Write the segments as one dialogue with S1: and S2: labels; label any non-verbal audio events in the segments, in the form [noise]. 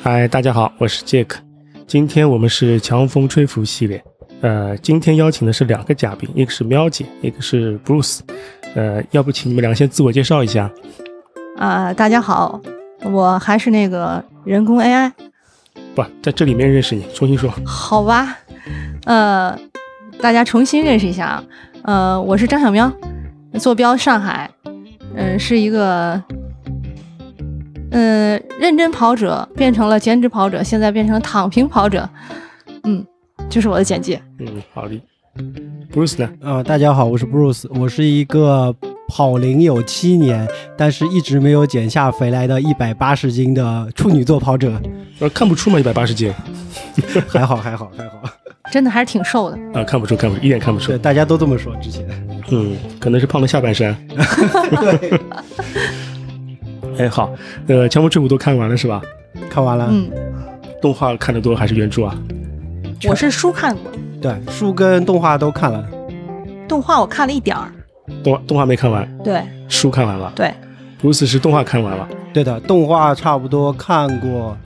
S1: 嗨，大家好，我是 Jack。今天我们是强风吹拂系列，呃，今天邀请的是两个嘉宾，一个是喵姐，一个是 Bruce。呃，要不请你们两个先自我介绍一下？
S2: 啊、大家好，我还是那个人工 AI，
S1: 不，在这里面认识你，重新说。
S2: 好吧？呃，大家重新认识一下啊，呃，我是张小喵，坐标上海，嗯、是一个，嗯、认真跑者变成了兼职跑者，现在变成躺平跑者，嗯，这是我的简介。
S1: 嗯，好的。Bruce 呢？
S3: 呃，大家好，我是 Bruce，我是一个跑龄有七年，但是一直没有减下肥来的一百八十斤的处女座跑者，
S1: 呃，看不出吗？一百八十斤？啊、
S3: [laughs] 还好，还好，还好。
S2: 真的还是挺瘦的，
S1: 啊看不出，看不出，一点看不出
S3: 对，。大家都这么说。之前，
S1: 嗯，可能是胖了下半身。
S3: 对，
S1: 哎，好，呃，强风吹拂都看完了是吧？
S3: [laughs] 看完了。
S2: 嗯，
S1: 动画看得多还是原著啊？
S2: 我是书看过，
S3: 对，书跟动画都看了。
S2: 动画我看了一点儿，
S1: 动动画没看完，
S2: 对
S1: 书看完了。
S2: 对，
S1: Bruce 是动画看完了
S3: 对的，动画差不多看过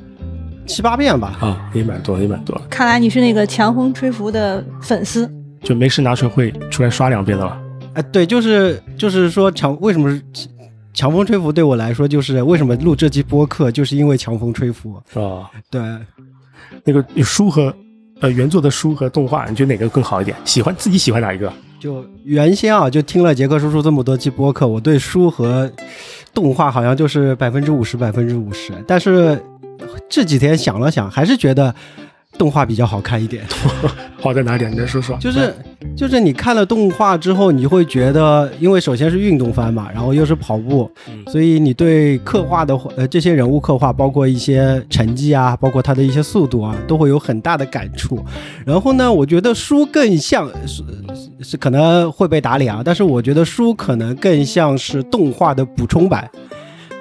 S3: 七八遍吧。
S1: 啊，也蛮多，也蛮多，
S2: 看来你是那个强风吹拂的粉丝。
S1: 就没事拿出来会出来刷两遍的了。
S3: 哎，对，就是就是说强，为什么是强风吹拂对我来说，就是为什么录这期播客，就是因为强风吹拂。
S1: 啊，
S3: 对，
S1: 那个书和呃原作的书和动画，你觉得哪个更好一点？喜欢自己喜欢哪一个？
S3: 就原先啊，就听了杰克叔叔这么多期播客，我对书和动画好像就是百分之五十、百分之五十。但是这几天想了想，还是觉得动画比较好看一点。
S1: 好在哪里啊？你来说说。
S3: 就是就是你看了动画之后，你会觉得，因为首先是运动番嘛，然后又是跑步，
S1: 嗯
S3: 所以你对刻画的呃这些人物刻画，包括一些成绩啊，包括他的一些速度啊，都会有很大的感触。然后呢，我觉得书更像是是可能会被打脸啊，但是我觉得书可能更像是动画的补充版，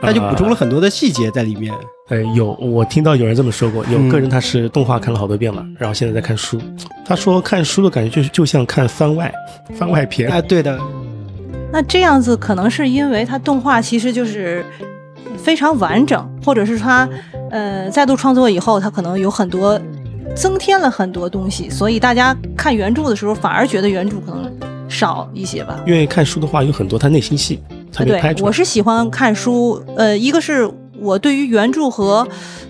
S3: 它就补充了很多的细节在里面。
S1: 呃，有我听到有人这么说过，有
S3: 嗯
S1: 个人他是动画看了好多遍了，然后现在在看书。他说看书的感觉就是就像看番外番外篇。
S2: 呃
S3: 哎，对的，
S2: 那这样子可能是因为它动画其实就是非常完整，或者是它呃再度创作以后，它可能有很多增添了很多东西，所以大家看原著的时候反而觉得原著可能少一些吧。
S1: 因为看书的话，有很多他内心戏，他没
S2: 呃对
S1: 拍，出
S2: 我
S1: 来。
S2: 是喜欢看书，呃，一个是我对于原著和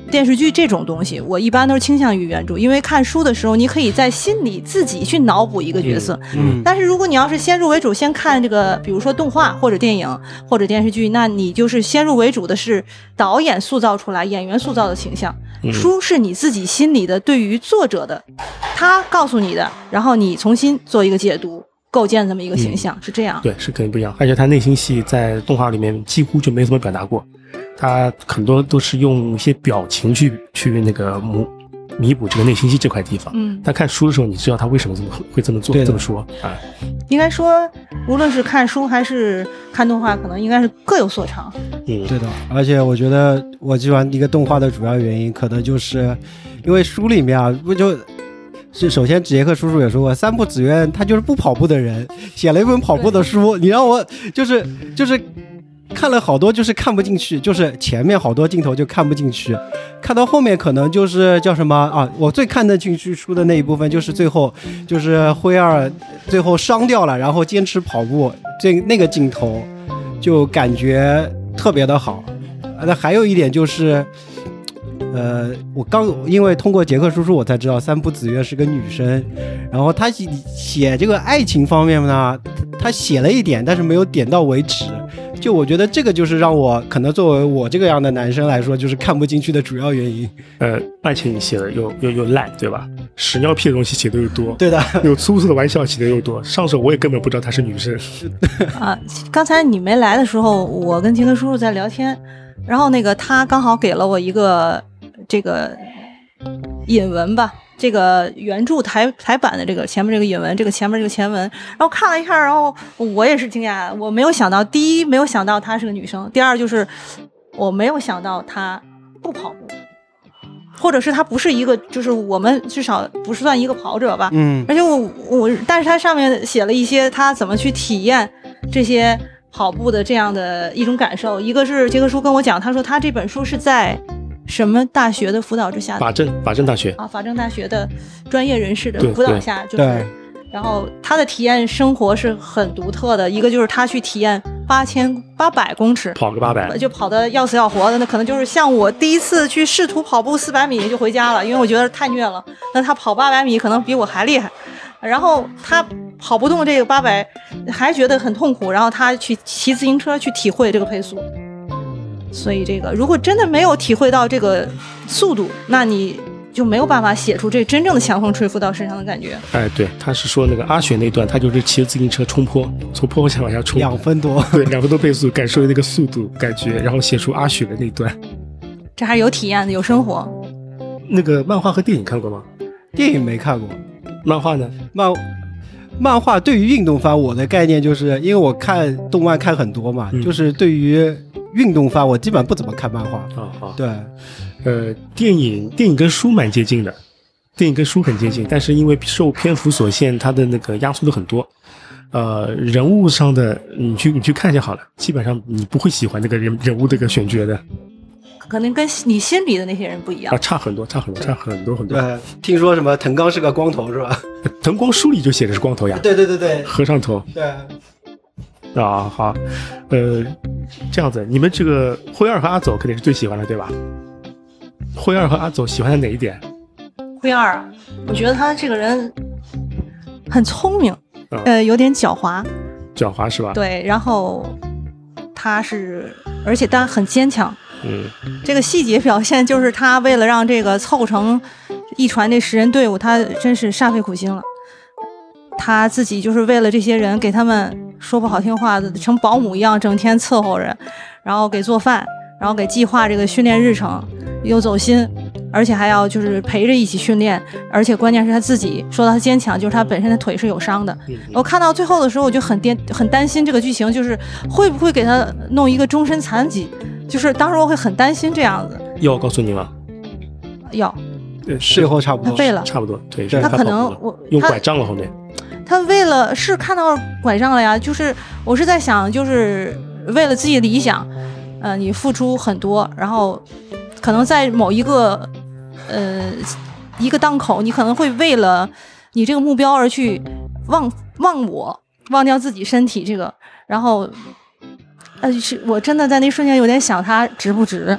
S2: 电视剧这种东西，我一般都是倾向于原著，因为看书的时候，你可以在心里自己去脑补一个角色，
S3: 嗯，
S2: 但是如果你要是先入为主，先看这个，比如说动画或者电影或者电视剧，那你就是先入为主的是导演塑造出来、演员塑造的形象。
S1: 嗯
S2: 书是你自己心里的对于作者的，他告诉你的，然后你重新做一个解读，构建这么一个形象，是这样。
S1: 嗯对，是肯定不一样。而且他内心戏在动画里面几乎就没怎么表达过，他很多都是用一些表情去去那个弥弥补这个内心戏这块地方。
S2: 嗯，
S1: 但看书的时候，你知道他为什么这么会这么做
S3: 对的
S1: 这么说啊？
S2: 应该说，无论是看书还是看动画，可能应该是各有所长。
S1: 嗯，
S3: 对的，而且我觉得我喜欢一个动画的主要原因，可能就是因为书里面啊，不就是首先杰克叔叔也说过，三浦紫苑他就是不跑步的人，写了一本跑步的书，你让我就是就是看了好多，就是看不进去，就是前面好多镜头就看不进去，看到后面可能就是叫什么啊，我最看得进去书的那一部分就是最后就是灰二最后伤掉了，然后坚持跑步，这那个镜头就感觉特别的好。啊那还有一点就是，呃，我刚因为通过杰克叔叔，我才知道三浦紫苑是个女生。然后她写写这个爱情方面呢，她写了一点，但是没有点到为止。就我觉得这个就是让我可能作为我这个样的男生来说，就是看不进去的主要原因。
S1: 呃，爱情写的又又又烂，对吧？屎尿屁的东西写的又多，
S3: 对的，
S1: 有粗俗的玩笑写的又多。上手我也根本不知道她是女生。
S2: 啊，刚才你没来的时候，我跟杰克叔叔在聊天，然后那个他刚好给了我一个这个引文吧，这个原著台台版的这个前面这个引文，这个前面这个前文，然后看了一下，然后我也是惊讶，我没有想到，第一没有想到她是个女生，第二就是我没有想到她不跑步，或者是她不是一个，就是我们至少不是算一个跑者吧，
S3: 嗯，
S2: 而且我我，但是它上面写了一些他怎么去体验这些跑步的这样的一种感受。一个是杰克叔跟我讲，他说他这本书是在什么大学的辅导之下的
S1: 法政法政大学，
S2: 啊，法政大学的专业人士的
S1: 对
S2: 辅导
S1: 对
S2: 下，就是
S3: 对，
S2: 然后他的体验生活是很独特的，一个就是他去体验八千八百公尺。
S1: 跑个八百，
S2: 就跑得要死要活的，那可能就是像我第一次去试图跑步四百米就回家了，因为我觉得太虐了。那他跑八百米可能比我还厉害，然后他跑不动这个八百，还觉得很痛苦，然后他去骑自行车去体会这个配速。所以这个如果真的没有体会到这个速度，那你就没有办法写出这真正的强风吹拂到身上的感觉。
S1: 哎，对，他是说那个阿雪那段，他就是骑着自行车冲坡，从坡下往下冲，
S3: 两分多， [laughs]
S1: 对，两分多倍速，感受那个速度感觉，然后写出阿雪的那段。
S2: 这还是有体验的，有生活。
S1: 那个漫画和电影看过吗？
S3: 电影没看过，
S1: 漫画呢？
S3: 漫漫画对于运动番，我的概念就是因为我看动漫看很多嘛，
S1: 嗯
S3: 就是对于运动番，我基本不怎么看漫画。
S1: 啊啊，
S3: 对，
S1: 呃，电影电影跟书蛮接近的，电影跟书很接近，但是因为受篇幅所限，它的那个压缩的很多。呃，人物上的你去你去看就好了，基本上你不会喜欢那个人人物这个选角的
S2: 可能跟你心里的那些人不一样
S1: 啊，。差很多，差很多，差很多很多。
S3: 对，听说什么藤冈是个光头是吧？
S1: 藤光书里就写的是光头呀，
S3: [laughs] 对对对对
S1: 和尚头
S3: [laughs] 对，
S1: 啊，好，呃，这样子，你们这个辉二和阿走肯定是最喜欢的，对吧？辉二和阿走喜欢的哪一点？
S2: 灰二啊，我觉得他这个人很聪明
S1: 嗯，
S2: 呃，有点狡猾，
S1: 狡猾是吧？，
S2: 对，然后他是，而且他很坚强。
S1: 嗯，
S2: 这个细节表现就是他为了让这个凑成一传这十人队伍，他真是煞费苦心了。他自己就是为了这些人，给他们说不好听话，成保姆一样，整天伺候人，然后给做饭，然后给计划这个训练日程，又走心，而且还要就是陪着一起训练，而且关键是他自己说他坚强，就是他本身的腿是有伤的，
S1: 嗯
S2: 我看到最后的时候，我就很担很担心这个剧情，就是会不会给他弄一个终身残疾，就是当时我会很担心这样子。
S1: 要我告诉你吗？
S2: 要
S1: 呃，
S3: 最后差不
S2: 他
S3: 多。
S2: 背了，
S1: 差不多，对，
S3: 对
S1: 是
S2: 他
S1: 跑
S2: 可
S1: 步
S2: 能
S1: 了
S2: 我
S1: 用
S2: 他
S1: 拐杖了后面，
S2: 他为了是看到拐杖了呀，就是我是在想，就是为了自己的理想，呃，你付出很多，然后可能在某一个呃一个档口，你可能会为了你这个目标而去忘忘我，忘掉自己身体这个，然后呃，是我真的在那瞬间有点想他值不值，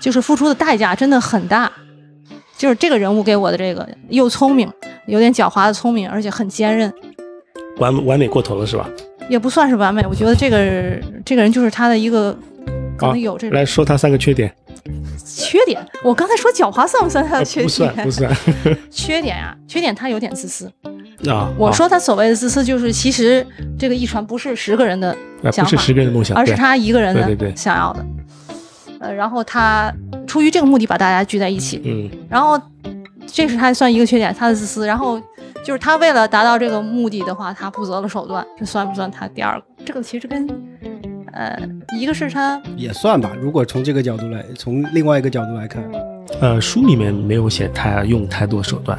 S2: 就是付出的代价真的很大。就是这个人物给我的这个又聪明，有点狡猾的聪明，而且很坚韧，
S1: 完完美过头了是吧？
S2: 也不算是完美。我觉得这个这个人就是他的一个
S1: 啊
S2: 可能有这种
S1: 来说他三个缺点，
S2: 缺点。我刚才说狡猾算不算他
S1: 呃
S2: 的缺
S1: 不算
S2: 点？
S1: 不
S2: [laughs]
S1: 算
S2: 缺点啊，缺点他有点自私。
S1: 啊。
S2: 我
S1: 啊
S2: 说他所谓的自私，就是其实这个一传不是十个人的
S1: 呃
S2: 想
S1: 不是
S2: 法
S1: 十个人的梦想，
S2: 而是
S1: 对
S2: 他一个人
S1: 对对对
S2: 的想要的。呃，然后他出于这个目的把大家聚在一起，
S1: 嗯
S2: 然后这是他算一个缺点，他的自私。然后就是他为了达到这个目的的话，他不择了手段，这算不算他第二个？这个其实跟呃，一个是他
S3: 也算吧，如果从这个角度来，从另外一个角度来看，
S1: 呃书里面没有写他用太多手段，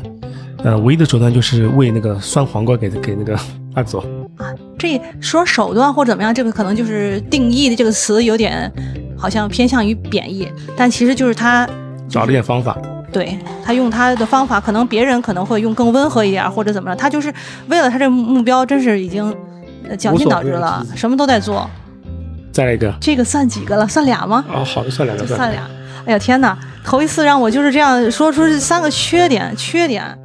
S1: 呃唯一的手段就是喂那个酸黄瓜给给那个阿佐，
S2: 这说手段或怎么样，这个可能就是定义的这个词有点好像偏向于贬义，但其实就是他
S1: 找了点方法，
S2: 对他用他的方法，可能别人可能会用更温和一点儿或者怎么着，他就是为了他这目标，真是已经呃绞
S3: 无
S2: 尽
S3: 所
S2: 脑汁
S3: 不用
S2: 了
S3: 其，极
S2: 什么都在做。
S1: 再来一个
S2: 这个算几个了？算俩吗？
S1: 啊，好的，算两
S2: 就
S1: 个
S2: 算
S1: 算
S2: 俩。哎呀天哪！头一次让我就是这样说出这三个缺点，缺点，
S1: 啊。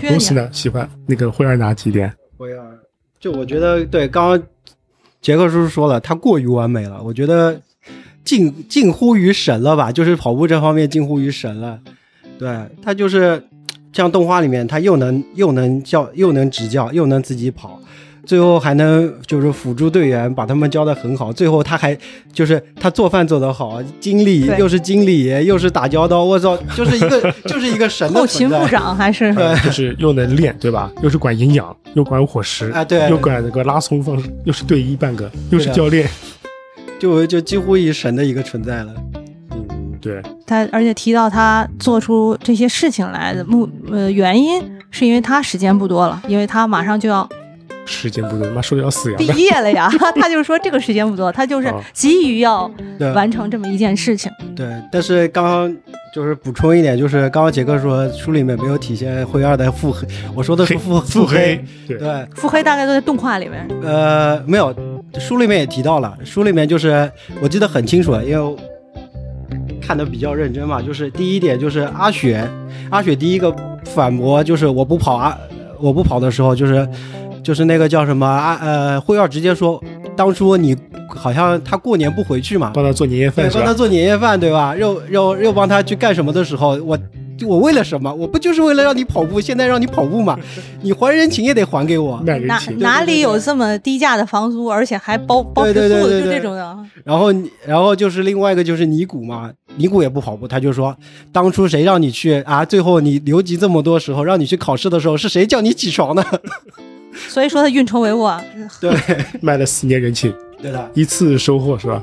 S2: 缺
S1: 公司
S2: 点。
S1: 呢喜欢那个灰儿哪几点？
S3: 我要就我觉得对，刚刚杰克叔叔说了，他过于完美了，我觉得近近乎于神了吧，就是跑步这方面近乎于神了。对他就是像动画里面，他又能又能教又能执教，又能自己跑。最后还能就是辅助队员，把他们教得很好。最后他还就是他做饭做得好，经理
S2: 对
S3: 又是经理，又是打交道，我操，就是一个就是一个神的
S2: 后勤
S3: 存
S2: 部
S3: 在。嗯
S2: 长还是
S1: 呃就是又能练，对吧？又是管营养，又管伙食
S3: 啊对
S1: 又管那个拉松方式，又是队医半个，又
S3: 对
S1: 是
S3: 的
S1: 教练，
S3: 就就几乎以神的一个存在了。
S1: 嗯，对，
S2: 他，而且提到他做出这些事情来的目呃原因，是因为他时间不多了，因为他马上就要
S1: 时间不多，妈说的要死一样
S2: 毕
S1: 的。
S2: 业了呀， [laughs] 他就是说这个时间不多，他就是
S1: 啊
S2: 急于要
S3: 对
S2: 完成这么一件事情。
S3: 对，但是刚刚就是补充一点，就是刚刚杰克说书里面没有体现灰二的腹黑，我说的是腹
S1: 腹黑，对，
S3: 对，
S2: 腹黑大概都在动画里面，
S3: 呃，没有，书里面也提到了，书里面就是我记得很清楚，啊因为我看的比较认真嘛，就是第一点就是阿雪，阿雪第一个反驳就是我不跑啊，我不跑的时候就是就是那个叫什么啊呃辉耀直接说，当初你好像他过年不回去嘛，
S1: 帮他做年夜
S3: 对，
S1: 饭是
S3: 帮他
S1: 吧？
S3: 做年夜饭，对吧？又又又帮他去干什么的时候，我我为了什么？我不就是为了让你跑步，现在让你跑
S1: [laughs]
S3: 步嘛？你还人情也得还给我。
S1: 卖人
S2: 哪
S1: 情，
S2: 哪里有这么低价的房租，而且还包包食
S3: 对对对
S2: 宿，
S3: 对
S2: 就
S3: 对
S2: 这种的。
S3: 然后你，然后就是另外一个就是尼古嘛，尼古也不跑步，他就说，当初谁让你去啊？最后你留级这么多时候，让你去考试的时候，是谁叫你起床的？ [laughs]
S2: 所以说他运筹帷幄啊，
S3: 对，
S1: 卖了四年人情，
S3: 对的，
S1: 一次收获是吧？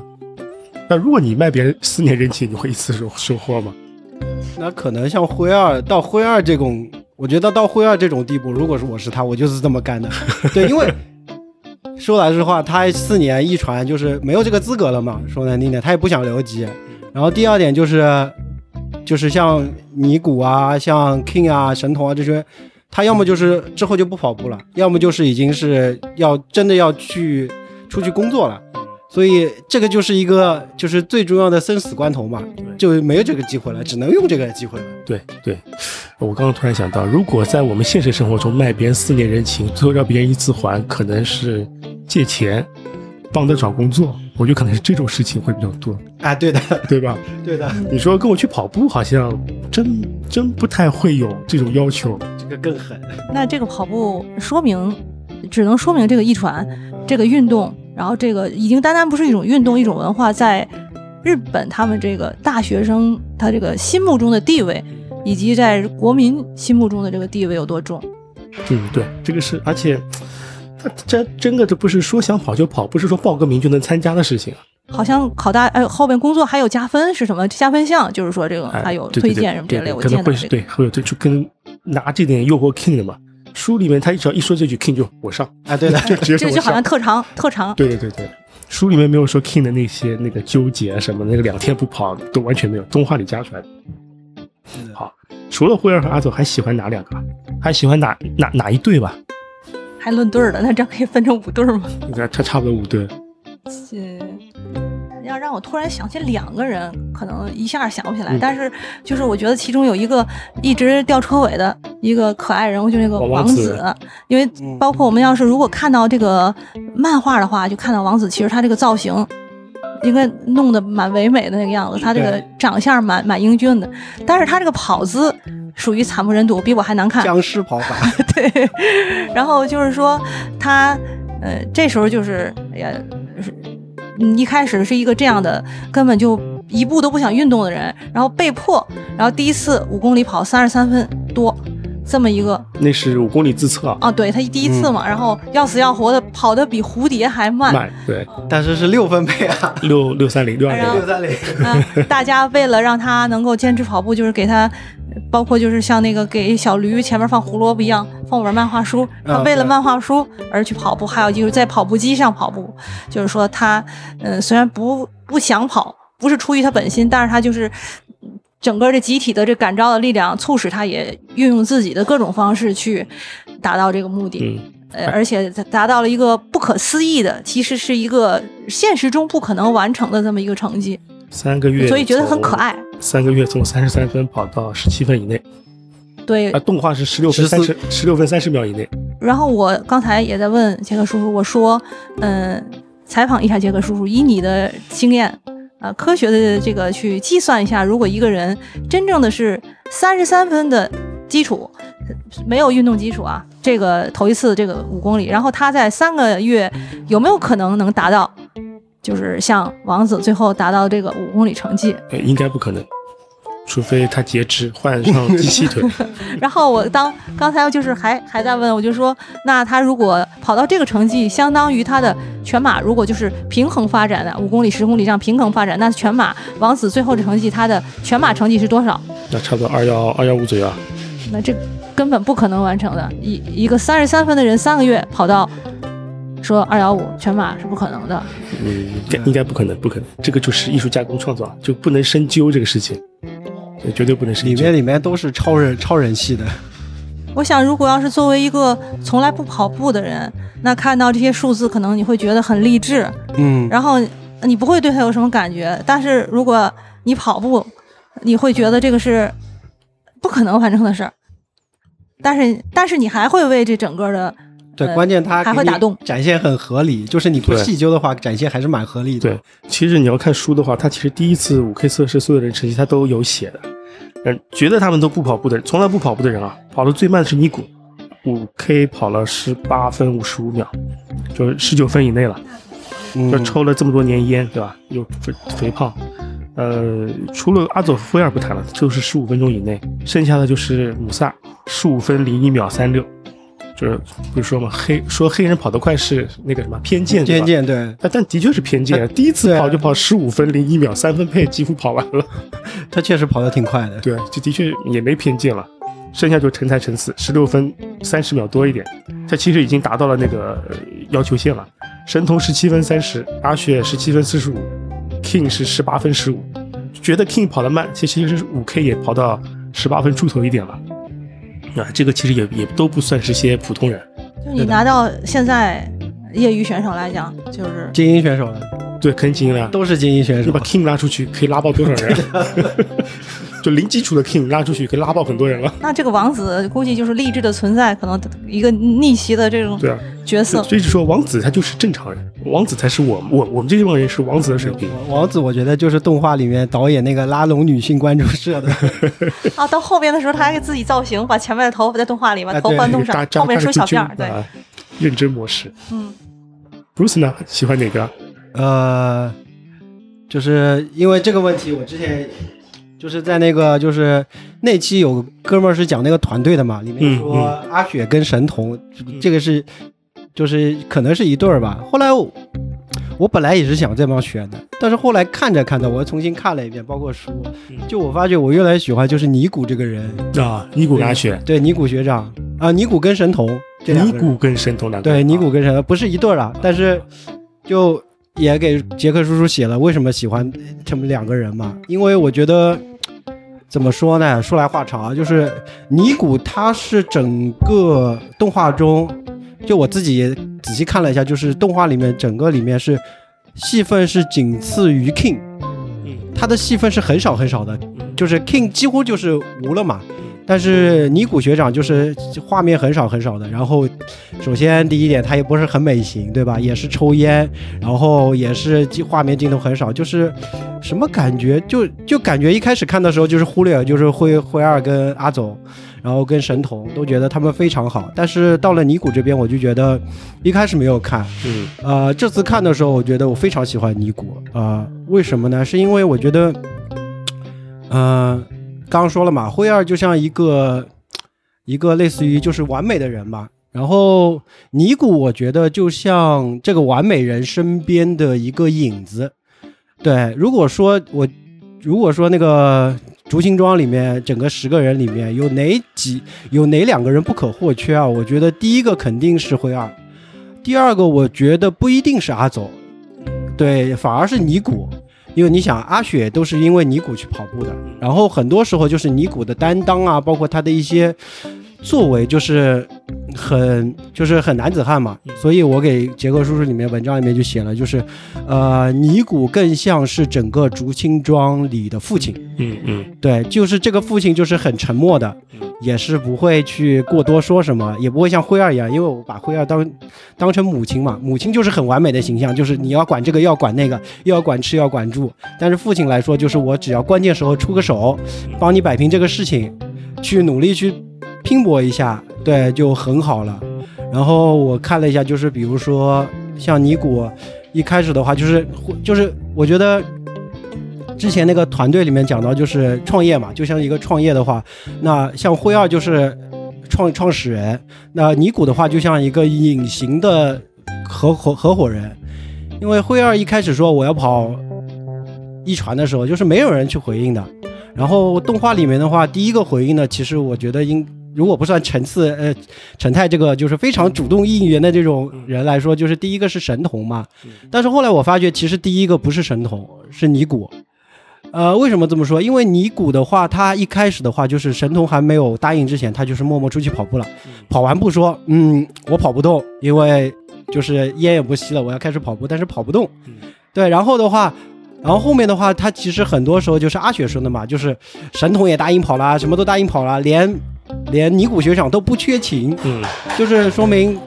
S1: 那如果你卖别人四年人情，你会一次收收获吗？
S3: 那可能像灰二到灰二这种，我觉得到灰二这种地步，如果是我是他，我就是这么干的。 [laughs] 对，因为说来实话，他四年一传就是没有这个资格了嘛。说难听点，他也不想留级。然后第二点就是，就是像尼古啊、像 King 啊、神童啊这些，他要么就是之后就不跑步了，要么就是已经是要真的要去出去工作了。所以这个就是一个就是最重要的生死关头嘛，就没有这个机会了，只能用这个机会了。
S1: 对对，呃我刚刚突然想到，如果在我们现实生活中卖别人四年人情，最后让别人一次还，可能是借钱，帮他找工作，我觉得可能是这种事情会比较多，
S3: 啊，对的， [laughs]
S1: 对吧？
S3: 对的，
S2: 嗯
S1: 你说跟我去跑步，好像真真不太会有这种要求。
S3: 这个更狠。
S2: 那这个跑步说明，只能说明这个一传这个运动，然后这个已经单单不是一种运动，一种文化，在日本他们这个大学生他这个心目中的地位，以及在国民心目中的这个地位有多重。
S1: 嗯，对，这个是，而且他这真的这不是说想跑就跑，不是说报个名就能参加的事情啊。
S2: 好像考大哎，后边工作还有加分是什么？加分项就是说这个
S1: 哎
S2: 还有
S1: 对
S2: 推
S1: 对对
S2: 荐什么之
S1: 对
S2: 类，
S1: 对
S2: 我
S1: 可
S2: 见
S1: 能
S2: 到
S1: 会
S2: 这
S1: 是
S2: 个。
S1: 对，会有这就跟拿这点诱惑 king 的嘛。书里面他只要一说这句 king 就我上，
S2: [laughs]
S3: 啊，对的，
S1: [laughs] 就直接
S2: 这
S1: 说
S2: 个
S1: 我
S2: 就好像
S1: 上。
S2: 特长，特长
S1: 对对对对，书里面没有说 king 的那些那个纠结啊什么，那个两天不跑都完全没有，动画里加出来的。好，除了灰儿和阿佐，还喜欢哪两个？还喜欢哪哪哪一对吧？
S2: 还论对儿的，那这样可以分成五对儿吗？
S1: 那他差不多五对。
S2: 呃，要让我突然想起两个人，可能一下想不起来。但是就是我觉得其中有一个一直掉车尾的一个可爱人物，就是那个
S1: 王
S2: 王
S1: 子
S2: 因为
S3: 嗯
S2: 包括我们要是如果看到这个漫画的话，就看到王子其实他这个造型。应该弄得蛮唯美的那个样子，他这个
S3: 对
S2: 长相蛮蛮英俊的，但是他这个跑姿属于惨不忍睹，比我还难看。
S3: 僵尸跑法，
S2: 对， [laughs] 然后就是说他，呃，这时候就是也是，嗯一开始是一个这样的，根本就一步都不想运动的人，然后被迫，然后第一次五公里跑三十三分多，这么一个
S1: 那是五公里自测啊，
S2: 啊，对他第一次嘛，然后要死要活的跑得比蝴蝶还慢。
S1: 慢对
S3: 但是是六分配啊， [laughs]
S1: 六六三零六二
S2: 哎呀
S1: 零
S3: 六三零。
S2: [laughs] 啊，大家为了让他能够坚持跑步，就是给他，包括就是像那个给小驴前面放胡萝卜一样，放本漫画书，
S3: 嗯
S2: 他为了
S3: 对
S2: 漫画书而去跑步，还有就是在跑步机上跑步，就是说他，嗯，虽然不不想跑，不是出于他本心，但是他就是。整个这集体的这感召的力量，促使他也运用自己的各种方式去达到这个目的。
S1: 嗯，
S2: 呃，而且它达到了一个不可思议的，其实是一个现实中不可能完成的这么一个成绩，
S1: 三个月，
S2: 所以觉得很可。爱。
S1: 三个月从三十三分跑到十七分以内，
S2: 对
S1: 啊，，动画是十六分三
S3: 14
S1: 十十六分三十秒以内，
S2: 然后我刚才也在问杰克叔叔，我说，嗯、采访一下杰克叔叔，以你的经验，啊、科学的这个去计算一下，如果一个人真正的是三十三分的基础，没有运动基础啊，这个头一次这个五公里，然后他在三个月有没有可能能达到，就是像王子最后达到这个五公里成绩？
S1: 呃应该不可能，除非他截肢换上机器
S2: [laughs]
S1: 腿。
S2: 然后我当刚才就是还还在问，我就说，那他如果跑到这个成绩，相当于他的全马，如果就是平衡发展的五公里、十公里这样平衡发展，那全马王子最后的成绩，他的全马成绩是多少？
S1: 那差不多二幺二幺五左右啊，
S2: 那这根本不可能完成的。一一个三十三分的人，三个月跑到说二幺五全马是不可能的。
S1: 嗯，应该应该不可能，不可能，这个就是艺术加工创造，啊就不能深究这个事情，对绝对不能深
S3: 里
S1: 究。
S3: 面里面都是超人超人系的，
S2: 我想，如果要是作为一个从来不跑步的人，那看到这些数字，可能你会觉得很励志，
S3: 嗯，
S2: 然后你不会对它有什么感觉。但是如果你跑步，你会觉得这个是不可能完成的事儿。但是，但是你还会为这整个的，
S3: 对，
S2: 呃
S3: 关键他
S2: 还会
S3: 给你
S2: 打动
S3: 展现很合理，就是你不
S1: 对
S3: 细究的话，展现还是蛮合理的。
S1: 对，其实你要看书的话，它其实第一次五 K 测试所有人成绩它都有写的。嗯，觉得他们都不跑步的人，从来不跑步的人啊，跑的最慢的是尼古，五 K 跑了十八分五十五秒，就是十九分以内了。
S3: 嗯，
S1: 就抽了这么多年烟，对吧？又肥肥胖，呃，除了阿佐夫菲尔不谈了，就是十五分钟以内，剩下的就是姆萨，十五分零一秒三六，就是不是说嘛，黑说黑人跑得快是那个什么偏见，对
S3: 渐
S1: 吧？
S3: 渐对，
S1: 啊，但的确是偏见，第一次
S3: 对啊
S1: 跑就跑十五分零一秒三分配，几乎跑完了。
S3: 他确实跑得挺快 [laughs] 的。
S1: 对，这的确也没偏见了。剩下就成才成死，十六分三十秒多一点，他其实已经达到了那个呃要求线了。神童十七分三十，阿雪十七分四十五，King 是十八分十五。觉得 King 跑得慢，其实是五 K 也跑到十八分出头一点了。啊，这个其实也也都不算是些普通人，
S2: 就你拿到现在业余选手来讲，就是
S3: 精英选手了，
S1: 对，坑精了。
S3: 都是精英选
S1: 你
S3: 手
S1: 把。King 拉出去，可以拉爆多少人？啊 [laughs] 就零基础的 King 拉出去，可以拉爆很多人了。
S2: 那这个王子估计就是励志的存在，可能一个逆袭的这种
S1: 对啊，
S2: 角色。
S1: 所以就说王子他就是正常人，王子才是我我我们这帮人是王子的水平。
S3: 王子，我觉得就是动画里面导演那个拉拢女性关注社的，
S2: 啊，到后边的时候他还给自己造型，把前面的头发在动画里把
S3: 啊
S2: 头
S3: 对
S2: 翻弄
S1: 哎扎
S2: 上，
S1: 扎
S2: 后面梳小辫儿，对，
S1: 啊，认真模式。
S2: 嗯，
S1: Bruce 呢喜欢哪个？
S3: 呃，就是因为这个问题，我之前就是在那个就是那期有个哥们儿是讲那个团队的嘛，里面说
S1: 嗯
S3: 阿雪跟神童、这个是就是可能是一对儿吧。后来我我本来也是想这帮选的，但是后来看着看着，我又重新看了一遍，包括书，就我发觉我越来越喜欢就是尼古这个人，
S1: 啊，嗯尼古跟阿雪，
S3: 对尼古学长啊，尼古跟神童这两
S1: 尼
S3: 个人
S1: 古跟神童两个人啊
S3: 对，尼古跟神童不是一对儿啊，但是就也给杰克叔叔写了为什么喜欢他们两个人嘛，因为我觉得怎么说呢，说来话长，啊就是尼古他是整个动画中，就我自己也仔细看了一下，就是动画里面整个里面是戏份是仅次于 King，
S1: 嗯
S3: 他的戏份是很少很少的，
S1: 嗯
S3: 就是 King 几乎就是无了嘛，但是尼古学长就是画面很少很少的。然后，首先第一点，他也不是很美型，对吧？也是抽烟，然后也是镜画面镜头很少，就是什么感觉？就就感觉一开始看的时候就是忽略，就是灰灰二跟阿总，然后跟神童都觉得他们非常好，但是到了尼古这边，我就觉得一开始没有看，
S1: 嗯
S3: 呃，这次看的时候，我觉得我非常喜欢尼古啊、呃为什么呢？是因为我觉得，呃，刚刚说了嘛，灰二就像一个一个类似于就是完美的人嘛，然后尼古我觉得就像这个完美人身边的一个影子。对，如果说我如果说那个竹行庄里面整个十个人里面有哪几有哪两个人不可或缺啊？我觉得第一个肯定是灰二。第二个，我觉得不一定是阿走，对，反而是尼古，因为你想，阿雪都是因为尼古去跑步的，然后很多时候就是尼古的担当啊，包括他的一些作为，就是很就是很男子汉嘛。所以我给杰克叔叔里面文章里面就写了，就是呃，尼古更像是整个竹青庄里的父亲。
S1: 嗯嗯
S3: 对，就是这个父亲就是很沉默的
S1: 嗯，
S3: 也是不会去过多说什么，也不会像灰儿一样，因为我把灰儿当当成母亲嘛，母亲就是很完美的形象，就是你要管这个，要管那个，又要管吃，要管住。但是父亲来说，就是我只要关键时候出个手，帮你摆平这个事情，去努力去拼搏一下，对，就很好了。然后我看了一下，就是比如说像尼古，一开始的话就是就是我觉得之前那个团队里面讲到，就是创业嘛，就像一个创业的话，那像辉二就是创创始人，那尼古的话就像一个隐形的合伙合伙人，因为辉二一开始说我要跑一传的时候，就是没有人去回应的。然后动画里面的话，第一个回应的，其实我觉得应如果不算陈次呃陈泰这个就是非常主动应援的这种人来说，就是第一个是神童嘛。但是后来我发觉，其实第一个不是神童，是尼古。呃，为什么这么说？因为尼古的话，他一开始的话就是神童还没有答应之前，他就是默默出去跑步了。跑完步说，嗯，我跑不动，因为就是烟也不吸了，我要开始跑步，但是跑不动。对，然后的话，然后后面的话，他其实很多时候就是阿雪说的嘛，就是神童也答应跑啦，什么都答应跑啦，连连尼古学长都不缺勤，
S1: 嗯，
S3: 就是说明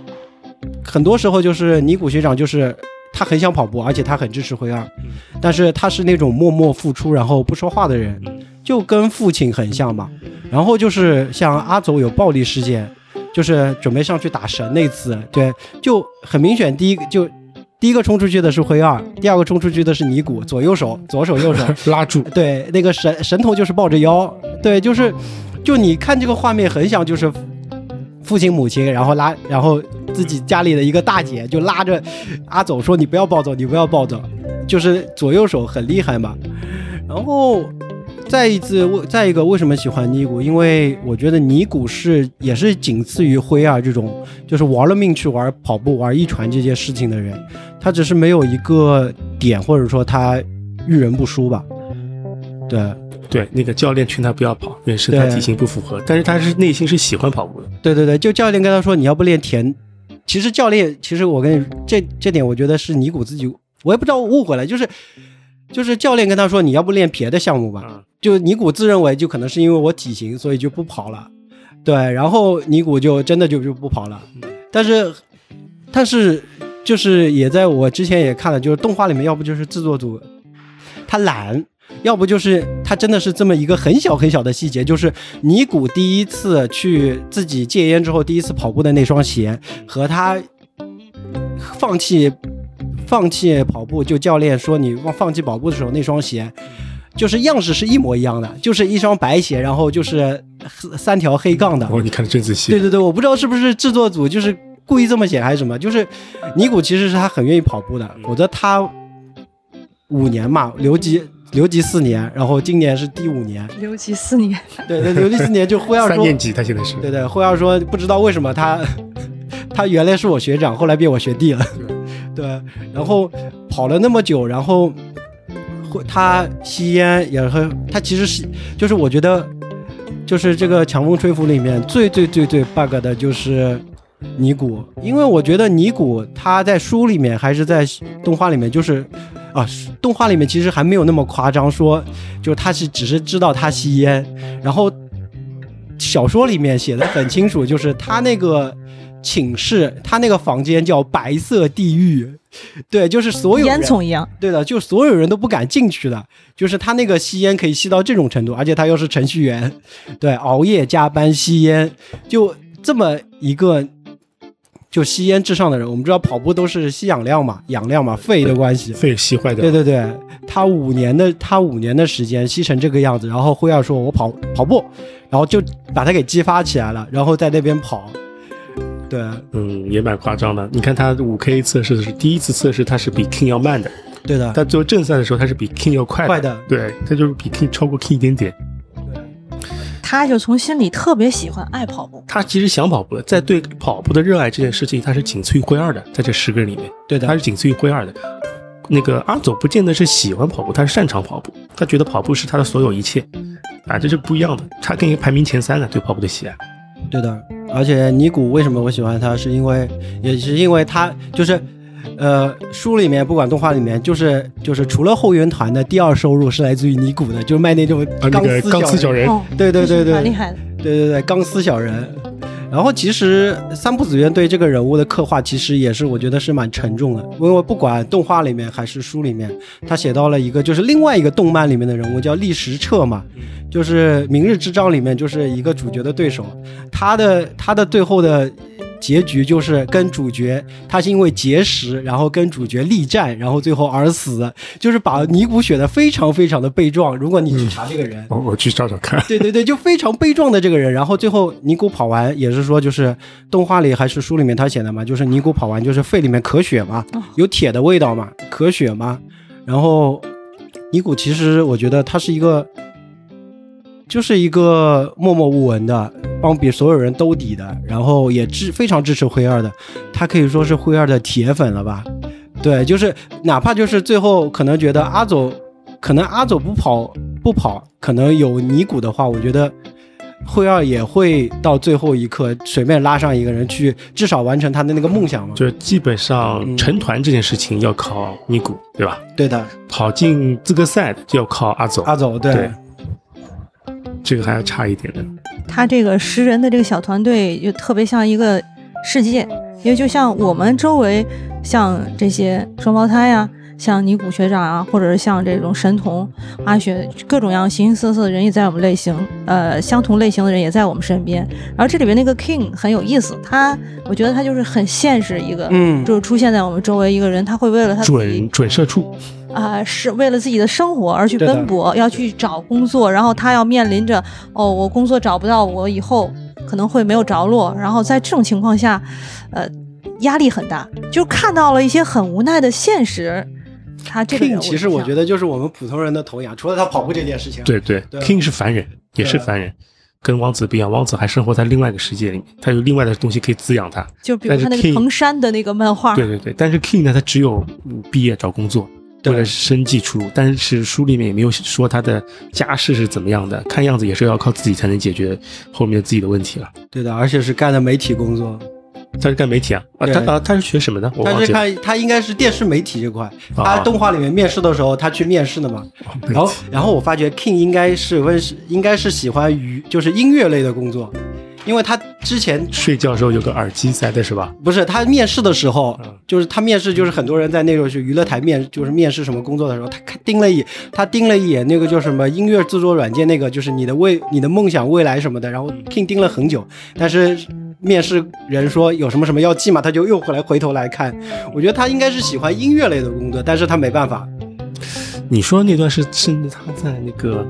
S3: 很多时候就是尼古学长就是他很想跑步，而且他很支持灰二，但是他是那种默默付出然后不说话的人，
S1: 嗯
S3: 就跟父亲很像嘛。然后就是像阿走有暴力事件，就是准备上去打神那次，对，就很明显，第一个就。第一个冲出去的是灰二，第二个冲出去的是尼古，左右手，左手右手，
S1: 拉住，
S3: 对，那个神神童就是抱着腰，对，就是，就你看这个画面，很想就是父亲母亲，然后拉，然后自己家里的一个大姐就拉着阿走说：“你不要抱走，你不要抱走。”就是左右手很厉害嘛。然后再一次，为再一个为什么喜欢尼古？因为我觉得尼古是也是仅次于灰二这种，就是玩了命去玩跑步、玩一传这些事情的人，他只是没有一个点，或者说他遇人不淑吧。对，
S1: 对，那个教练劝他不要跑，也是他
S3: 对
S1: 体型不符合，但是他是内心是喜欢跑步的。
S3: 对对对，就教练跟他说你要不练田，其实教练其实我跟你这这点我觉得是尼古自己，我也不知道误会了，就是就是教练跟他说你要不练别的项目吧，
S1: 嗯
S3: 就尼古自认为就可能是因为我体型所以就不跑了，对，然后尼古就真的就就不跑了，但是但是就是也在我之前也看了，就是动画里面要不就是制作组他懒。要不就是他真的是这么一个很小很小的细节，就是尼古第一次去自己戒烟之后第一次跑步的那双鞋，和他放弃放弃跑步，就教练说你忘放弃跑步的时候那双鞋，就是样式是一模一样的，就是一双白鞋，然后就是三条黑杠的，
S1: 哦，你看的真仔
S3: 对
S1: 细。
S3: 对对，我不知道是不是制作组就是故意这么写还是什么，就是尼古其实是他很愿意跑步的，
S1: 嗯
S3: 否则他五年嘛，留级留级四年，然后今年是第五年，
S2: 留级四年，
S3: 对对，留级四年就忽要
S1: 三
S3: 说，
S1: 年级，他现在是。
S3: 对对，忽要说不知道为什么他 [laughs] 他原来是我学长，后来变我学弟了，对，然后跑了那么久，然后会他吸烟也和他其实是就是我觉得就是这个《强风吹拂》里面最最最最 bug 的就是尼古，因为我觉得尼古他在书里面还是在动画里面就是。啊，动画里面其实还没有那么夸张，说就是他是只是知道他吸烟，然后小说里面写的很清楚，就是他那个寝室，他那个房间叫白色地狱，对，就是所有人
S2: 烟囱一样。
S3: 对的，就所有人都不敢进去的，就是他那个吸烟可以吸到这种程度，而且他又是程序员，对，熬夜加班吸烟，就这么一个就吸烟至上的人。我们知道跑步都是吸氧量嘛，氧量嘛，肺的关系。
S1: 肺吸坏掉
S3: 对，对对，他五年的他五年的时间吸成这个样子，然后辉耀说我跑跑步，然后就把他给激发起来了，然后在那边跑，对
S1: 嗯，也蛮夸张的。你看他五 K 测试是第一次测试，他是比 King 要慢的，
S3: 对的，
S1: 他做正赛的时候他是比 King 要快的。
S3: 快的
S1: 对，他就是比 King 超过 King 一点点。
S2: 他就从心里特别喜欢爱跑步，
S1: 他其实想跑步的，在对跑步的热爱这件事情，他是仅次于灰二的，在这十个人里面，
S3: 对的
S1: 他是仅次于灰二的。那个阿佐不见得是喜欢跑步，他是擅长跑步，他觉得跑步是他的所有一切，啊，这是不一样的。他跟一个排名前三的对跑步的喜爱，
S3: 对的，而且尼古为什么我喜欢他，是因为也是因为他就是，呃，书里面不管动画里面，就是就是除了后援团的第二收入是来自于尼古的，就是卖那种
S1: 啊，那
S3: 钢
S1: 个
S3: 丝
S1: 钢丝小
S3: 人，
S1: 人，
S2: 哦，
S3: 对对对对
S2: 蛮厉害的。
S3: 对对对，钢丝小人。然后其实三浦紫苑对这个人物的刻画，其实也是我觉得是蛮沉重的，因为不管动画里面还是书里面，他写到了一个就是另外一个动漫里面的人物叫立石彻嘛，就是《明日之章》里面就是一个主角的对手，他的他的最后的。结局就是跟主角，他是因为结识，然后跟主角力战，然后最后而死，就是把尼古写的非常非常的悲壮。如果你去查这个人，
S1: 我我去找找看。
S3: 对对对，就非常悲壮的这个人。然后最后尼古跑完也是说，就是动画里还是书里面他写的嘛，就是尼古跑完就是肺里面咳血嘛
S2: 哦，
S3: 有铁的味道嘛，咳血嘛。然后尼古其实我觉得他是一个就是一个默默无闻的，帮比所有人兜底的，然后也支非常支持灰二的，他可以说是灰二的铁粉了吧？对，就是哪怕就是最后可能觉得阿走，可能阿走不跑不跑，可能有尼古的话，我觉得灰二也会到最后一刻随便拉上一个人去，至少完成他的那个梦想嘛。
S1: 就是基本上
S3: 嗯
S1: 成团这件事情要靠尼古，对吧？
S3: 对的，
S1: 跑进资格赛就要靠阿走，
S3: 阿走
S1: 对这个还要差一点的。
S2: 他这个十人的这个小团队，就特别像一个世界，因为就像我们周围，像这些双胞胎呀、啊像尼古学长啊，或者是像这种神童、阿雪，各种各样形形色色的人也在我们类型，呃，相同类型的人也在我们身边。然后这里边那个 King 很有意思，他我觉得他就是很现实一个，
S3: 嗯，
S2: 就是出现在我们周围一个人，他会为了他自己
S1: 准准社畜，
S3: 嗯
S2: 啊、是为了自己的生活而去
S3: 对的
S2: 奔波，要去找工作，然后他要面临着哦，我工作找不到，我以后可能会没有着落，然后在这种情况下，呃，压力很大，就看到了一些很无奈的现实。他这个
S3: King
S2: 人，
S3: 其实我觉
S2: 得
S3: 得就是我们普通人的头仰，除了他跑步这件事情。
S1: 对对
S3: 对
S1: ，King 是凡人，也是凡人，跟王子不一样，王子还生活在另外一个世界里面，他有另外的东西可以滋养他。
S2: 就比如他
S1: 但
S2: 那
S1: 是
S2: 个
S1: King-
S2: 藤山的那个漫
S3: 啊
S2: 画，
S1: 对对对，但是 King 呢，他只有嗯毕业找工作，
S3: 对
S1: 为了生计出入。但是书里面也没有说他的家世是怎么样的，看样子也是要靠自己才能解决后面自己的问题了。
S3: 对的，而且是干的媒体工作。
S1: 他是干媒体啊，啊，
S3: 对
S1: 他啊他是学什么呢？我
S3: 但
S1: 忘
S3: 是
S1: 记了。
S3: 他他应该是电视媒体这块，
S1: 啊
S3: 他动画里面面试的时候他去面试的嘛。
S1: 哦
S3: 然后然后我发觉 King 应该是温室，应该是喜欢娱就是音乐类的工作，因为他之前
S1: 睡觉的时候有个耳机塞的是吧？
S3: 不是他面试的时候
S1: 嗯，
S3: 就是他面试，就是很多人在那种去娱乐台面，就是面试什么工作的时候，他看盯了一眼，他盯了一眼那个叫什么音乐制作软件，那个就是你的未你的梦想未来什么的，然后 King 盯了很久，但是面试人说有什么什么要记嘛，他就又回来回头来看，我觉得他应该是喜欢音乐类的工作，但是他没办法，
S1: 你说那段是是他在那个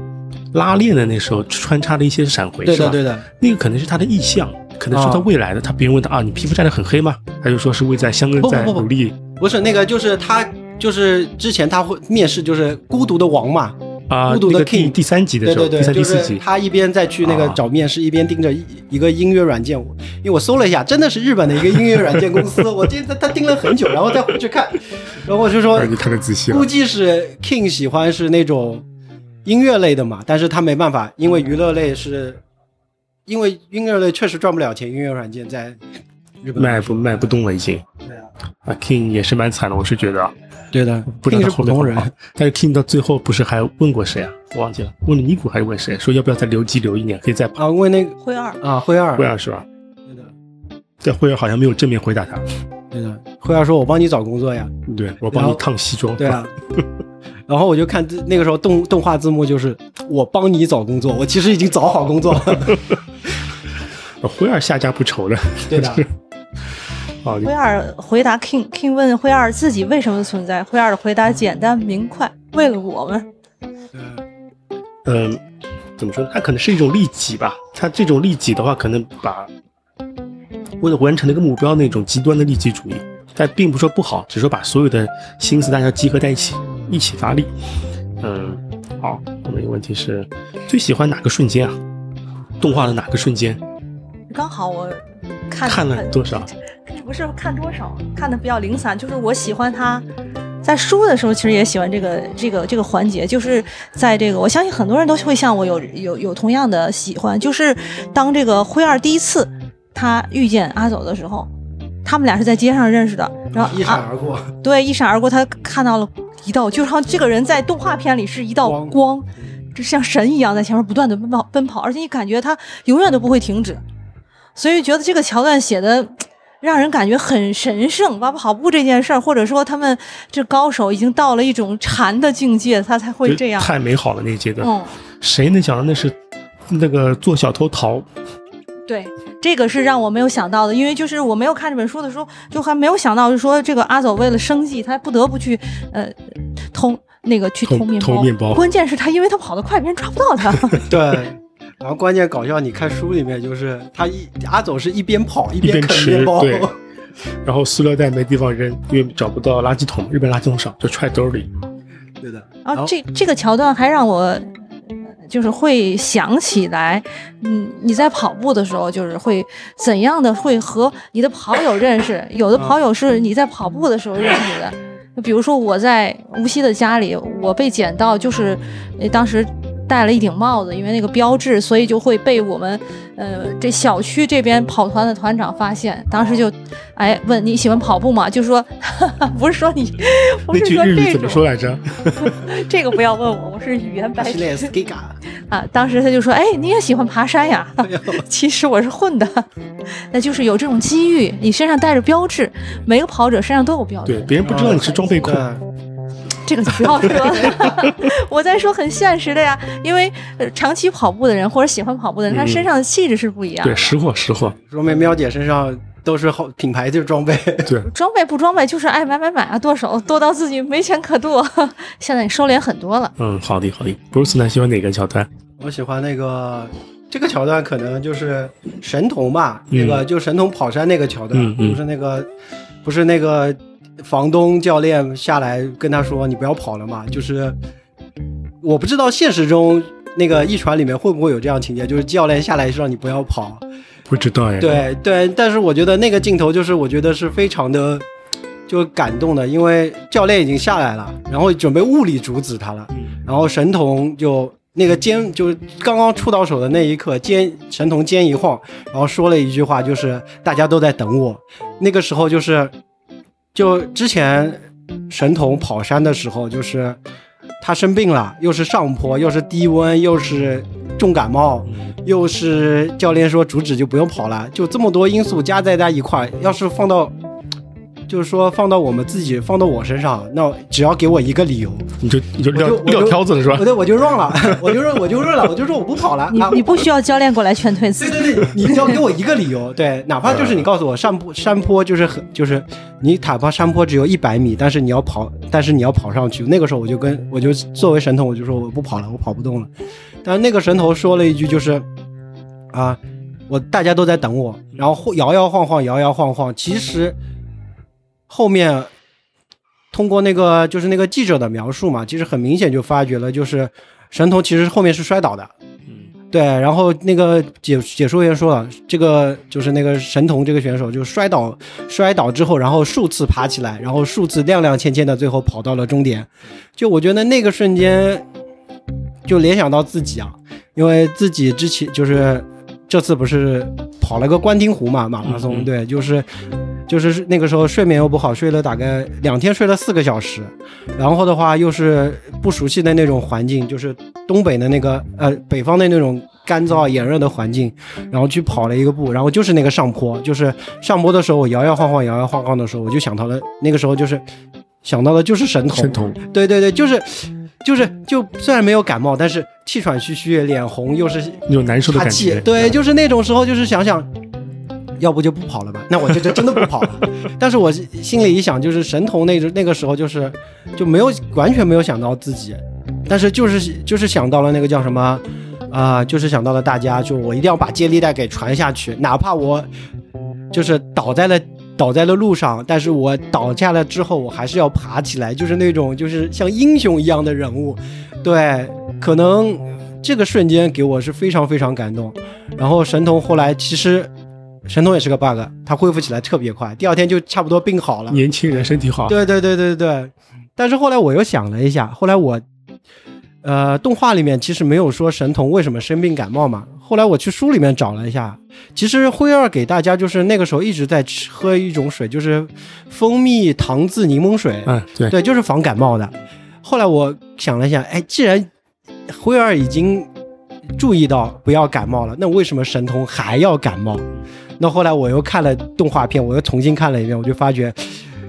S1: 拉练的那时候穿插的一些闪回
S3: 对
S1: 是吧
S3: 的？对的，
S1: 那个可能是他的意向，可能是他未来的。他别人问他啊，你皮肤晒得很黑吗？他就说是为在香根
S3: 不不
S1: 在
S3: 不不
S1: 努力
S3: 不是那个就是他就是之前他会面试就是孤独的王嘛，
S1: 啊。
S3: 孤独的
S1: 那个第
S3: King
S1: 第三集的
S3: 对
S1: 时候，
S3: 对
S1: 第
S3: 对，
S1: 三第
S3: 就
S1: 四
S3: 是
S1: 集，
S3: 他一边在去那个
S1: 啊嗯
S3: 找面试，一边盯着一一个音乐软件。我因为我搜了一下，真的是日本的一个音乐软件公司。 [laughs] 我今天他盯了很久，然后再回去看， [laughs] 然后我就说
S1: 而，且看得仔细
S3: 估
S1: 了。
S3: 计是 King 喜欢是那种音乐类的嘛，但是他没办法，因为娱乐类是，因为音乐类确实赚不了钱，音乐软件在日本
S1: 卖不卖不动了已经
S3: 对啊，
S1: 啊，King 也是蛮惨的，我是觉得啊，
S3: 对的
S1: 不知道
S3: ，King
S1: 他
S3: 是
S1: 后
S3: 普
S1: 面
S3: 通
S1: 会
S3: 人
S1: 不，好。但是 King 到最后不是还问过谁啊？我忘记了，问了尼古还是问谁？说要不要再留级留一年，可以再跑。
S3: 啊，因为那个
S2: 灰二
S3: 啊灰二，
S1: 惠儿是吧？
S3: 对的，
S1: 但惠儿好像没有正面回答他。
S3: 对的，灰二说我帮你找工作呀，
S1: 对，我帮
S3: 然
S1: 你
S3: 后
S1: 烫西装。
S3: 对啊。 [laughs] 然后我就看那个时候动动画字幕就是我帮你找工作，我其实已经找好工作
S1: [laughs]
S3: 了。
S1: 惠儿下家不愁的。
S3: 对的，
S1: 啊，
S2: 灰二回答 King King 问灰二自己为什么存在，灰二的回答简单明快，为了我们。
S1: 嗯，怎么说呢？它可能是一种利己吧。它这种利己的话，可能把为了完成那个目标那种极端的利己主义，但并不说不好，只是说把所有的心思大家集合在一起，一起发力。嗯，好，我们有问题是最喜欢哪个瞬间啊？动画的哪个瞬间？
S2: 刚好我看
S1: 看了多少？
S2: 不是看多少，看的比较零散。就是我喜欢他，在书的时候其实也喜欢这个这个这个环节，就是在这个我相信很多人都会像我有有有同样的喜欢，就是当这个灰二第一次他遇见阿走的时候，他们俩是在街上认识的，然后
S3: 一
S2: 啊
S3: 闪而过。
S2: 对，一闪而过，他看到了一道，就像这个人在动画片里是一道
S3: 光
S2: 光，就像神一样在前面不断的奔跑奔跑，而且你感觉他永远都不会停止，所以觉得这个桥段写的。让人感觉很神圣，哇，跑步这件事儿，或者说他们这高手已经到了一种禅的境界，他才会
S1: 就
S2: 这样。
S1: 太美好了那一阶段，
S2: 嗯，
S1: 谁能想到那是那个做小偷逃？
S2: 对，这个是让我没有想到的，因为就是我没有看这本书的时候，就还没有想到，就是说这个阿走为了生计，他不得不去呃偷那个去
S1: 偷
S2: 偷面包。
S1: 偷面包
S2: 关键是他因为他跑得快，别人抓不到
S1: [laughs]
S2: 他。
S3: 对，然后关键搞笑，你看书里面就是他一阿走是一边跑一
S1: 边
S3: 啃
S1: 吃
S3: 面包，
S1: 对然后塑料袋没地方扔，因为找不到垃圾桶，日本垃圾桶少，就揣兜里。
S3: [laughs] 对的。
S1: 哦
S2: 然后这这个桥段还让我。呃就是会想起来，嗯，你在跑步的时候，就是会怎样的会和你的跑友认识？有
S1: 嗯
S2: 的跑友是你在跑步的时候认识的，就比如说我在无锡的家里，我被捡到，就是呃当时戴了一顶帽子，因为那个标志，所以就会被我们呃这小区这边跑团的团长发现，当时就哎问你喜欢跑步吗？就说 [laughs] 不是说你，不
S1: 那
S2: 是
S1: 句
S2: 说
S1: 日语
S2: 这
S1: 怎么
S2: 种。
S1: 说来着？
S2: [laughs] 这个不要问我，我是语言白
S3: 是
S2: 痴
S3: 那 s k i g a
S2: 啊。当时他就说：“哎，你也喜欢爬山呀？”
S1: 哎
S2: [laughs] 其实我是混的，那就是有这种机遇，你身上带着标志，每个跑者身上都有标
S1: [laughs] 对，
S2: 志，
S1: 别人不
S3: 嗯
S1: 知道你是装备控
S3: 对，，
S2: 这个就不要说
S1: [laughs]
S2: 了。我在说很现实的呀，因为呃长期跑步的人或者喜欢跑步的人，他
S1: 嗯
S2: 身上的气质是不一样的
S1: 对，。识货识货，
S3: 说明喵姐身上都是好品牌的装备，
S1: 对，
S2: 装备不装备，就是爱买买买啊，剁手剁到自己没钱可剁。 [laughs] 现在你收敛很多了，
S1: 嗯，好的好的。Bruce 呢，喜欢哪个桥段？
S3: 我喜欢那个这个桥段，可能就是神童吧，
S1: 嗯
S3: 那个就神童跑山那个桥段，
S1: 嗯嗯
S3: 就是那个不是那个房东教练下来跟他说你不要跑了嘛，就是我不知道现实中。那个一传里面会不会有这样情节？就是教练下来让你不要跑，
S1: 不知道哎，，
S3: 对对，但是我觉得那个镜头就是我觉得是非常的就感动的，因为教练已经下来了，然后准备物理阻止他了，然后神童就那个肩就刚刚触到手的那一刻，肩神童肩一晃，然后说了一句话，就是大家都在等我。那个时候就是，就之前神童跑山的时候，就是他生病了，又是上坡，又是低温，又是重感冒，
S1: 嗯
S3: 又是教练说阻止就不用跑了，就这么多因素加在在一块儿，要是放到。就是说，放到我们自己，放到我身上，那只要给我一个理由，
S1: 你就你就撂
S3: 我就我就
S1: 撂挑子了是吧
S3: 我？对我就 run 了，我就说我就 run 了，我就说我不跑了。
S2: 你
S3: 啊
S2: 你不需要教练过来劝退自
S3: 对
S2: 己。
S3: 对对，你只要给我一个理由，对，哪怕就是你告诉我上坡山坡就是很就是你哪怕山坡只有一百米，但是你要跑，但是你要跑上去。那个时候我就跟我就作为神童，我就说我不跑了，我跑不动了。但是那个神童说了一句就是啊，我大家都在等我，然后晃摇摇晃晃，摇摇晃晃，其实后面。通过那个就是那个记者的描述嘛，其实很明显就发觉了，就是神童其实后面是摔倒的，对，然后那个解解说员说了，这个就是那个神童这个选手就摔倒，摔倒之后，然后数次爬起来，然后数次踉踉跄跄的，最后跑到了终点。就我觉得那个瞬间，就联想到自己啊，因为自己之前就是这次不是跑了个官厅湖嘛马拉松，
S1: 嗯嗯
S3: 对，就是就是那个时候睡眠又不好，睡了大概两天，睡了四个小时，然后的话又是不熟悉的那种环境，就是东北的那个呃北方的那种干燥炎热的环境，然后去跑了一个步，然后就是那个上坡，就是上坡的时候我摇摇晃晃摇摇晃晃的时候，我就想到了那个时候就是想到的就是神童，
S1: 神童，
S3: 对对对，就是就是就虽然没有感冒，但是气喘吁吁、脸红，又是
S1: 那种难受的
S3: 哈
S1: 感
S3: 气
S1: 觉，，嗯
S3: 对，就是那种时候，就是想想。要不就不跑了吧，那我就就真的不跑了。 [laughs] 但是我心里一想，就是神童那那个时候，就是就没有完全没有想到自己，但是就是就是想到了那个叫什么啊、就是想到了大家，就我一定要把接力带给传下去，哪怕我就是倒在了倒在了路上，但是我倒下了之后，我还是要爬起来，就是那种就是像英雄一样的人物，对，可能这个瞬间给我是非常非常感动。然后神童后来其实神童也是个 bug，他恢复起来特别快，第二天就差不多病好了。
S1: 嗯年轻人身体好，
S3: 对对对对对。但是后来我又想了一下，后来我，呃，动画里面其实没有说神童为什么生病感冒嘛。后来我去书里面找了一下，其实辉二给大家就是那个时候一直在吃喝一种水，就是蜂蜜糖渍柠檬水。
S1: 嗯，对，
S3: 对，就是防感冒的。后来我想了想，哎，既然辉儿已经注意到不要感冒了，那为什么神童还要感冒？那后来我又看了动画片，我又重新看了一遍，我就发觉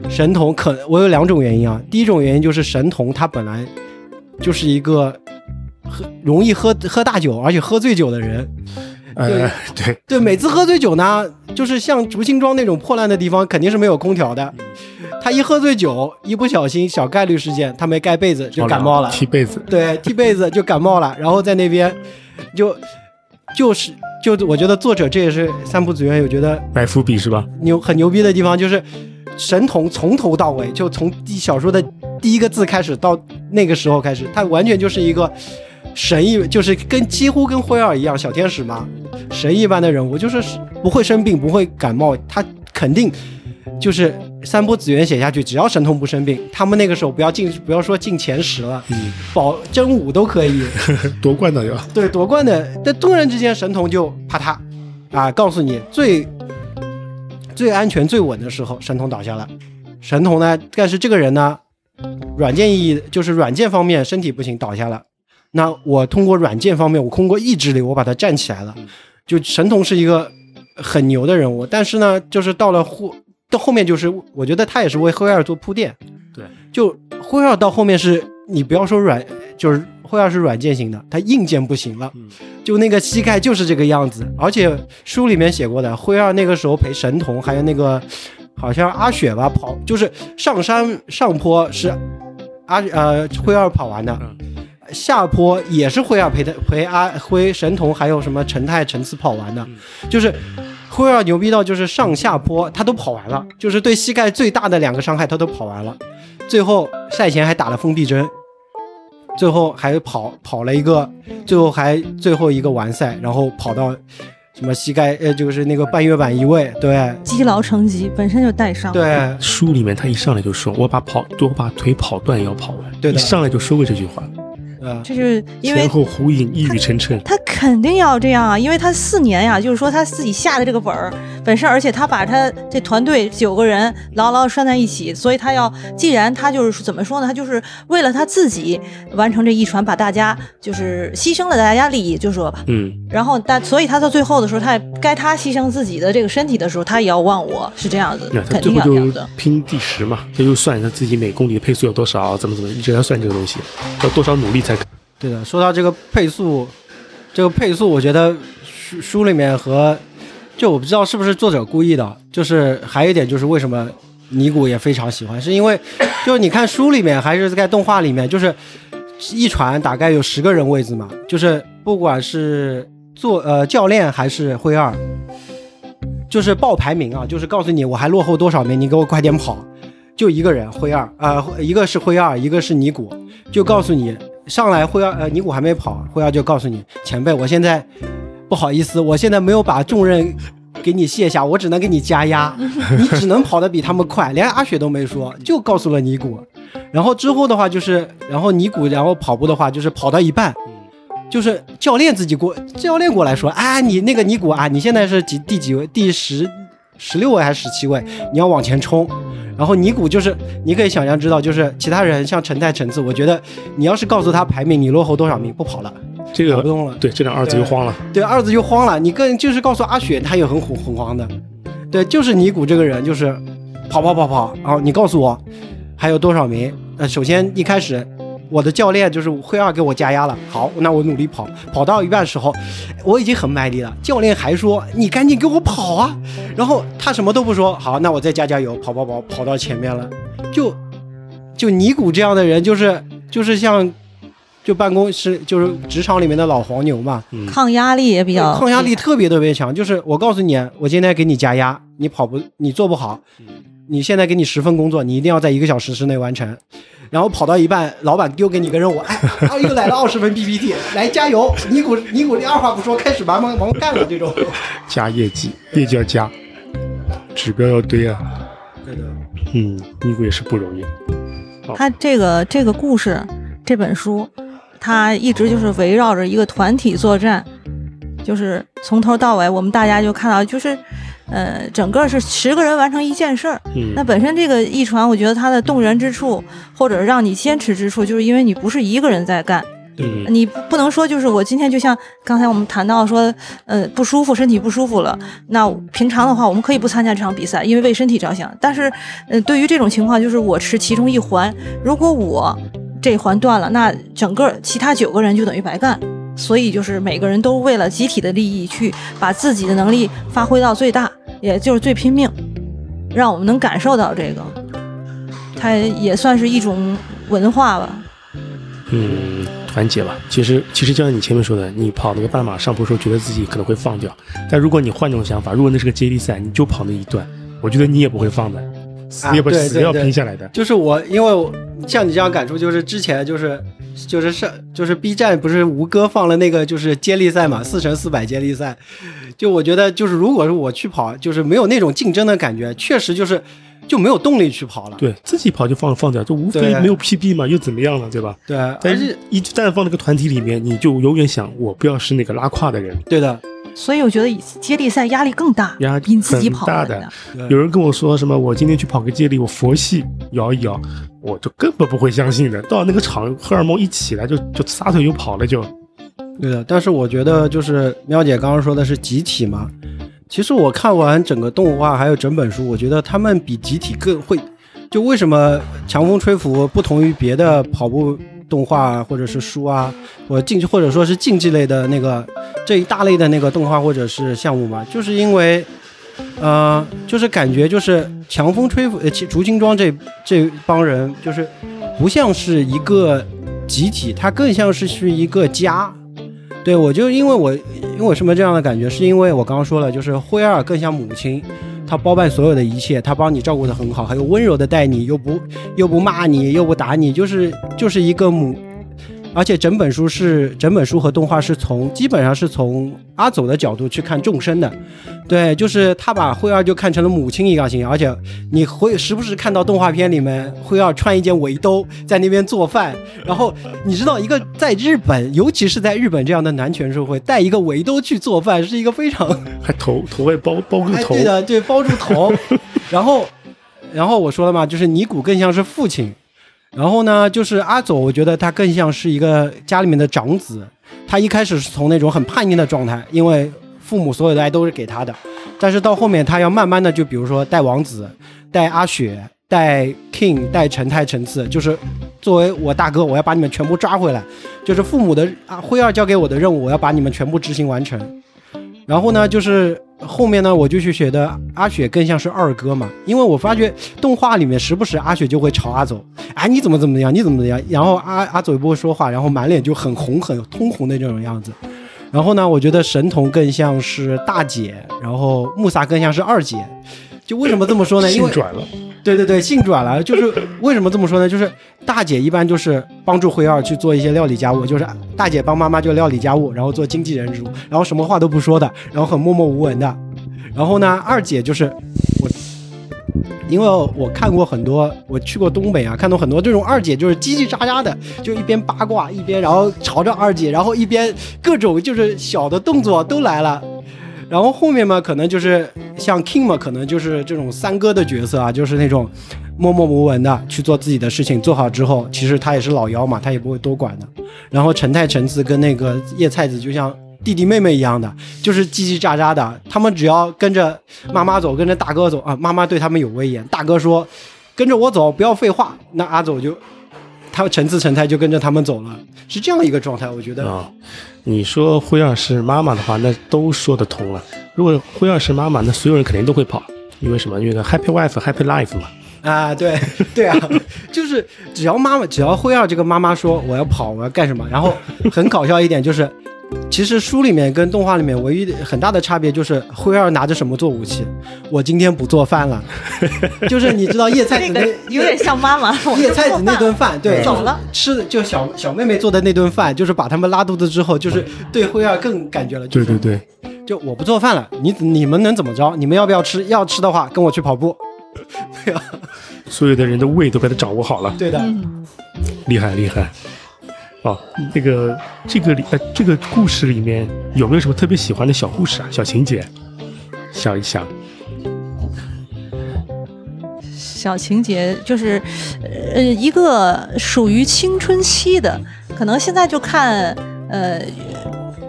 S3: 神童可我有两种原因啊。第一种原因就是神童他本来就是一个喝容易喝喝大酒，而且喝醉酒的人，
S1: 呃，对，
S3: 对，每次喝醉酒呢，就是像竹青庄那种破烂的地方，肯定是没有空调的。他一喝醉酒，一不小心小概率事件，他没盖被子就感冒了，
S1: 踢被子，
S3: 对，踢被子就感冒了，然后在那边就就是就我觉得作者这也是三浦子苑有觉得
S1: 埋伏笔是吧？
S3: 牛很牛逼的地方，就是神童从头到尾，就从第小说的第一个字开始到那个时候开始，他完全就是一个神一就是跟几乎跟灰二一样，小天使嘛，神一般的人物，就是不会生病，不会感冒，他肯定就是三波子源写下去，只要神童不生病，他们那个时候不要进，不要说进前十了，
S1: 嗯，
S3: 保真五都可以，
S1: [laughs] 夺冠的要
S3: 对夺冠的，但突然之间神童就啪嗒，啊，告诉你最最安全最稳的时候，神童倒下了。神童呢，但是这个人呢，软件意义就是软件方面身体不行倒下了。那我通过软件方面，我通过意志力，我把他站起来了。就神童是一个很牛的人物，但是呢，就是到了后到后面，就是我觉得他也是为灰二做铺垫。
S1: 对，
S3: 就灰二到后面是你不要说软，就是灰二是软件型的，他硬件不行了。
S1: 嗯
S3: 就那个膝盖就是这个样子，而且书里面写过的，灰二那个时候陪神童，还有那个好像阿雪吧跑，就是上山上坡是阿呃灰二跑完的，
S1: 嗯
S3: 下坡也是灰二陪他陪阿灰神童还有什么陈泰陈次跑完
S1: 嗯
S3: 的，就是灰二牛逼到就是上下坡他都跑完了，就是对膝盖最大的两个伤害他都跑完了，最后赛前还打了封闭针，最后还跑跑了一个，最后还最后一个完赛，然后跑到什么膝盖呃就是那个半月板移位，对
S2: 积劳成疾，本身就带伤。，
S3: 对
S1: 书里面他一上来就说，我把跑，我把腿跑断也要跑完，
S3: 对
S1: 一
S3: 的
S1: 上来就说过这句话，
S3: 呃
S2: 这就是因为
S1: 前后呼应，一语成谶。
S2: 他肯定要这样啊，因为他四年呀、就是说他自己下的这个本儿本身，而且他把他这团队九个人牢牢拴在一起，所以他要，既然他就是怎么说呢，他就是为了他自己完成这一传，把大家就是牺牲了大家利益，就说吧。
S1: 嗯，
S2: 然后但所以他到最后的时候，他也该他牺牲自己的这个身体的时候，他也要忘我，是这样子
S1: 那，他
S2: 肯
S1: 最
S2: 定
S1: 后
S2: 要这样
S1: 就嗯
S2: 的。
S1: 拼第十嘛，他就算他自己每公里的配速有多少，怎么怎么，一直要算这个东西，要多少努力才可。
S3: 对的，说到这个配速，这个配速，我觉得书书里面和就我不知道是不是作者故意的，就是还有一点就是为什么尼古也非常喜欢，是因为就是你看书里面还是在动画里面，就是一船大概有十个人位置嘛，就是不管是做呃教练还是灰二，就是报排名啊，就是告诉你我还落后多少名，你给我快点跑。就一个人灰二啊、呃一个是灰二，一个是尼古，就告诉你上来灰二呃尼古还没跑，灰二就告诉你前辈，我现在不好意思，我现在没有把重任给你卸下，我只能给你加压，你只能跑得比他们快，连阿雪都没说，就告诉了尼古。然后之后的话就是，然后尼古然后跑步的话就是跑到一半。就是教练自己过，教练过来说啊，你那个尼古啊，你现在是几第几位？第十十六位还是十七位？你要往前冲。然后尼古就是，你可以想象知道，就是其他人像陈泰、陈次，我觉得你要是告诉他排名，你落后多少名，不跑了，
S1: 这
S3: 跑不
S1: 个
S3: 动了。
S1: 对，这两二字又慌了。
S3: 对，二子就慌了。你更就是告诉阿雪，他也很恐恐慌的。对，就是尼古这个人，就是跑跑跑跑。然后你告诉我还有多少名？呃，首先一开始我的教练就是灰二给我加压了。好，那我努力跑，跑到一半时候，我已经很卖力了。教练还说你赶紧给我跑啊！然后他什么都不说，好，那我再加加油，跑跑跑，跑到前面了。就就尼古这样的人，就是就是像就办公室就是职场里面的老黄牛嘛。
S1: 嗯，
S2: 抗压力也比较
S3: 抗压力特别特别强。就是我告诉你，我今天给你加压，你跑不，你做不好，你现在给你十份工作，你一定要在一个小时之内完成。然后跑到一半，老板丢给你个任务，哎，啊又来了二十份 PPT，来加油！尼古尼古，二话不说，开始忙忙忙干了这种。
S1: 加业绩，业绩要加，指标要堆啊。
S3: 对的，
S1: 嗯，尼姑也是不容易。
S2: 他这个这个故事这本书，它一直就是围绕着一个团体作战，就是从头到尾，我们大家就看到，就是呃，整个是十个人完成一件事儿。
S1: 嗯
S2: 那，本身这个一传，我觉得它的动人之处，或者让你坚持之处，就是因为你不是一个人在干，
S1: 嗯
S2: 你不能说就是我今天就像刚才我们谈到说，呃，不舒服，身体不舒服了。那平常的话，我们可以不参加这场比赛，因为为身体着想。但是，呃，对于这种情况，就是我是其中一环，如果我这环断了，那整个其他九个人就等于白干。所以就是每个人都为了集体的利益去把自己的能力发挥到最大，也就是最拼命，让我们能感受到这个，它也算是一种文化吧。
S1: 嗯，团结吧。其实，其实就像你前面说的，你跑那个半马上坡的时候，觉得自己可能会放掉，但如果你换种想法，如果那是个接力赛，你就跑那一段，我觉得你也不会放的，死也不、
S3: 啊对
S1: 死也要
S3: 对对
S1: 拼下来的。
S3: 就是我，因为我像你这样感触，就是之前就是就是上就是 B 站不是吴哥放了那个就是接力赛嘛，四乘四百接力赛，就我觉得就是如果是我去跑，就是没有那种竞争的感觉，确实就是就没有动力去跑了。
S1: 对自己跑就放放掉，就无非
S3: 对
S1: 没有 PB 嘛，又怎么样了，对吧？
S3: 对，哎
S1: 但
S3: 而且
S1: 是，一旦放那个团体里面，你就永远想，我不要是那个拉胯的人。
S3: 对的，
S2: 所以我觉得接力赛压力更大，
S1: 压力
S2: 比你自己
S1: 很
S2: 跑
S1: 大
S2: 还
S1: 的
S2: 大
S3: 对
S1: 有人跟我说什么，我今天去跑个接力，我佛系摇一摇，我就根本不会相信的。到那个场，荷尔蒙一起来就就撒腿就跑了，就
S3: 对的，但是我觉得就是喵姐刚刚说的是集体嘛，其实我看完整个动画还有整本书，我觉得他们比集体更会。就为什么强风吹拂不同于别的跑步动画或者是书啊，或者竞或者说是竞技类的那个这一大类的那个动画或者是项目嘛，就是因为，呃，就是感觉就是强风吹拂呃其竹青庄这这帮人就是不像是一个集体，它更像是是一个家。对我就因为我因为我什么这样的感觉，是因为我刚刚说了，就是灰二更像母亲，她包办所有的一切，她帮你照顾得很好，还有温柔的待你，又不又不骂你，又不打你，就是就是一个母。而且整本书是整本书和动画是从基本上是从阿走的角度去看众生的，对，就是他把灰二就看成了母亲一样形象，而且你会时不时看到动画片里面会要穿一件围兜在那边做饭，然后你知道一个在日本，尤其是在日本这样的男权社会，带一个围兜去做饭是一个非常
S1: 还头头外包包个
S3: 哎
S1: 头
S3: 对，的，对，包住头，然后然后我说了嘛，就是尼古更像是父亲，然后呢，就是阿佐，我觉得他更像是一个家里面的长子，他一开始是从那种很叛逆的状态，因为父母所有的爱都是给他的，但是到后面他要慢慢的，就比如说带王子，带阿雪。带 King，带陈太、陈次，就是作为我大哥，我要把你们全部抓回来，就是父母的啊辉二交给我的任务，我要把你们全部执行完成。然后呢，就是后面呢，我就去学的阿雪更像是二哥嘛，因为我发觉动画里面时不时阿雪就会吵阿走，哎，你怎么怎么样，你怎么怎么样，然后阿阿走也不会说话，然后满脸就很红很通红的这种样子。然后呢，我觉得神童更像是大姐，然后木萨更像是二姐。就为什么这么说呢？因
S1: 性
S3: 为
S1: 转了，
S3: 对对对，性转了，就是为什么这么说呢？就是大姐一般就是帮助辉二去做一些料理家务，就是大姐帮妈妈就料理家务，然后做经纪人职务，然后什么话都不说的，然后很默默无闻的。然后呢，二姐就是我，因为我看过很多，我去过东北啊，看到很多这种二姐就是叽叽喳喳的，就一边八卦一边然后朝着二姐，然后一边各种就是小的动作都来了。然后后面嘛，可能就是像 King 嘛，可能就是这种三哥的角色啊，就是那种默默无闻的去做自己的事情，做好之后，其实他也是老幺嘛，他也不会多管的。然后陈太、陈次跟那个叶菜子就像弟弟妹妹一样的，就是叽叽喳喳的。他们只要跟着妈妈走，跟着大哥走啊，妈妈对他们有威严。大哥说：“跟着我走，不要废话。”那阿走就，他陈次、陈太就跟着他们走了，是这样一个状态。我觉得，
S1: 啊、你说辉二是妈妈的话，那都说得通了。如果辉二是妈妈，那所有人肯定都会跑，因为什么？因为 happy wife happy life 嘛。
S3: 啊，对 [laughs] 对啊，就是只要妈妈，只要辉二这个妈妈说我要跑，我要干什么，然后很搞笑一点就是，其实书里面跟动画里面唯一的很大的差别就是辉二拿着什么做武器，我今天不做饭
S1: [laughs]
S3: 了，就是你知道叶菜
S2: 这
S3: 子
S2: 个
S3: 那
S2: 有点像妈妈。 [laughs] 我
S3: 叶
S2: 就
S3: 菜
S2: 做
S3: 子那
S2: 饭
S3: 顿饭，对，
S2: 嗯
S3: 就
S2: 走了
S3: 吃的就小小妹妹做的那顿饭，就是把他们拉肚子之后，就是对辉二更感觉了，就
S1: 对
S3: 是
S1: 对对，
S3: 就我不做饭了，你你们能怎么着？你们要不要吃？要吃的话跟我去跑步，
S1: 所有的人的胃都被他掌握好了，
S3: 对的，
S2: 嗯，
S1: 厉害厉害。哦，那个这个里呃这个故事里面有没有什么特别喜欢的小故事啊、小情节？想一想，
S2: 小情节就是，呃，一个属于青春期的，可能现在就看，呃，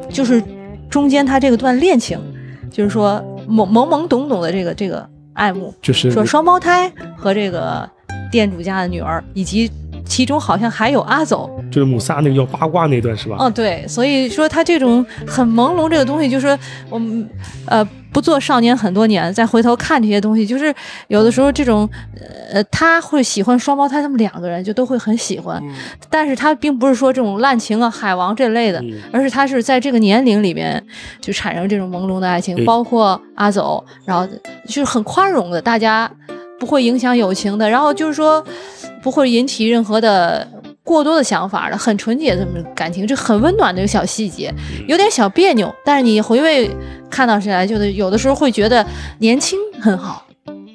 S2: 就是中间他这个段恋情，就是说懵懵懵懂懂的这个这个爱慕，
S1: 就是
S2: 说双胞胎和这个店主家的女儿，以及其中好像还有阿走。
S1: 就是母萨那个要八卦那段是吧？
S2: 哦，对，所以说他这种很朦胧这个东西，就是我们呃不做少年很多年，再回头看这些东西，就是有的时候这种呃他会喜欢双胞胎，他们两个人就都会很喜欢，
S3: 嗯
S2: 但是他并不是说这种滥情啊、海王这类的，
S1: 嗯
S2: 而是他是在这个年龄里面就产生这种朦胧的爱情，
S1: 对
S2: 包括阿走，然后就是很宽容的，大家不会影响友情的，然后就是说不会引起任何的。
S4: 过多的想法了，很纯洁这么感情，这很温暖的一个小细节，有点小别扭，但是你回味看到起来，就是有的时候会觉得年轻很好，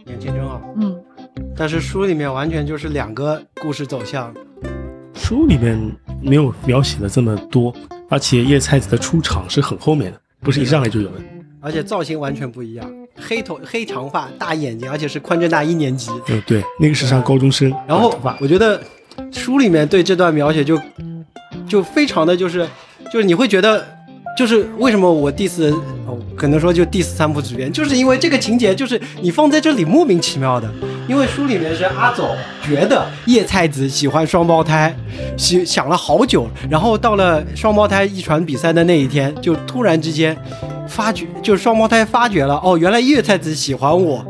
S3: 年轻真啊好。
S4: 嗯，
S3: 但是书里面完全就是两个故事走向，
S1: 书里面没有描写的这么多，而且叶菜子的出场是很后面的，不是一上来就有的。
S3: 而且造型完全不一样，黑头黑长发，大眼睛，而且是宽正大一年级。
S1: 嗯，对，那个是上高中生，
S3: 嗯然后
S1: 短头发
S3: 我觉得书里面对这段描写就就非常的就是就是你会觉得就是为什么我 diss 哦，可能说就 diss 三浦主编，就是因为这个情节就是你放在这里莫名其妙的，因为书里面是阿走觉得叶菜子喜欢双胞胎，想想了好久，然后到了双胞胎一传比赛的那一天，就突然之间发觉，就是双胞胎发觉了哦，原来叶菜子喜欢我。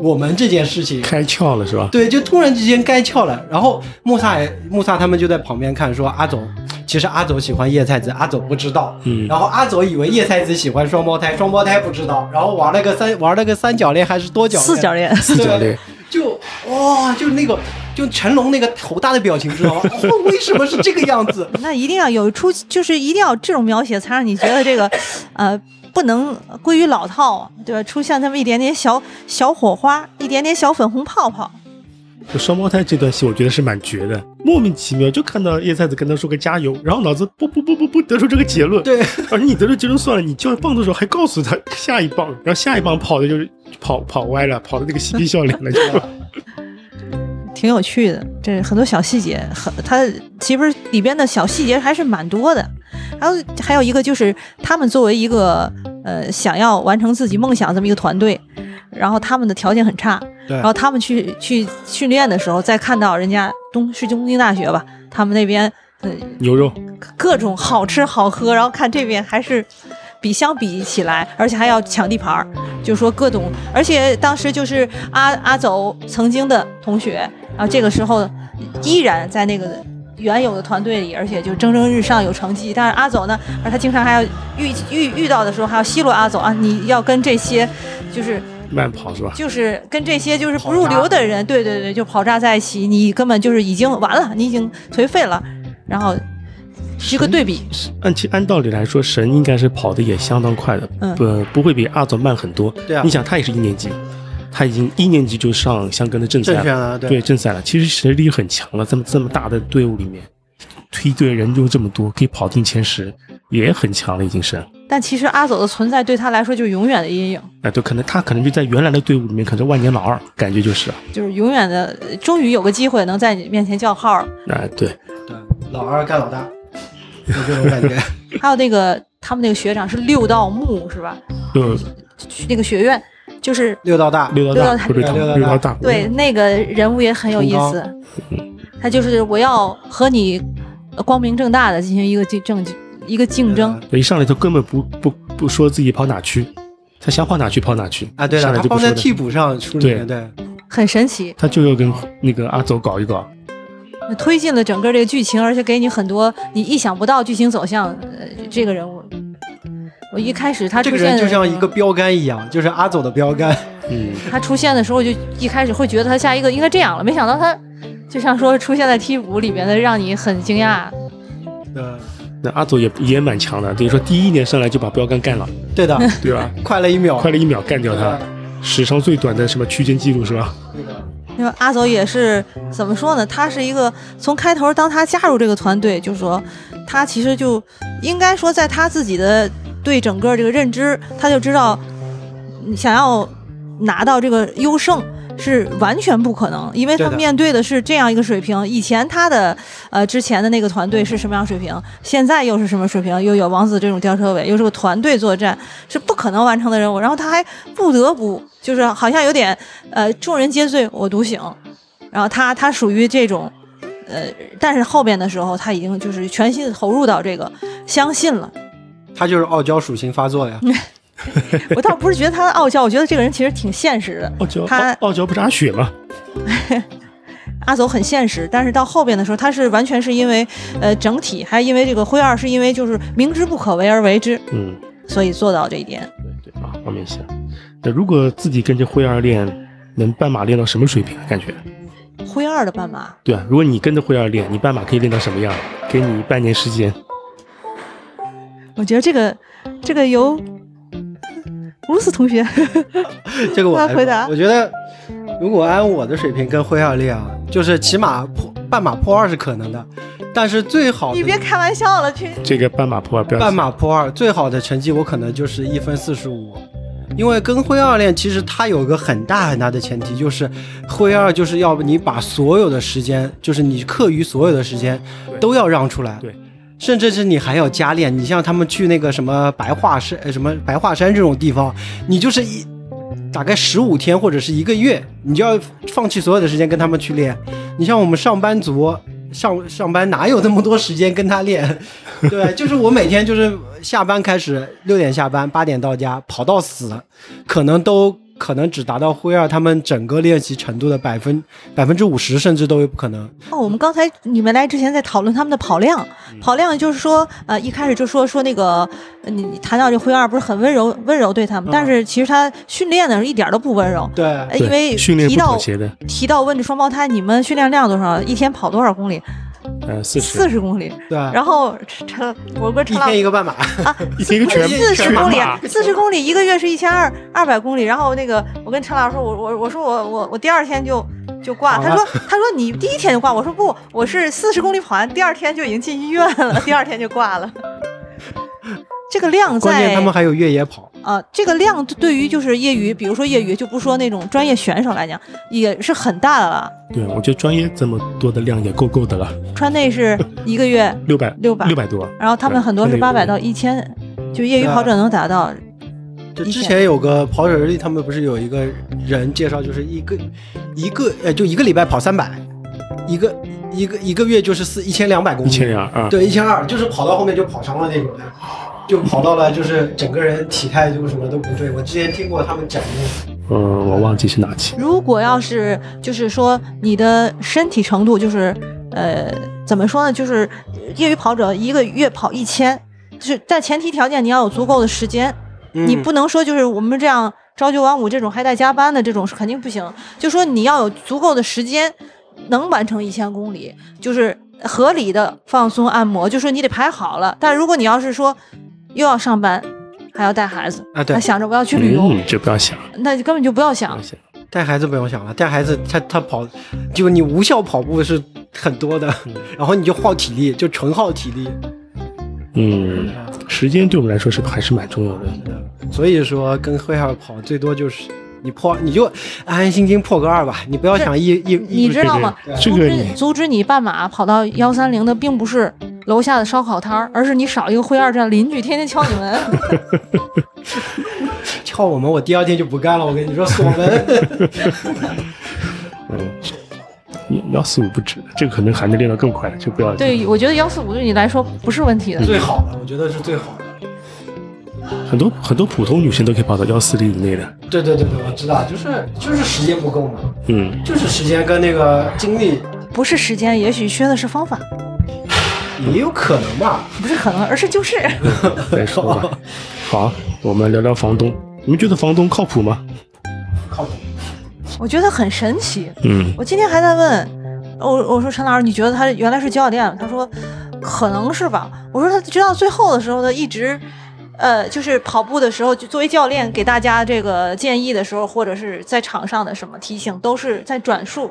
S3: 我们这件事情
S1: 开窍了是吧？
S3: 对，就突然之间该翘了。然后穆萨也穆萨他们就在旁边看，说阿走，其实阿走喜欢叶菜子，阿走不知道。
S1: 嗯
S3: 然后阿走以为叶菜子喜欢双胞胎，双胞胎不知道。然后玩了个三玩了个三角恋还是多角恋？
S2: 四角恋，
S1: 四角恋，
S3: 就哇、就那个就成龙那个头大的表情知道吗？ [laughs] 哦，为什么是这个样子？
S2: [laughs] 那一定要有出，就是一定要这种描写，才让你觉得这个，呃，不能归于老套啊，对吧？出现这么一点点小小火花，一点点小粉红泡泡，
S1: 就双胞胎这段戏，我觉得是蛮绝的，莫名其妙就看到叶菜子跟他说个加油，然后脑子不不不不不得出这个结论。， [laughs]
S3: 对，
S1: 而你得出结论算了，你交棒的时候还告诉他下一棒，然后下一棒跑的就是跑跑歪了，跑的那个嬉皮笑脸了，就
S2: 挺有趣的。这很多小细节，很它其实里边的小细节还是蛮多的。然后还有一个就是，他们作为一个呃想要完成自己梦想这么一个团队，然后他们的条件很差，
S3: 对
S2: 然后他们去去训练的时候，再看到人家东是东京大学吧，他们那边呃
S1: [laughs] 牛肉。
S2: 各种好吃好喝，然后看这边还是比相比起来，而且还要抢地盘儿，就说各种，而且当时就是阿阿走曾经的同学，然啊后这个时候依然在那个原有的团队里，而且就蒸蒸日上有成绩。但是阿走呢，而他经常还要遇遇遇到的时候还要奚落阿走啊，你要跟这些就是
S1: 慢跑是吧？
S2: 就是跟这些就是不入流的人，对对对，就跑炸在一起，你根本就是已经完了，你已经颓废了，然后。一个对比，
S1: 按其按道理来说，神应该是跑的也相当快的，
S2: 嗯
S1: 不不会比阿佐慢很多。
S3: 对啊
S1: 你想他也是一年级，他已经一年级就上香根的正赛了，
S3: 正确啊，对。
S1: 对正赛了，其实实力很强了。这么这么大的队伍里面，梯队人就这么多，可以跑进前十，也很强了，已经是。
S2: 但其实阿走的存在对他来说就是永远的阴影，
S1: 哎，对，可能他可能就在原来的队伍里面，可能万年老二，感觉就是啊，
S2: 就是永远的，终于有个机会能在你面前叫号了。
S1: 哎，对，
S3: 对，老二干老大，就这种感觉。 [laughs]
S2: 还有那个他们那个学长是六道木是吧？
S1: 就
S2: 去那个学院，就是
S3: 六道大，
S1: 六
S2: 六
S1: 道大
S2: 道大
S1: 不对头，
S3: 六道大
S1: 六道大，
S2: 对那个人物也很有意思，他就是我要和你光明正大的进行一个竞争，一个竞争。
S1: 对，一上来就根本不不不说自己跑哪去，他想跑哪去跑哪去
S3: 啊，对
S1: 上
S3: 了，
S1: 来
S3: 他
S1: 就不
S3: 放
S1: 说
S3: 在
S1: 了。
S3: 替补上，书里面对。
S2: 很神奇，
S1: 他就要跟那个阿走搞一搞，
S2: 推进了整个这个剧情，而且给你很多你意想不到剧情走向。呃，这个人物，我一开始他
S3: 嗯这
S2: 出
S3: 个
S2: 现嗯
S3: 人就
S2: 的时候
S3: 像一个标杆一样，就是阿走的标
S2: [laughs]
S3: 杆。
S1: 嗯，
S2: 他出现的时候，我就一开始会觉得他下一个应该这样了，没想到他就像说出现在 T 五里面的，让你很惊讶。
S3: 嗯，
S1: 那阿走也也蛮强的，等于说第一年上来就把标杆干了，
S3: 对的，
S1: 对吧？
S3: 快了一秒。
S1: 快了一秒干掉他，史上最短的什么区间记录是吧？
S3: 对的
S2: 因为阿走也是怎么说呢？他是一个从开头，当他加入这个团队，就说他其实就应该说，在他自己的对整个这个认知，他就知道嗯想要拿到这个优胜是完全不可能，因为
S3: 对
S2: 他
S3: 的
S2: 面对的是这样一个水平。以前他的呃之前的那个团队是什么样水平，现在又是什么水平？又有王子这种吊车尾，又是个团队作战，是不可能完成的任务。然后他还不得不就是好像有点呃众人皆醉我独醒，然后他他属于这种。呃，但是后边的时候，他已经就是全心地投入到这个，相信了。
S3: 他就是傲娇属性发作
S2: [laughs]
S3: 呀。
S2: 我倒不是觉得他傲娇，我觉得这个人其实挺现实的。
S1: 傲娇，
S2: 他
S1: 傲傲娇不是阿雪吗？
S2: 阿走很现实，但是到后边的时候，他是完全是因为呃整体，还因为这个灰二是因为就是明知不可为而为之，
S1: 嗯，
S2: 所以做到这一点。
S1: 对对啊，方便想，那如果自己跟着灰二练，能半马练到什么水平啊？感觉
S2: 灰二的斑马，
S1: 对啊，如果你跟着灰二练，你斑马可以练到什么样？给你半年时间。
S2: 我觉得这个这个由乌斯同学
S3: 这个我
S2: 快
S3: 还
S2: 回答
S3: 我觉得如果按我的水平跟辉耀力啊，就是起码破半马破二是可能的，但是最好
S2: [laughs]
S3: 的
S2: 你别开玩笑了，去
S1: 这个斑马破二不要
S3: 半马破二最好的成绩，我可能就是一分四十五。因为跟灰二练，其实它有个很大很大的前提，就是灰二就是要你把所有的时间，就是你课余所有的时间
S1: 对
S3: 都要让出来，
S1: 对，
S3: 甚至是你还要加练。你像他们去那个什么白桦山、呃什么白桦山这种地方，你就是一大概十五天或者是一个月，你就要放弃所有的时间跟他们去练。你像我们上班族，上上班哪有那么多时间跟他练？ [laughs] 对，就是我每天就是下班开始，六点下班，八点到家，跑到死，可能都可能只达到灰二他们整个练习程度的百分百分之五十，甚至都有可能。
S2: 哦，我们刚才你们来之前在讨论他们的跑量，
S1: 嗯
S2: 跑量就是说，呃，一开始就说说那个，呃你你谈到这灰二不是很温柔温柔对他们，但是其实他训练的时候一点都不温柔，
S3: 对，
S2: 呃
S1: 嗯对
S2: 因为
S1: 训练
S2: 提
S1: 不
S2: 到
S1: 妥协的，
S2: 提到问这双胞胎，你们训练量多少？一天跑多少公里？
S1: 呃，四十
S2: 四十公里。
S3: 对，
S1: 啊
S2: 然后 [laughs] 陈我跟
S3: 一
S2: 陈老
S3: 天一个半马，
S1: 一天一个全
S2: 四十
S1: 全
S2: 公里
S1: 马，
S2: 四十公里一个月是一千二二百公里。然后那个我跟陈老师说，我我我说我我我第二天就就挂，
S3: 好
S2: 他
S3: 了
S2: 说他说你第一天就挂，我说不，我是四十公里跑完，第二天就已经进医院了，第二天就挂了。这个量
S3: 关键
S2: 在
S3: 他们还有越野跑。
S2: 啊，这个量对于就是业余，比如说业余，就不说那种专业选手来讲，也是很大的了。
S1: 对，我觉得专业这么多的量也够够的了，
S2: 川内是一个月
S1: 六百
S2: 600
S1: 六百多，
S2: 然后他们
S1: 对
S2: 很多是
S1: 那
S2: 八
S1: 个
S2: 百到一千，就业余
S3: 对啊
S2: 跑者能达到。
S3: 就
S2: 一
S3: 之
S2: 天
S3: 前有个跑者日历，他们不是有一个人介绍，就是一个一个呃，就一个礼拜跑三百，一个一个一个月就是四一千两百公
S1: 一
S3: 里，
S1: 千两啊，
S3: 对一千二，就是跑到后面就跑伤了那种的，就跑到了就是整个人体态就什么都不对。我之前听过他们讲过，
S1: 呃，我忘记是哪期，
S2: 如果要是就是说你的身体程度就是呃怎么说呢，就是业余跑者一个月跑一千，就是但前提条件你要有足够的时间，
S3: 嗯
S2: 你不能说就是我们这样朝九晚五这种还带加班的这种是肯定不行，就说你要有足够的时间能完成一千公里，就是合理的放松按摩，就说你得排好了。但如果你要是说又要上班，还要带孩子，
S3: 啊，对
S2: 还，想着我要去旅游，
S1: 嗯，这不要想，
S2: 那就根本就不要
S1: 不
S2: 想
S1: 要。想，
S3: 嗯带孩子不用想了，带孩子他他跑，就你无效跑步是很多的，
S4: 嗯
S3: 然后你就耗体力，就纯耗体力。
S1: 嗯，时间对我们来说是还是蛮重要的，
S3: 嗯所以说跟黑号跑最多就是你破，你就安安心心破个二吧，你不要想一一
S4: 你
S3: 一
S4: 知道吗？
S1: 对对
S4: 阻
S1: 这个
S4: 止
S1: 你
S4: 阻止你半马跑到幺三零的，并不是楼下的烧烤摊儿，而是你少一个灰二站，邻居天天敲你门。
S3: 敲我们，我第二天就不干了。我跟你说，锁门。 [laughs]
S1: 嗯，你幺四五不止，这个可能还能练得更快，就不要
S4: 对，我觉得幺四五对你来说不是问题的。
S3: 最好的，我觉得是最好的。
S1: 很多很多普通女生都可以跑到幺四零以内的，
S3: 对对对对，我知道，就是就是时间不够嘛， [laughs]
S1: 嗯，
S3: 就是时间跟那个精力
S2: 不是时间，也许缺的是方法，
S3: 也有可能吧。
S2: 不是可能，而是就是。
S1: 再说吧。好，我们聊聊房东，你们觉得房东靠谱吗？
S3: 靠谱，
S2: 我觉得很神奇。
S1: 嗯，
S2: 我今天还在问，我我说陈老师，你觉得他原来是脚脚店吗？他说可能是吧。我说他直到最后的时候，他一直。呃，就是跑步的时候，就作为教练给大家这个建议的时候，或者是在场上的什么提醒，都是在转述，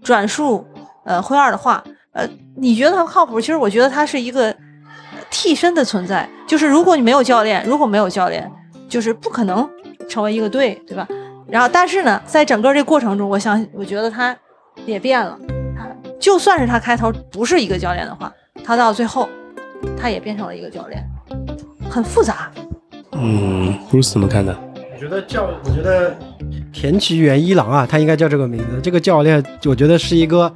S2: 转述呃灰二的话。呃，你觉得他靠谱？其实我觉得他是一个呃替身的存在，就是如果你没有教练，如果没有教练，就是不可能成为一个队，对吧？然后，但是呢，在整个这过程中，我相信，我觉得他也变了。他就算是他开头不是一个教练的话，他到最后，他也变成了一个教练，很复杂。
S1: 嗯，Bruce 怎么看呢？
S3: 我觉得教，我觉得田崎源一郎啊，他应该叫这个名字。这个教练，我觉得是一个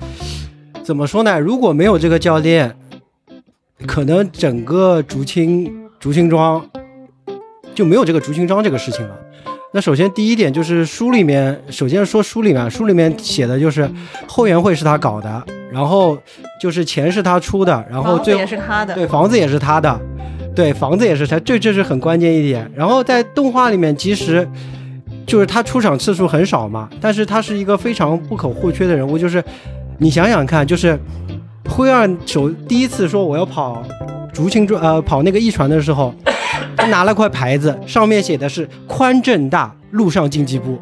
S3: 怎么说呢？如果没有这个教练，可能整个竹青竹青庄就没有这个竹青庄这个事情了。那首先第一点就是书里面，首先说书里面，书里面写的就是后援会是他搞的，然后就是钱是他出的，然后
S2: 房子
S3: 最后
S2: 也是他的，
S3: 对，房子也是他的，对，房子也是他，这这是很关键一点。然后在动画里面，其实就是他出场次数很少嘛，但是他是一个非常不可或缺的人物。就是你想想看，就是灰二首第一次说我要跑竹青传，呃，跑那个一传的时候，他拿了块牌子，上面写的是宽正大陆上竞技部，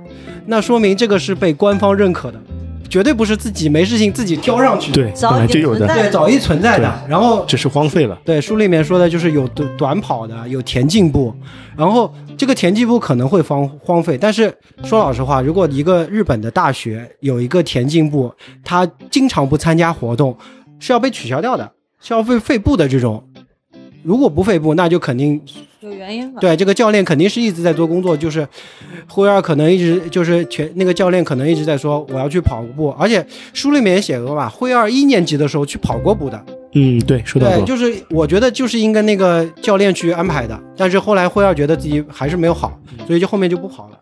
S3: 那说明这个是被官方认可的，绝对不是自己没事情自己挑上去的，
S1: 对，
S2: 早
S1: 本来
S2: 一
S1: 就
S2: 点
S1: 有
S2: 存
S1: 的，
S2: 在
S3: 对，早一存在的。然后
S1: 只是荒废了。
S3: 对，书里面说的就是有短短跑的，有田径部，然后这个田径部可能会荒荒废，但是说老实话，如果一个日本的大学有一个田径部，他经常不参加活动，是要被取消掉的，是要被废部的这种。如果不废部，那就肯定
S2: 有原因吧？
S3: 对这个教练肯定是一直在做工作，就是辉二可能一直就是全那个教练可能一直在说我要去跑步，而且书里面也写过吧，辉二一年级的时候去跑过步的，
S1: 嗯，对，说到
S3: 对，
S1: 过，
S3: 就是我觉得就是应该那个教练去安排的，但是后来辉二觉得自己还是没有好，所以就后面就不跑了。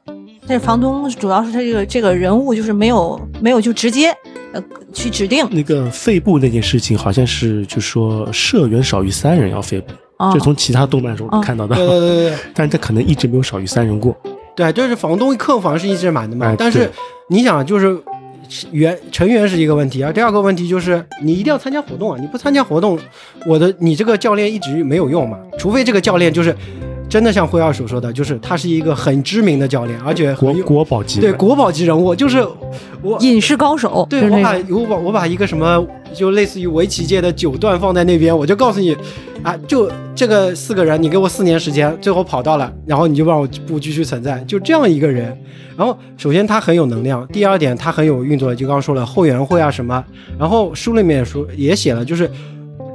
S2: 但是房东主要是他这个这个人物就是没有没有就直接呃去指定
S1: 那个废部那件事情，好像是就说社员少于三人要废部，
S2: 啊
S1: 这，从其他动漫中
S2: 哦
S1: 看到
S3: 对对
S1: 的，
S3: 对对
S1: 但他可能一直没有少于三人过。
S3: 对，就是房东客房是一直满的嘛
S1: 哎，
S3: 但
S1: 对
S3: 是你想就是。员成员是一个问题啊，第二个问题就是你一定要参加活动啊！你不参加活动，我的你这个教练一直没有用嘛，除非这个教练就是真的像辉二所说的，就是他是一个很知名的教练，而且很
S1: 国
S3: 有
S1: 国宝级
S3: 对
S1: 的，
S3: 国宝级人物，就是我
S2: 隐士高手，
S3: 对
S2: 就是
S3: 我
S2: 那
S3: 把
S2: 种
S3: 我把我把一个什么，就类似于围棋界的九段放在那边，我就告诉你，啊，就这个四个人，你给我四年时间，最后跑到了，然后你就让我不继续存在，就这样一个人。然后首先他很有能量，第二点他很有运作，就刚刚说了后援会啊什么，然后书里面也说也写了，就是。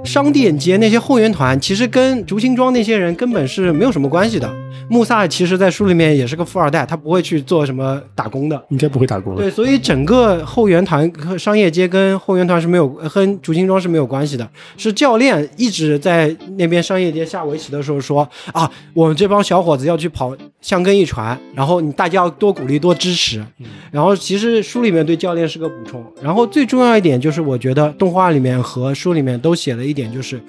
S3: 商店街那些后援团其实跟竹青庄那些人根本是没有什么关系的。穆萨其实，在书里面也是个富二代，他不会去做什么打工的。
S1: 应该不会打工了。
S3: 对，所以整个后援团和商业街跟后援团是没有跟竹青庄是没有关系的，是教练一直在那边商业街下围棋的时候说啊，我们这帮小伙子要去跑香根一传，然后你大家要多鼓励多支持。然后其实书里面对教练是个补充，然后最重要一点就是我觉得动画里面和书里面都写了一点，就是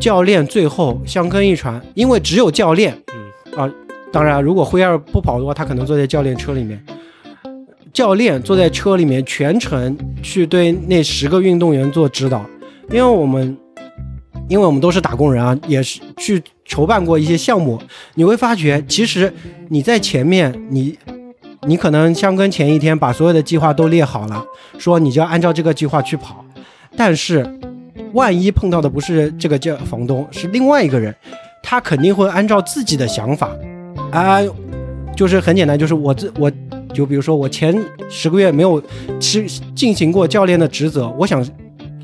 S3: 教练最后香根一传，因为只有教练，嗯啊，当然如果灰二不跑的话，他可能坐在教练车里面。教练坐在车里面全程去对那十个运动员做指导，因为我们，因为我们都是打工人啊，也是去筹办过一些项目，你会发觉，其实你在前面，你，你可能香根前一天把所有的计划都列好了，说你就要按照这个计划去跑，但是，万一碰到的不是这个叫房东，是另外一个人，他肯定会按照自己的想法，啊、就是很简单，就是我自我就比如说我前十个月没有吃进行过教练的职责，我想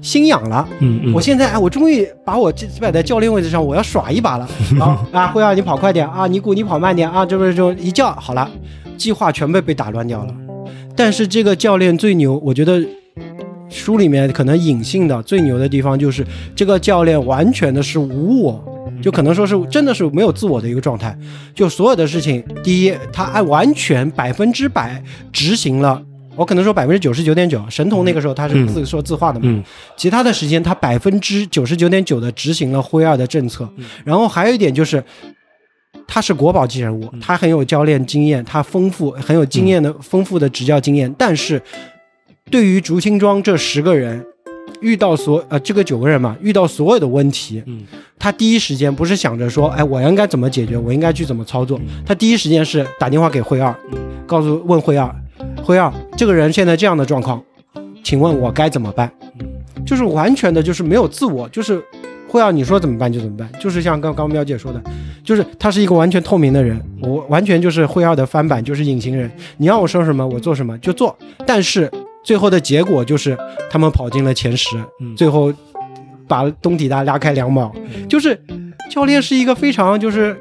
S3: 心痒了，
S1: 嗯嗯，
S3: 我现在哎，我终于把我这摆在教练位置上，我要耍一
S1: [laughs]
S3: 把了。好啊，会让你跑快点啊，尼古你跑慢点啊，这不是就一叫好了，计划全被被打乱掉了。但是这个教练最牛，我觉得书里面可能隐性的最牛的地方就是这个教练完全的是无我，
S1: 嗯
S3: 就可能说是真的是没有自我的一个状态，就所有的事情，第一，他按完全百分之百执行了。我可能说百分之九十九点九，神童那个时候他是
S1: 嗯
S3: 自说自话的嘛，
S1: 嗯
S3: 其他的时间他百分之九十九点九的执行了灰二的政策。然后还有一点就是，他是国宝级人物，他很有教练经验，他丰富很有经验的、丰富的执教经验。但是，对于竹青庄这十个人，遇到所呃这个九个人嘛，遇到所有的问题，
S1: 嗯
S3: 他第一时间不是想着说，哎，我应该怎么解决，我应该去怎么操作，他第一时间是打电话给辉二，告诉问辉二，辉二这个人现在这样的状况，请问我该怎么办？就是完全的就是没有自我，就是会让你说怎么办就怎么办，就是像刚刚喵姐说的，就是他是一个完全透明的人，我完全就是会二的翻版，就是隐形人，你让我说什么我做什么就做，但是最后的结果就是他们跑进了前十，
S1: 嗯
S3: 最后把东体大拉开两秒，就是教练是一个非常就是。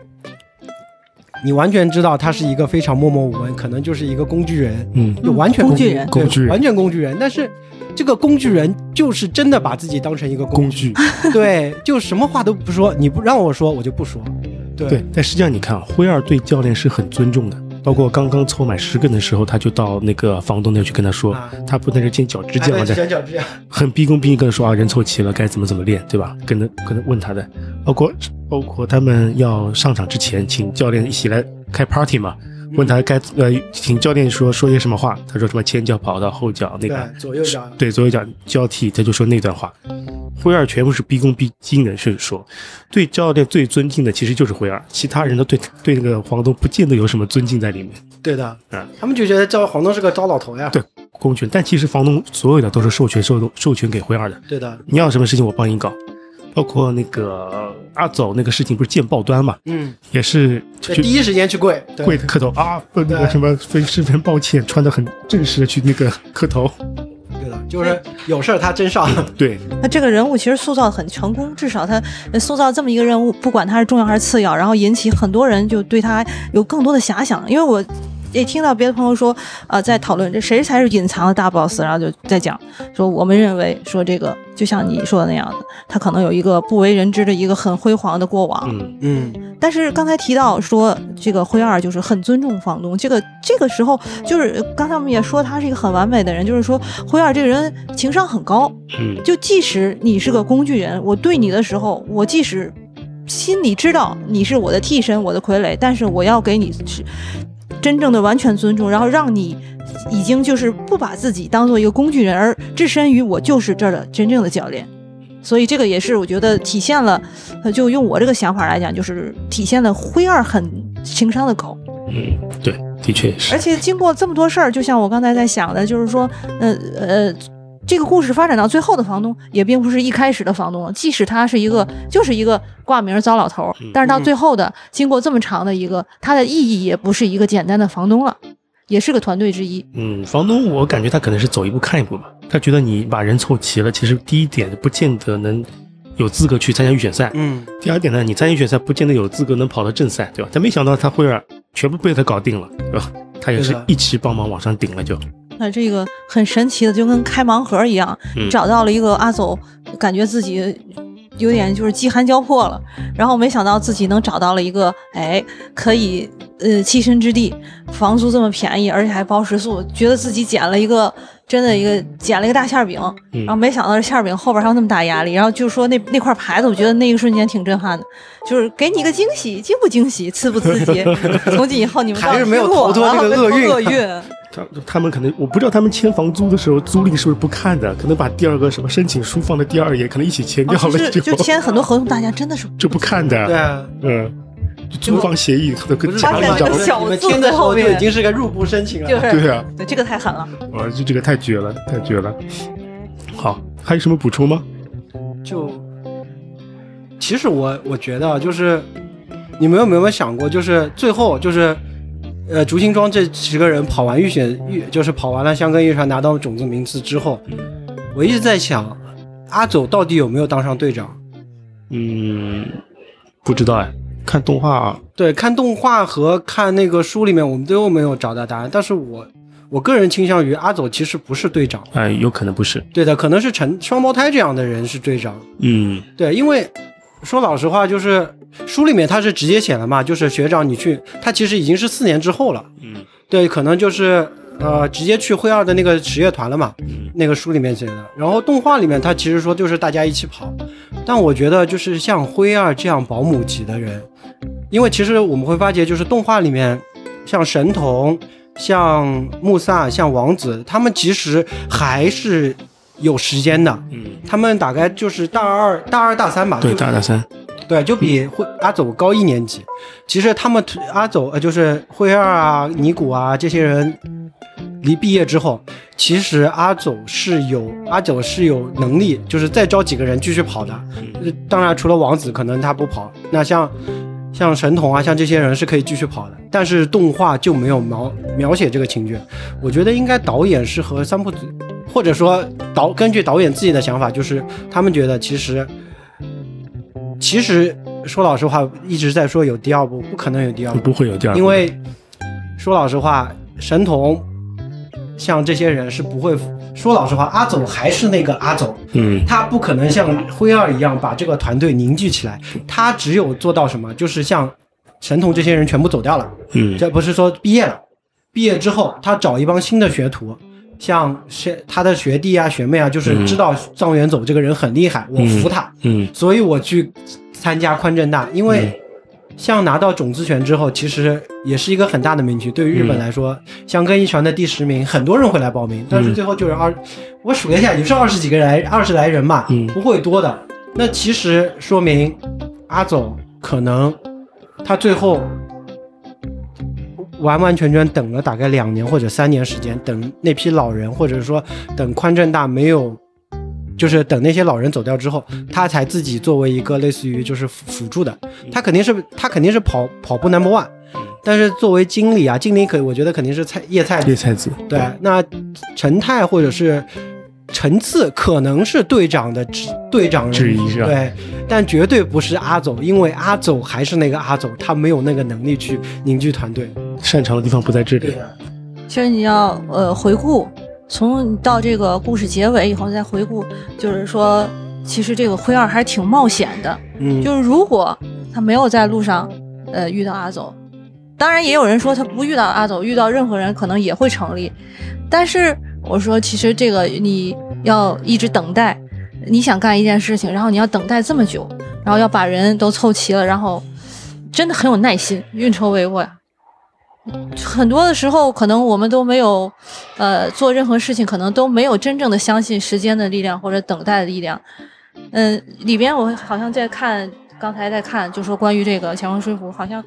S3: 你完全知道他是一个非常默默无闻，可能就是一个工具人，
S1: 嗯
S3: 就完全
S2: 工具人
S3: 对
S1: 工具人
S3: 完全工具人。但是这个工具人就是真的把自己当成一个工
S1: 工
S3: 具，
S1: 具
S3: 对，就什么话都不说，你不让我说，我就不说。 [laughs] 对
S1: 对，但实际上你看，啊，辉二对教练是很尊重的。包括刚刚凑满十个人的时候，他就到那个房东那去跟他说
S3: 啊，
S1: 他不在这尖脚趾甲嘛，
S3: 哎对
S1: 在
S3: 剪脚趾甲
S1: 很毕恭毕敬跟他说啊，人凑齐了该怎么怎么练，对吧？跟他跟他问他的，包括包括他们要上场之前，请教练一起来开 party 嘛，问他该呃，请教练说说些什么话。他说什么前脚跑到后脚那个
S3: 对，左右脚
S1: 对左右脚交替，他就说那段话。灰二全部是毕恭毕敬的，是说对教练最尊敬的其实就是灰二，其他人都对对那个黄东不见得有什么尊敬在里面。
S3: 对的
S1: 嗯，
S3: 他们就觉得赵黄东是个糟老头呀。
S1: 对公权，但其实房东所有的都是授权授授权给灰二的，
S3: 对的，
S1: 你要有什么事情我帮你搞，包括那个阿走那个事情不是见报端嘛，
S3: 嗯，
S1: 也是
S3: 就
S1: 就
S3: 第一时间去跪，对
S1: 跪着磕头啊，不那个
S3: 对
S1: 什么非十分抱歉，穿的很正式的去那个磕头，
S3: 对的，就是有事儿他真上。
S1: 对，
S2: 那这个人物其实塑造得很成功，至少他呃塑造这么一个人物，不管他是重要还是次要，然后引起很多人就对他有更多的遐想。因为我也听到别的朋友说，啊，在讨论这谁才是隐藏的大 boss，然后就在讲说，我们认为说这个就像你说的那样的，他可能有一个不为人知的一个很辉煌的过往。
S1: 嗯，
S3: 嗯，
S2: 但是刚才提到说，这个灰二就是很尊重房东，这个这个时候就是呃刚才我们也说他是一个很完美的人，就是说灰二这个人情商很高。
S1: 嗯，
S2: 就即使你是个工具人，我对你的时候，我即使心里知道你是我的替身、我的傀儡，但是我要给你是真正的完全尊重，然后让你已经就是不把自己当做一个工具人，而置身于我就是这儿的真正的教练。所以这个也是我觉得体现了，呃就用我这个想法来讲，就是体现了灰二很情商的高。
S1: 嗯，对，的确
S2: 而
S1: 是，
S2: 且经过这么多事儿，就像我刚才在想的，就是说，呃呃，这个故事发展到最后的房东也并不是一开始的房东了，即使他是一个就是一个挂名儿糟老头儿，但是到最后的经过这么长的一个，他的意义也不是一个简单的房东了，也是个团队之一。
S1: 嗯，房东我感觉他可能是走一步看一步吧，他觉得你把人凑齐了，其实第一点不见得能有资格去参加预选赛，
S3: 嗯，
S1: 第二点呢，你参加预选赛不见得有资格能跑到正赛，对吧？但没想到他会儿全部被他搞定了，对吧？他也
S3: 对
S1: 是
S3: 的
S1: 一起帮忙往上顶了就，
S2: 那这个很神奇的，就跟开盲盒一样，
S1: 嗯
S2: 找到了一个阿走，感觉自己有点就是饥寒交迫了，然后没想到自己能找到了一个，哎，可以呃栖身之地，房租这么便宜，而且还包食宿，觉得自己捡了一个真的一个捡了一个大馅儿饼，
S1: 嗯
S2: 然后没想到这馅儿饼后边还有那么大压力，然后就说那那块牌子，我觉得那一瞬间挺震撼的，就是给你一个惊喜，惊不惊喜，刺不刺
S1: [laughs]
S2: 激？从今以后你们
S3: 还是没有逃脱这个厄运
S2: 啊厄运。
S1: 他他们可能我不知道他们签房租的时候租赁是不是不看的，可能把第二个什么申请书放在第二页，可能一起签掉
S2: 哦
S1: 了
S2: 其实就签很多合同，大家真的是
S1: 就不看
S3: 对
S1: 的，
S3: 啊，
S1: 嗯，租房协议可能
S3: 不
S1: 跟
S3: 是
S1: 假
S2: 发现
S1: 一
S2: 这
S1: 张
S2: 个，小
S3: 你们
S2: 字
S3: 听的时候
S2: 后
S3: 就
S2: 面
S3: 已经是个入部申请了。
S2: 就是
S1: 对啊，
S2: 对这个太狠了。
S1: 哇，就这个太绝了，太绝了。好，还有什么补充吗？
S3: 就其实我我觉得啊就是，你们有没有想过，就是最后就是，呃，竹青庄这十个人跑完预选预，就是跑完了香根预选拿到种子名次之后，我一直在想，阿走到底有没有当上队长？
S1: 嗯，不知道哎，看动画、
S3: 对，看动画和看那个书里面，我们都没有找到答案。但是我我个人倾向于阿走其实不是队长，
S1: 哎，有可能不是，
S3: 对的，可能是成双胞胎这样的人是队长。
S1: 嗯
S3: 对，因为说老实话，就是书里面他是直接写了嘛，就是学长你去，他其实已经是四年之后了，
S1: 嗯
S3: 对，可能就是呃直接去灰二的那个实业团了嘛，
S1: 嗯
S3: 那个书里面写的。然后动画里面他其实说就是大家一起跑，但我觉得就是像灰二这样保姆级的人，因为其实我们会发觉就是动画里面像神童。像穆萨、像王子，他们其实还是有时间的。
S1: 嗯，啊
S3: 他们大概就是大二、大二、大三吧，
S1: 对，
S3: 就
S1: 大嗯大三，
S3: 对，就比会阿走高一年级。其实他们阿走呃，就是会二啊、尼古啊这些人，离毕业之后，其实阿走是有阿走是有能力，就是再招几个人继续跑的。呃当然，除了王子，可能他不跑。那像像神童啊，像这些人是可以继续跑的。但是动画就没有描描写这个情节。我觉得应该导演是和三浦子，或者说导根据导演自己的想法，就是他们觉得其实。其实说老实话，一直在说有第二部，不可能有第二部，
S1: 不会有第二个，
S3: 因为说老实话，神童像这些人是不会。说老实话，阿走还是那个阿走，
S1: 嗯
S3: 他不可能像灰二一样把这个团队凝聚起来，他只有做到什么，就是像神童这些人全部走掉了，
S1: 嗯
S3: 这不是说毕业了，毕业之后他找一帮新的学徒，像学他的学弟啊、学妹啊，就是
S1: 嗯
S3: 知道藏元走这个人很厉害，我服他，
S1: 嗯
S3: 所以我去参加宽政大，因为像拿到种子权之后，其实也是一个很大的名曲。对于日本来说，香根一传的第十名，很多人会来报名，但是最后就是二，我数了一下，也是二十几个人，二十来人吧，
S1: 嗯
S3: 不会多的。那其实说明阿走可能他最后完完全全等了大概两年或者三年时间，等那批老人，或者说等宽正大没有，就是等那些老人走掉之后，他才自己作为一个类似于就是辅辅助的，他肯定是他肯定是跑跑步 number one，但是作为经理啊，经理可我觉得肯定是菜叶菜
S1: 叶菜子，
S3: 对，那陈泰或者是陈次可能是队长的职队长人
S1: 质疑是吧
S3: 对，但绝对不是阿走，因为阿走还是那个阿走，他没有那个能力去凝聚团队。
S1: 擅长的地方不在这里。
S2: 其实你要呃回顾，从到这个故事结尾以后再回顾，就是说，其实这个灰二还是挺冒险的。
S3: 嗯，
S2: 就是如果他没有在路上呃遇到阿走，当然也有人说他不遇到阿走，遇到任何人可能也会成立。但是我说，其实这个你要一直等待，你想干一件事情，然后你要等待这么久，然后要把人都凑齐了，然后真的很有耐心，运筹帷幄呀。啊很多的时候，可能我们都没有，呃，做任何事情，可能都没有真正的相信时间的力量或者等待的力量。嗯，里边我好像在看，刚才在看，就说关于这个强龙水浒，好像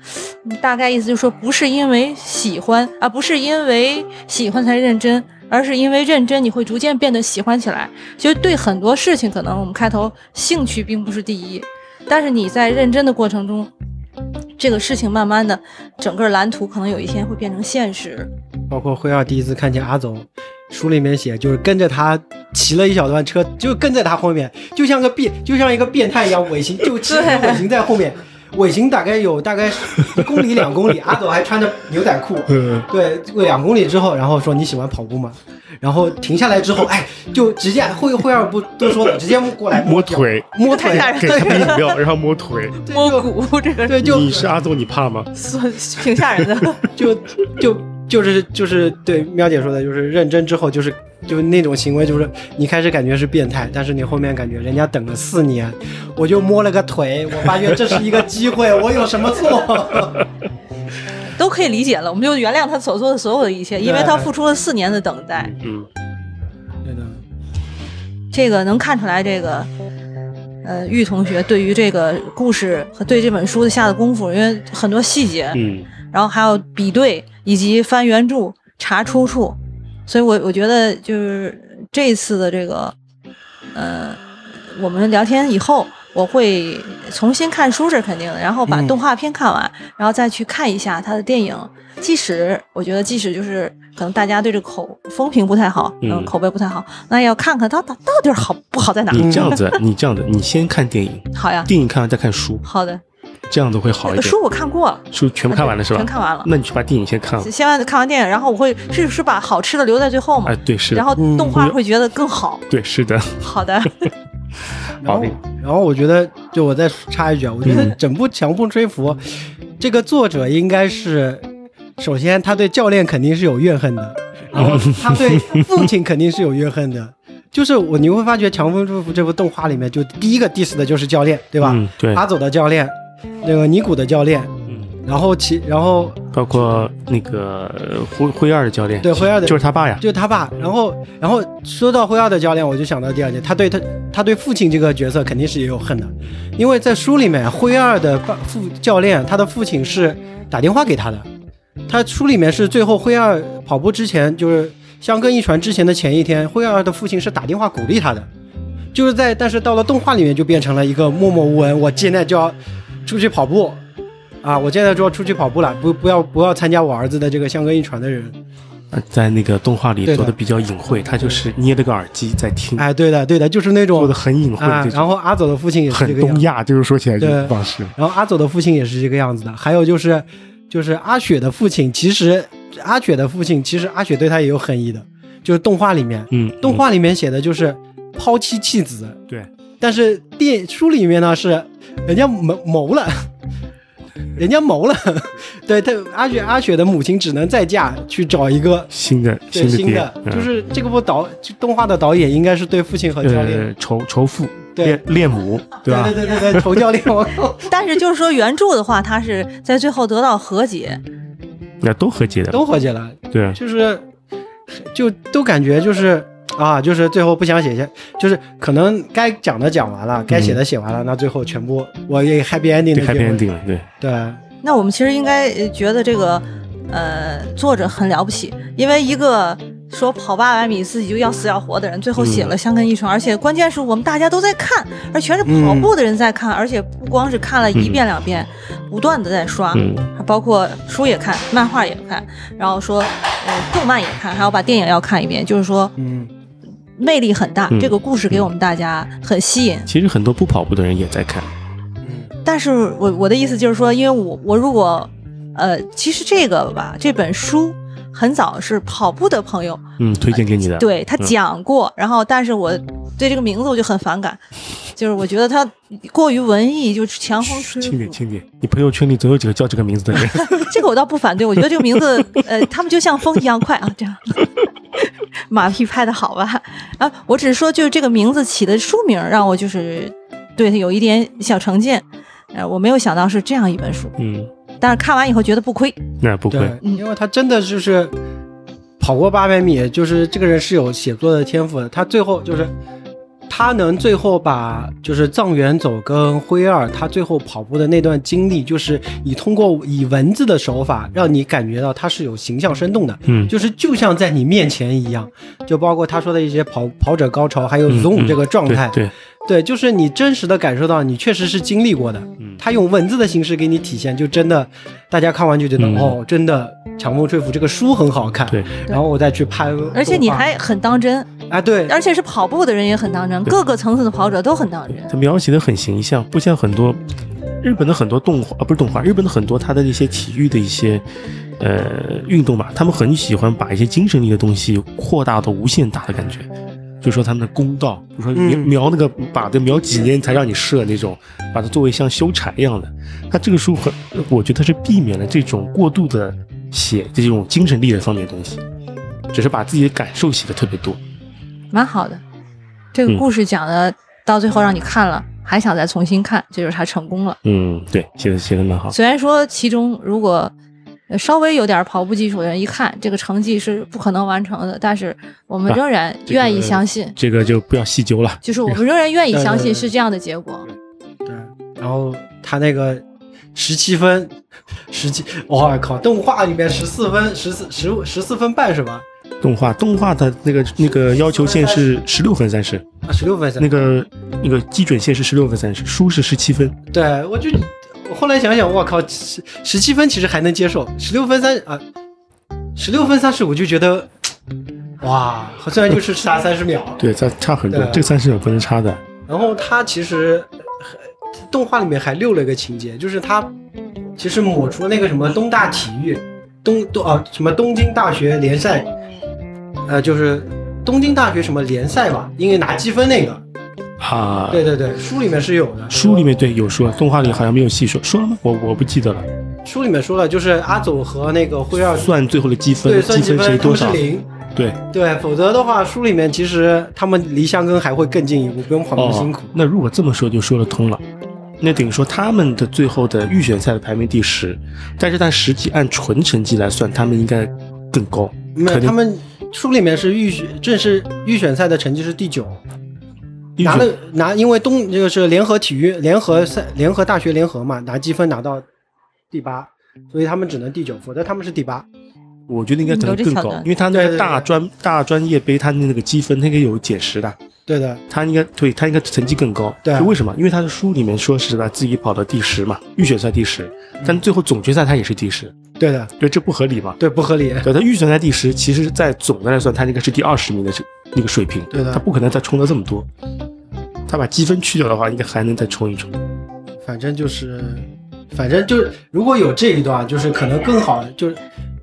S2: 嗯大概意思就是说，不是因为喜欢啊，不是因为喜欢才认真，而是因为认真你会逐渐变得喜欢起来。其实对很多事情，可能我们开头兴趣并不是第一，但是你在认真的过程中。这个事情慢慢的，整个蓝图可能有一天会变成现实。
S3: 包括辉二第一次看见阿走，书里面写就是跟着他骑了一小段车，就跟在他后面，就像个变就像一个变态一样，尾行就骑着尾行在后面，尾行大概有大概一公里两公里，阿走还穿着牛仔裤，
S1: 嗯，
S3: 对，两公里之后，然后说你喜欢跑步吗？然后停下来
S1: [laughs]
S3: 之后，哎，就直接会会二不都说了，直接过来
S1: 摸
S3: 脚，
S1: 腿，
S3: 摸 [laughs]
S1: [laughs]
S3: 腿，
S1: 给他杯饮料，然后摸
S2: [laughs]
S1: 腿。
S3: 对
S2: 摸
S3: 就
S2: 骨，这个
S3: 对，就
S1: 你是阿斗，你怕吗？
S2: 是挺吓人的。
S3: 就就就是就是对喵姐说的，就是认真之后就是就是那种行为，就是你开始感觉是变态，但是你后面感觉人家等了四年，我就摸了个腿，我发觉这是一个机会，我有什么错？ [laughs]
S2: 都可以理解了，我们就原谅他所做的所有的一切，因为他付出了四年的等待。
S1: 嗯，
S3: 对的，
S2: 这个能看出来，这个呃，玉同学对于这个故事和对这本书的下的功夫，因为很多细节，
S1: 嗯，
S2: 然后还有比对以及翻原著、查出处，所以我我觉得就是这次的这个呃，我们聊天以后。我会重新看书是肯定的，然后把
S3: 嗯
S2: 动画片看完，然后再去看一下他的电影。即使我觉得，即使就是可能大家对这口风评不太好，
S1: 嗯
S2: 嗯，口碑不太好，那也要看看它到到底好不好在哪儿。
S3: 嗯
S1: 你这样子，你这样子，你先看电影，
S2: 好呀，
S1: 电影看完再看书，
S2: 好的，呃
S1: 这样子会好一点。
S2: 书我看过了，
S1: 书全部看完了是吧？
S2: 全看完了。
S1: 那你去把电影先看了。
S2: 先看完电影，然后我会是是把好吃的留在最后嘛，
S1: 哎，对，是的
S2: 然，后
S3: 嗯
S2: 动画会觉得更好。
S1: 对，是的，
S2: 好的， [laughs]
S3: 然
S1: 好
S3: 后，然后我觉得，就我再插一句啊，我觉得
S1: 嗯
S3: 整部《强风吹拂》这个作者应该是，首先他对教练肯定是有怨恨的，
S1: 嗯
S3: 然后他对父亲肯定是有怨恨的。就是我你会发觉《强风吹拂》这部动画里面，就第一个 diss 的就是教练，对吧？
S1: 嗯，对，
S3: 阿走的教练，那个尼古的教练，
S1: 嗯，
S3: 然后其然后
S1: 包括那个呃灰灰二的教练，
S3: 对灰二的
S1: 就是他爸呀，
S3: 就是他爸，然后然后说到辉耀的教练，我就想到第二点，他对他他对父亲这个角色肯定是也有恨的，因为在书里面，辉二的爸父教练，他的父亲是打电话给他的，他书里面是最后辉二跑步之前，就是相跟一传之前的前一天，辉二的父亲是打电话鼓励他的，就是在但是到了动画里面就变成了一个默默无闻，我现在就要出去跑步。啊！我现在就要出去跑步了，不不要不要参加我儿子的这个相跟一传的人。
S1: 呃在那个动画里
S3: 对的
S1: 做的比较隐晦，他就是捏了个耳机在听，
S3: 哎，对的对的，就是那种
S1: 做的很隐晦，
S3: 啊
S1: 这，
S3: 然
S1: 种
S3: 后阿走的父亲也是这
S1: 很
S3: 个
S1: 东
S3: 样子，
S1: 亚，就是说起来就
S3: 对
S1: 往事，
S3: 然后阿走的父亲也是这个样子的。还有就是，就是阿雪的父亲，其实阿雪的父亲，其实阿雪对他也有恨意的，就是动画里面，
S1: 嗯，
S3: 动画里面写的就是抛妻弃子，
S1: 嗯对，
S3: 但是电书里面呢是人家谋谋了，人家谋了， [laughs] 对他阿雪阿雪的母亲只能再嫁去找一个。
S1: 新的
S3: 对
S1: 的嗯
S3: 新
S1: 点
S3: 的，，就是这个部导就动画的导演应该是对父亲和教练
S1: 呃仇仇富，
S3: 对
S1: 恋恋母，对吧？
S3: 对对对对，仇教练，我靠，
S2: 但是就是说原著的话，他是在最后得到和解，
S1: 那都和解的，
S3: 都和解了，
S1: 对，啊
S3: 就是就都感觉就是啊，就是最后不想写下，就是可能该讲的讲完了，该写的写完了，那最后全部我也 happy
S1: 对
S3: ending 的结
S1: 开
S3: 尾
S1: 篇定了，对，
S3: 对，
S2: 那我们其实应该呃觉得这个呃作者很了不起，因为一个说跑八百米自己就要死要活的人，最后
S1: 嗯
S2: 写了《相跟益虫》，而且关键是我们大家都在看，而全是
S1: 嗯
S2: 跑步的人在看，而且不光是看了一遍两遍，不断的在刷，
S1: 嗯，
S2: 还包括书也看，漫画也看，然后说呃动漫也看，还要把电影要看一遍，就是说
S3: 嗯，
S2: 魅力很大，
S1: 嗯
S2: 这个故事给我们大家很吸引。
S1: 其实很多不跑步的人也在看，
S2: 但是我我的意思就是说，因为我我如果呃，其实这个吧，这本书很早是跑步的朋友
S1: 嗯，推荐给你的，
S2: 对他
S1: 嗯
S2: 讲过，然后但是我对这个名字我就很反感，就是我觉得他过于文艺，就是强
S1: 嘘，
S2: 横吹
S1: 轻点
S2: 拂。
S1: 轻点，你朋友圈里总有几个叫这个名字的
S3: [laughs]
S1: 人，
S2: 这个我倒不反对，我觉得这个名字呃，他们就像风一样快啊，这样。 [laughs] 马屁拍的好吧？啊，我只是说，就是这个名字起的书名让我就是对他有一点小成见，呃，我没有想到是这样一本书。
S1: 嗯，
S2: 但是看完以后觉得不亏。
S1: 那不会
S3: 对，，因为他真的就是跑过八百米，就是这个人是有写作的天赋的，他最后就是。他能最后把就是藏原走跟灰二他最后跑步的那段经历，就是你通过以文字的手法，让你感觉到他是有形象生动的，
S1: 嗯，
S3: 就是就像在你面前一样，就包括他说的一些跑跑者高潮，还有
S1: 嗯
S3: zoom
S1: 嗯
S3: 这个状态，
S1: 对，对
S3: 对就是你真实的感受到你确实是经历过的。
S1: 嗯，
S3: 他用文字的形式给你体现，就真的，大家看完就觉得、
S1: 嗯
S3: 哦，真的《强风吹拂》这个书很好看。
S1: 对，
S3: 然后我再去拍动画，
S2: 而且你还很当真，
S3: 啊，对，
S2: 而且是跑步的人也很当真，
S1: 对
S2: 各个层次的跑者都很当真。
S1: 他描写的很形象，不像很多日本的很多动画，啊，不是动画，日本的很多他的一些体育的一些呃运动吧，他们很喜欢把一些精神力的东西扩大到无限大的感觉。就说他们的公道，比如说
S3: 嗯
S1: 瞄瞄那个靶的瞄几年才让你射那种，把它作为像修柴一样的。他这个书很，我觉得是避免了这种过度的写这种精神力的方面的东西，只是把自己的感受写的特别多。
S4: 蛮好的。这个
S1: 嗯
S4: 故事讲的、到最后让你看了，还想再重新看，这就是他成功了。
S1: 嗯，对，写的写的蛮好。
S4: 虽然说其中如果呃稍微有点跑步基础的人一看这个成绩是不可能完成的，但是我们
S1: 啊
S4: 仍然
S1: 这个
S4: 愿意相信，
S1: 这个就不要细究了。
S4: 就是我们仍然愿意
S3: 对对
S4: 相
S3: 对
S4: 信
S3: 对
S4: 是这样的结果。
S3: 对，然后他那个十七分，十七，我、靠，动画里面十四分，十四十五十四分半是吧？
S1: 动画动画的那个那个要求线是十六分三十，
S3: 啊，十六分是吧
S1: 那个那个基准线是十六分三十，书是十七分，
S3: 对，我就我后来想想，我靠，十十七分其实还能接受，十六分三啊，十六分三十五就觉得，哇，虽然就是差三十秒，
S1: 对，差差很多
S3: 对，
S1: 这三十秒不能差的，
S3: 然后他其实还动画里面还溜了一个情节，就是他其实抹除了那个什么东大体育，东东啊什么东京大学联赛，呃，就是东京大学什么联赛吧，应该拿积分那个。
S1: 啊。
S3: 对对对，书里面是有的。
S1: 书里面对有说，动画里好像没有细说，说了吗？我我不记得了。
S3: 书里面说了，就是阿走和那个辉二
S1: 算最后的积
S3: 对
S1: 分，
S3: 算
S1: 积
S3: 积
S1: 分
S3: 分，他
S1: 多
S3: 们是
S1: 少？
S3: 零。
S1: 对，
S3: 对，否则的话，书里面其实他们离香根还会更进一步，不用跑那么辛
S1: 哦
S3: 苦。，
S1: 那如果这么说就说得通了。那等于说他们的最后的预选赛的排名第十，但是但实际按纯成绩来算，他们应该更高，
S3: 没有，
S1: 肯定
S3: 他们书里面是预选，正式预选赛的成绩是第九，
S1: 预
S3: 拿
S1: 选
S3: 了拿，因为东这个是联合体育联合赛联合大学联合嘛，拿积分拿到第八，所以他们只能第九，否则他们是第八。
S1: 我觉得应该可能
S2: 嗯有这
S1: 更
S2: 条
S1: 高
S2: 件，
S1: 因为他那
S3: 对对
S1: 个大
S3: 对
S1: 专大专业杯，他那个积分那个有减十的，
S3: 对的，
S1: 他应该对他应该成绩更高。
S3: 对
S1: 就为什么？因为他的书里面说是他自己跑到第十嘛，预选赛第十，但最后总决赛他也是第十，
S3: 对的，
S1: 对，这不合理嘛？
S3: 对不合理。
S1: 对，他预选赛第十，其实在总的来算，他应该是第二十名的这那个水平，
S3: 对的
S1: 他不可能再冲到这么多。他把积分去掉的话，应该还能再冲一冲。
S3: 反正就是，反正就是，如果有这一段，就是可能更好，就是。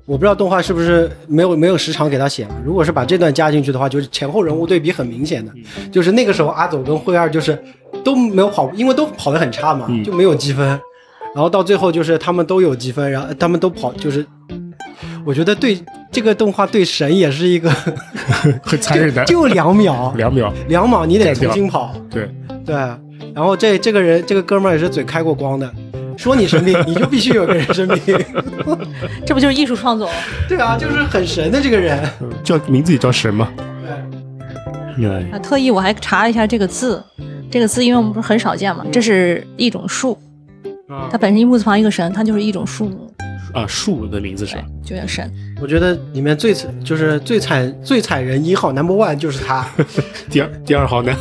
S3: 我不知道动画是不是没有没有时长给他写了。如果是把这段加进去的话，就是前后人物对比很明显的，
S1: 嗯
S3: 就是那个时候阿走跟辉二就是都没有跑，因为都跑得很差嘛，
S1: 嗯
S3: 就没有积分。然后到最后就是他们都有积分，然后他们都跑，就是我觉得对这个动画对神也是一个
S1: 很残忍的， [laughs]
S3: [laughs] 就两秒，
S1: 两秒，
S3: 两秒你得
S1: 干掉 [laughs]
S3: 重新跑，
S1: 对，
S3: 对，啊然后这这个人这个哥们儿也是嘴开过光的，说你 [laughs] 生病，你就必须有个人生病。
S2: 这不就是艺术创作吗？
S3: [laughs] 对啊，就是很神的这个人。
S1: 嗯叫名字也叫神嘛。对，
S2: 啊，特意我还查了一下这个字，这个字因为我们不是很少见嘛，这是一种树，
S3: 嗯
S2: 它本身一木字旁一个神，它就是一种树木，
S1: 啊，树的名字是
S2: 对
S1: 吧？，
S2: 就叫神。
S3: 我觉得里面最惨就是最惨最惨人一号 number one 就是他，
S1: 第二第二号呢？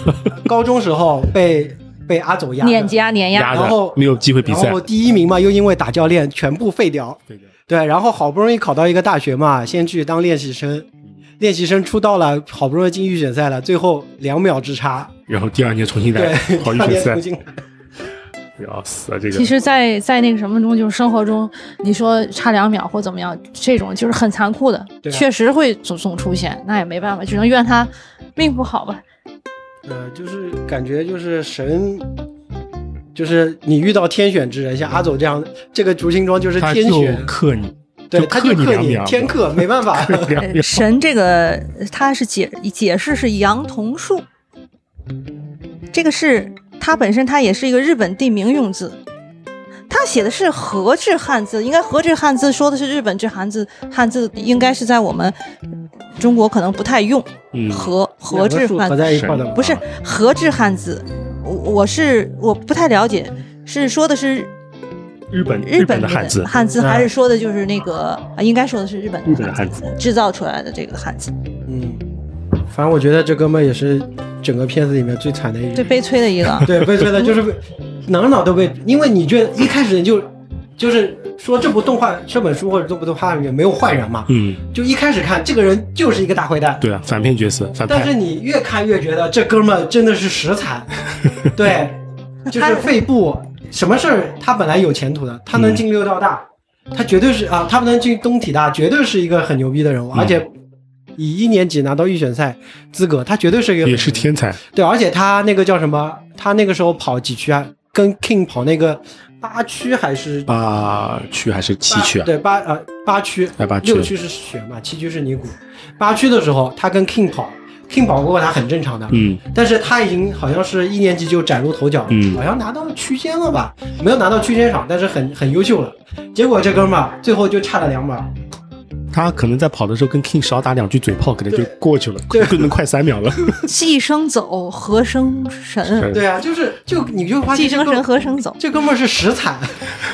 S3: 高中时候被被阿走压的
S4: 碾压碾压，
S1: 压
S3: 然后
S1: 的没有机会比赛
S3: 然后。第一名嘛，又因为打教练全部废掉。
S1: 对的
S3: 对，然后好不容易考到一个大学嘛，先去当练习生，练习生出道了，好不容易进预选赛了，最后两秒之差，
S1: 然后第二年重新
S3: [laughs]
S1: 来
S3: 对，
S1: [laughs] 跑预
S3: 差
S1: 选
S3: 点
S1: 赛
S3: 冲，进来
S1: [laughs] 要死啊！这个
S4: 其实在，在那个什么中，就是生活中，你说差两秒或怎么样，这种就是很残酷的，
S3: 对啊
S4: 确实会总总出现，那也没办法，只能怨他命不好吧。
S3: 呃，就是感觉就是神，就是你遇到天选之人，像阿走这样，这个竹青庄就是
S1: 他
S3: 天
S1: 就
S3: 选，
S1: 克你，
S3: 对，
S1: 就
S3: 他
S1: 克
S3: 就
S1: 你
S3: 克
S1: 两
S3: 你
S1: 秒，
S3: 天克，没办法。
S1: [laughs] 两
S2: 呃
S1: 秒
S2: 神这个它是解解释是杨桐树，这个是它本身它也是一个日本地名用字，它写的是和制汉字，应该和制汉字说的是日本制汉字，汉字应该是在我们中国可能不太用
S1: 嗯，
S2: 和和制
S3: 两个数
S2: 汉
S3: 合
S2: 字。
S3: 在一块儿的，
S2: 不是和制汉字，我我是我不太了解，是说的是
S1: 日本
S2: 日
S1: 本
S2: 本
S1: 的汉字，
S2: 汉字
S3: 嗯
S2: 还是说的就是那个啊应该说的是日本
S1: 日本的汉字
S2: 制造出来的这个汉字，
S3: 嗯，反正我觉得这哥们儿也是整个片子里面最惨的一
S2: 最
S3: 人，
S2: 悲催
S1: [laughs]
S2: 的一个。
S3: 对，被吹的就是被哪儿哪儿都被，因为你觉得一开始你就就是说这部动画、这本书或者这部动画里面没有坏人嘛，
S1: 嗯，
S3: 就一开始看这个人就是一个大坏蛋，
S1: 对啊，反面角色，反
S3: 但是
S1: 派，
S3: 你越看越觉得这哥们儿真的是实
S1: [laughs]
S3: 惨，对，就是肺部什么事儿他本来有前途的，他
S1: 嗯
S3: 能进六道大，他绝对是啊，他能进东体大，绝对是一个很牛逼的人物，
S1: 嗯
S3: 而且以一年级拿到预选赛资格，他绝对是一个
S1: 也是天才，
S3: 对，而且他那个叫什么，他那个时候跑几区啊，跟 King 跑那个八区还是
S1: 八区还是七区啊？
S3: 对八呃八区，
S1: 哎八区
S3: 六区是雪嘛，七区是尼古，八区的时候他跟 King 跑，King 跑过他很正常的，
S1: 嗯，
S3: 但是他已经好像是一年级就崭露头角，
S1: 嗯
S3: 好像拿到区间了吧？没有拿到区间赏，但是很很优秀了。结果这哥们儿最后就差了两码，
S1: 他可能在跑的时候跟 King 少打两句嘴炮，可能就
S3: 对
S1: 过去了，
S3: 对
S1: 更能快三秒了。
S2: 既生走，何生神？
S3: [laughs] 对啊，就是就你就发现
S2: 既
S3: 这
S2: 生
S3: 哥
S2: 神，何生走？
S3: 这哥们儿是实
S1: [laughs]
S3: 惨，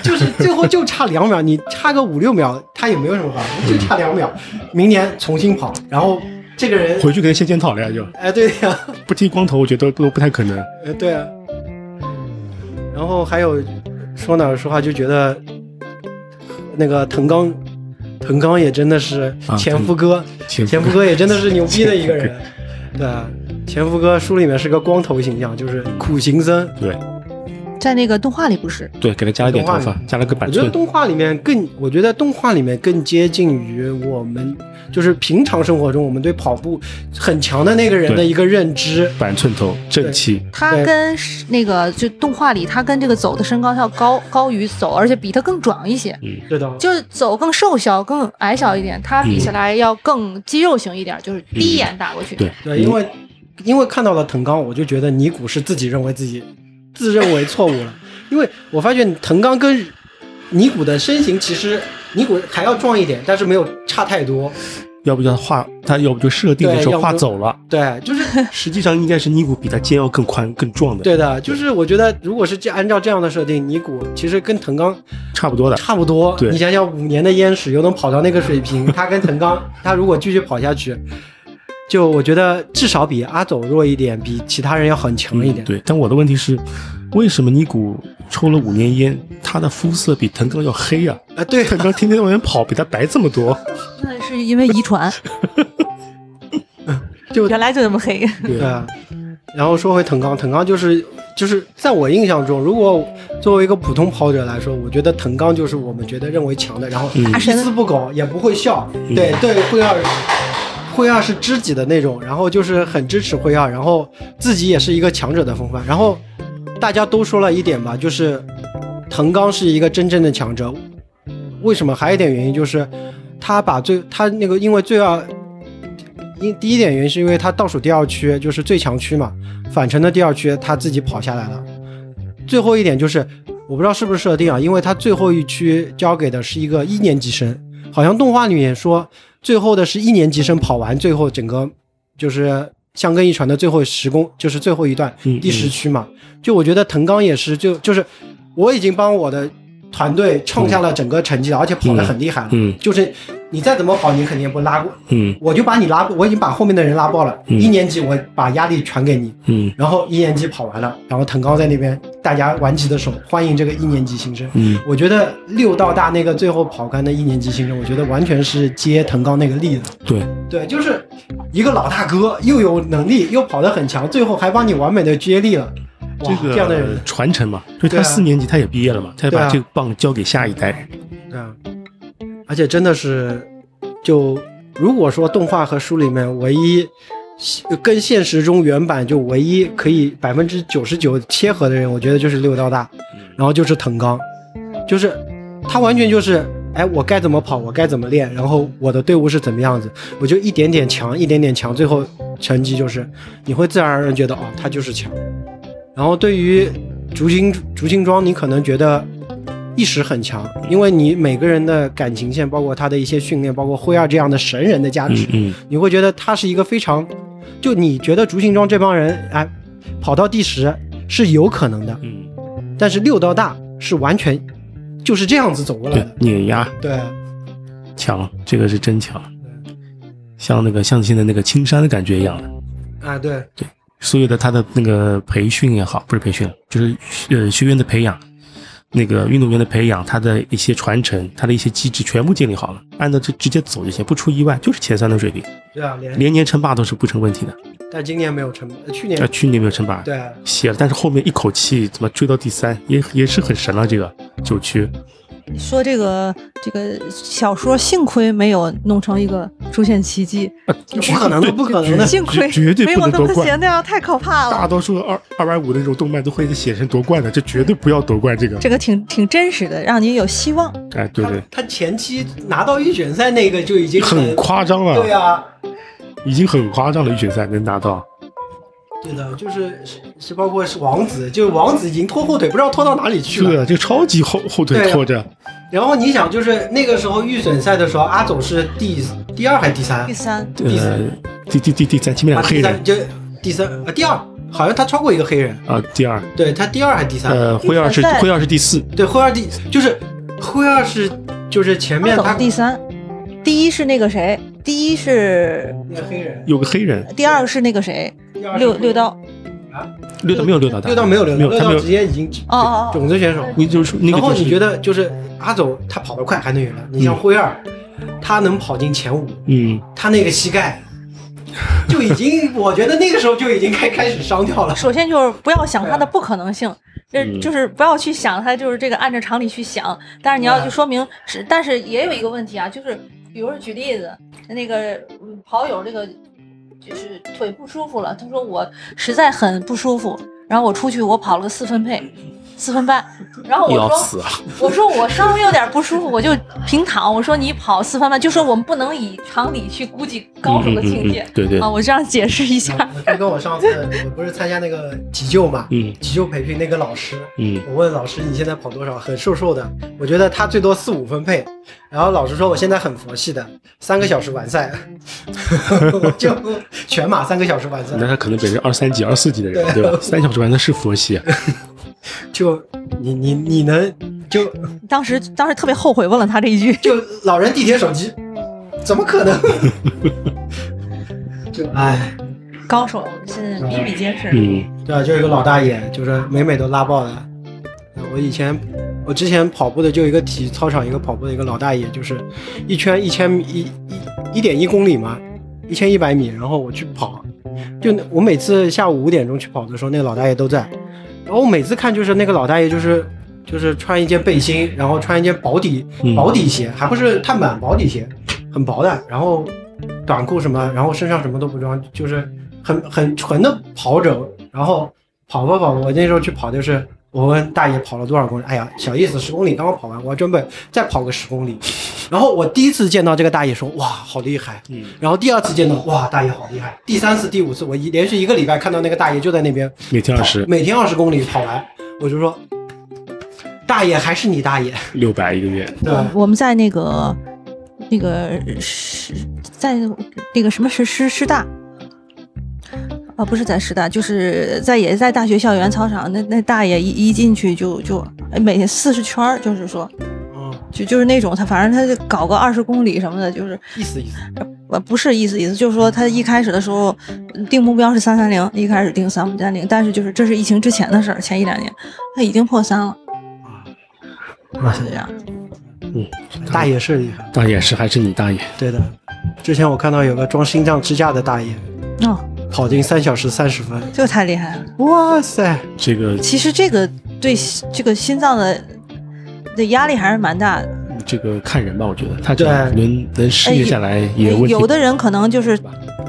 S3: 就是最后就差两秒，你差个五六秒，他也没有什么好，就差两秒，明年重新跑，然后这个人。
S1: 回去可能先检讨了呀，就
S3: 哎，对呀、
S1: 不剃光头，我觉得都不太可能。
S3: 呃，对啊。然后还有说哪儿说话就觉得那个藤冈，藤冈也真的是
S1: 啊
S3: 前夫哥，
S1: 前夫
S3: 前夫哥也真的是牛逼的一个人。对啊，前夫哥书里面是个光头形象，就是苦行僧。
S1: 对
S4: 在那个动画里不是，
S1: 对，给他加了点头
S3: 动
S1: 发
S3: 画，
S1: 加了个
S3: 我
S1: 板
S3: 觉得
S1: 寸，
S3: 动画里面更，我觉得动画里面更接近于我们就是平常生活中我们对跑步很强的那个人的
S1: 对
S3: 一个认知。
S1: 板寸头，正气。
S4: 他
S3: 对
S4: 跟那个就动画里，他跟这个走的身高要
S1: 嗯
S4: 高高于走，而且比他更壮一些，
S3: 对的，
S4: 就是走更瘦小、更矮小一点，他
S1: 嗯
S4: 比起来要更肌肉型一点，就是第一眼打过去。
S1: 对，
S3: 对，因为因为看到了藤冈，我就觉得尼古是自己认为自己自认为错误了，因为我发现藤冈跟尼古的身形其实尼古还要壮一点，但是没有差太多。
S1: 要不就他画，他要不就设定的时
S3: 对
S1: 候
S3: 要不
S1: 画走了。
S3: 对，就是
S1: [laughs] 实际上应该是尼古比他肩要更宽、更壮的，
S3: 对的，就是我觉得如果是这按照这样的设定，尼古其实跟藤冈
S1: 差不多的。
S3: 差不多。
S1: 对
S3: 你想想五年的烟史又能跑到那个水平，他跟藤冈，他如果继续跑下去，就我觉得至少比阿走弱一点，比其他人要很强一点。
S1: 嗯对，但我的问题是，为什么尼古抽了五年烟，他的肤色比藤冈要黑 [laughs] 啊？
S3: 啊，对，
S1: 藤冈天天在外面跑，比他白这么多。
S2: 那是因为遗传，
S3: [laughs] 就
S2: 原来就那么黑。
S1: 对
S3: 对啊，然后说回藤冈，藤冈就是就是在我印象中，如果作为一个普通跑者来说，我觉得藤冈就是我们觉得认为强的，然后
S1: 嗯
S3: 一丝不苟，也不会笑，
S1: 嗯
S3: 对对，会二会二是知己的那种，然后就是很支持会二，然后自己也是一个强者的风范，然后大家都说了一点吧，就是藤冈是一个真正的强者，为什么？还有一点原因就是他把最他那个因为罪二因第一点原因是因为他倒数第二区就是最强区嘛，返程的第二区他自己跑下来了。最后一点就是我不知道是不是设定啊，因为他最后一区交给的是一个一年级生，好像动画里面说最后的是一年级生跑完最后整个就是相跟一传的最后十公，就是最后一段
S1: 嗯
S3: 第十区嘛。就我觉得藤冈也是，就就是我已经帮我的团队创下了整个成绩了，而且跑得很厉害了。
S1: 嗯
S3: 就是你再怎么跑，你肯定也不拉过，
S1: 嗯
S3: 我就把你拉，我已经把后面的人拉爆了。
S1: 嗯
S3: 一年级我把压力传给你，
S1: 嗯
S3: 然后一年级跑完了，然后藤高在那边大家挽起的手欢迎这个一年级新生。
S1: 嗯
S3: 我觉得六道大那个最后跑干的一年级新生，我觉得完全是接藤高那个例子。
S1: 对，
S3: 对，就是一个老大哥，又有能力，又跑得很强，最后还帮你完美的接力了。哇，
S1: 这
S3: 这样的人
S1: 个，传承嘛，就
S3: 对啊
S1: 他四年级他也毕业了嘛，他
S3: 对
S1: 把
S3: 啊
S1: 这个棒交给下一代人。
S3: 对啊，而且真的是，就如果说动画和书里面唯一跟现实中原版就唯一可以百分之九十九切合的人，我觉得就是六道大，然后就是藤冈，就是他完全就是。哎，我该怎么跑，我该怎么练，然后我的队伍是怎么样子，我就一点点强，一点点强，最后成绩就是你会自然而然觉得哦，他就是强。然后对于竹青竹青庄，你可能觉得意识很强，因为你每个人的感情线，包括他的一些训练，包括辉二这样的神人的加
S1: 嗯
S3: 持，
S1: 嗯
S3: 你会觉得他是一个非常，就你觉得竹青庄这帮人，哎，跑到第十是有可能的，
S1: 嗯，
S3: 但是六到大是完全就是这样子走过来
S1: 对
S3: 的，，
S1: 碾压
S3: 对，
S1: 强，这个是真强，像那个像现在那个青山的感觉一样的。
S3: 啊对，
S1: 所有的他的那个培训也好，不是培训，就是呃学员的培养，那个运动员的培养，他的一些传承，他的一些机制全部建立好了，按照这直接走就行，不出意外就是前三的水平，
S3: 对啊连，
S1: 连年称霸都是不成问题的。
S3: 但今年没有成，呃去
S1: 那
S3: 年
S1: 去年没有称霸，
S3: 对啊，
S1: 写了，但是后面一口气怎么追到第三，也也是很神了。这个九区，
S2: 你说这个这个小说，幸亏没有弄成一个出现奇迹，
S3: 呃不可能的，不可能的，
S2: 幸亏
S1: 绝对
S2: 没
S1: 不
S2: 有
S1: 能
S2: 那么
S1: 夺冠
S2: 写，那样太可怕
S1: 大
S2: 了。
S1: 多数二二百五的那种动漫都会写成夺冠的，这绝对不要夺冠这个。
S2: 这个挺挺真实的，让你有希望。
S1: 哎，对对，
S3: 他他前期拿到预选赛那个就已经
S1: 很夸张了，
S3: 对啊，
S1: 已经很夸张了，预选赛能拿到。
S3: 对的，就是是是包括是王子，就是王子已经拖后腿，不知道拖到哪里去
S1: 对
S3: 了。
S1: 啊，这个超级后后
S3: 对
S1: 腿
S3: 啊
S1: 拖着，
S3: 然后你想，就是那个时候预选赛的时候，阿总是第第二还是第三
S2: 第？三，
S3: 第三
S1: 呃，第第第第三，前面两
S3: 啊，
S1: 个黑
S3: 第
S1: 人
S3: 三就第三啊，第二，好像他超过一个黑人，
S1: 啊，第二，
S3: 对他第二还是第三？
S1: 呃，辉二是
S2: 第三
S1: 辉二是第四，
S3: 对，辉二第就是辉二是就是前面
S2: 阿
S3: 他
S2: 总第三，第一是那个谁，第一是，
S3: 那个黑人，
S1: 有个黑人，
S2: 第二个是那个谁，
S3: 第二是
S2: 六六刀，
S1: 六道没有六道大，
S3: 六道没有
S1: 没
S3: 六
S1: 有
S3: 道，六
S1: 他
S3: 道
S1: 没
S3: 直
S1: 有，
S3: 接已经
S2: 哦哦哦，
S3: 种子选手。
S1: 你就是那
S3: 然
S1: 个
S3: 后
S1: 就是
S3: 你觉得就是阿总他跑得快还能远了，你像辉二，他能跑进前五，
S1: 嗯，
S3: 他那个膝盖就已经，我觉得那个时候就已经开开始伤掉
S1: [laughs]
S3: 了。
S2: 首先就是不要想它的不可能性。这
S1: 嗯
S2: 就是不要去想它，就是这个按照常理去想，但是你要
S3: 对
S2: 去说明是，但是也有一个问题啊，就是比如说举例子，那个嗯跑友这个就是腿不舒服了，他说我实在很不舒服，然后我出去我跑了个四分配，四分半，然后我
S1: 又
S2: 说
S1: 要死啊，
S2: 我说我稍微有点不舒服，我就平躺。我说你跑四分半，就说我们不能以常理去估计高手
S1: 嗯
S2: 的
S1: 嗯
S2: 境
S1: 嗯
S2: 界、
S1: 嗯对对
S2: 啊。，我这样解释一下，
S3: 我就跟我上次我不是参加那个急救嘛，
S1: 啊嗯
S3: 急救培训那个老师，
S1: 嗯
S3: 我问老师你现在跑多少？很瘦瘦的，我觉得他最多四五分配。然后老师说我现在很佛系的，三个小时完赛， [laughs] 我就全马三个小时完赛
S1: 那。他可能本身二三级、二四级的人，
S3: 对
S1: 对吧？三小时玩的是佛系，啊
S3: 就你你你能就
S2: 当时当时特别后悔问了他这一句。
S3: 就老人地铁手机，怎么可能？ [laughs] 就唉。
S2: 高手现在比比皆是。
S1: 嗯
S3: 对啊，就是一个老大爷，就是每每都拉爆的。呃我以前，我之前跑步的就有一个体育操场，一个跑步的一个老大爷，就是一圈一千米一一一点一公里嘛，一千一百米，然后我去跑，就那我每次下午五点钟去跑的时候，那个老大爷都在，然后我每次看就是那个老大爷就是就是穿一件背心，然后穿一件薄底
S1: 嗯
S3: 薄底鞋，还不是碳板薄底鞋，很薄的，然后短裤什么，然后身上什么都不装，就是很很纯的跑者。然后跑吧跑吧，我那时候去跑就是我我问大爷跑了多少公里？哎呀，小意思，十公里刚刚跑完，我准备再跑个十公里。然后我第一次见到这个大爷说，哇，好厉害。
S1: 嗯，
S3: 然后第二次见到，哇，大爷好厉害。第三次、第五次，我一连续一个礼拜看到那个大爷就在那边
S1: 每天二十
S3: 每天二十公里跑完，我就说，大爷还是你大爷，
S1: 六百一个月，
S3: 对吧？
S2: 我们在那个那个师，在那个什么师师师大。啊，不是在师大，就是在也在大学校园操场，那那大爷一一进去就就哎每天四十圈儿，就是说
S3: 嗯，
S2: 就就是那种他反正他就搞个二十公里什么的，就是
S3: 意思意思，
S2: 我呃不是意思意思，就是说他一开始的时候嗯定目标是三三零，一开始定三五三零，但是就是这是疫情之前的事儿，前一两年他已经破三了，
S3: 哇
S2: 就这样。
S1: 嗯，
S3: 大爷是厉害，
S1: 大爷是还是你大爷？
S3: 对的。之前我看到有个装心脏支架的大爷，
S2: 哦，
S3: 跑进三小时三十分，
S2: 这个太厉害了。
S3: 哇塞！
S1: 这个
S2: 其实这个对心这个心脏的的压力还是蛮大的。
S1: 这个看人吧，我觉得他这
S3: 对
S1: 能能
S2: 哎
S1: 失业下来也问题
S2: 有的人可能就是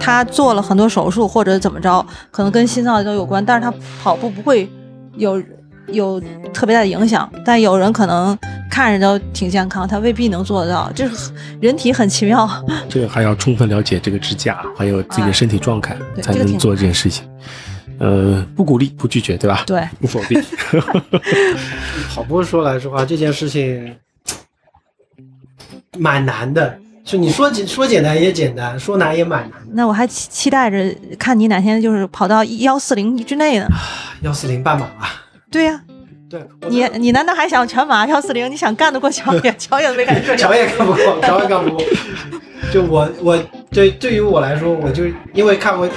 S2: 他做了很多手术或者怎么着，可能跟心脏都有关，但是他跑步不会有有特别大的影响。但有人可能看着都挺健康，他未必能做得到。这是人体很奇妙。 [laughs]
S1: 这个还要充分了解这个支架，还有自己的身体状态，
S2: 啊对
S1: 才
S2: 这个
S1: 能
S2: 挺
S1: 做这件事情。呃，不鼓励，不拒绝，
S2: [laughs]
S1: 对吧？
S2: 对，
S1: 不否定。
S3: 跑步说来说话啊这件事情蛮难的，就你说简说简单也简单，说难也蛮难的。
S2: 那我还期期待着看你哪天就是跑到幺四零之内呢。
S3: 幺四零半马啊吧，
S2: 对呀、
S3: 对，我
S2: 你你难道还想全马幺四零？你想干得过乔野？乔野没敢
S3: [laughs]
S2: 这样。
S3: 乔也干不过，乔也干不过。就我我对对于我来说，我就因为看过，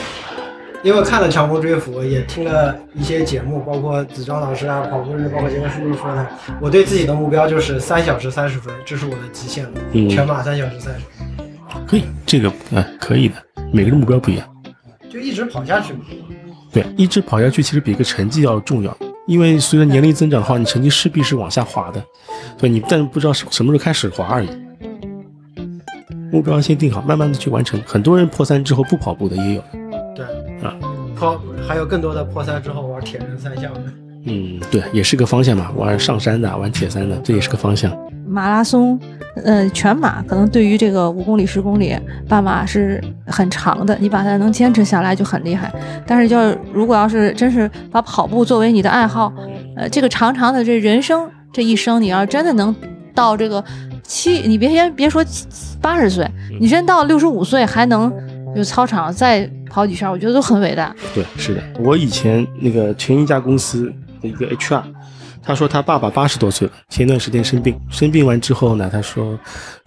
S3: 因为看了《强风追捕》，也听了一些节目，包括子章老师啊、跑步日，包括杰克叔叔说的，我对自己的目标就是三小时三十分，这是我的极限了，
S1: 嗯
S3: 全马三小时三十分，
S1: 可以，这个呃可以的，每个人目标不一样。
S3: 就一直跑下去嘛。
S1: 对，一直跑下去其实比一个成绩要重要，因为随着年龄增长的话，你成绩势必是往下滑的，对你但不知道什什么时候开始滑而已。
S2: 嗯
S1: 目标先定好，慢慢的去完成。很多人破三之后不跑步的也有，
S3: 对，
S1: 啊，
S3: 破还有更多的破三之后玩铁人三项的，
S1: 嗯，对，也是个方向嘛，玩上山的，玩铁三的，这也是个方向。
S2: 马拉松，呃，全马可能对于这个五公里、十公里、半马是很长的，你把它能坚持下来就很厉害。但是，就是如果要是真是把跑步作为你的爱好，呃，这个长长的这人生这一生，你要真的能到这个七，你别先别说八十岁，你真到六十五岁还能就操场再跑几圈，我觉得都很伟大。
S1: 对，是的，我以前那个前一家公司的一个 HR，他说他爸爸八十多岁了，前段时间生病，生病完之后呢，他说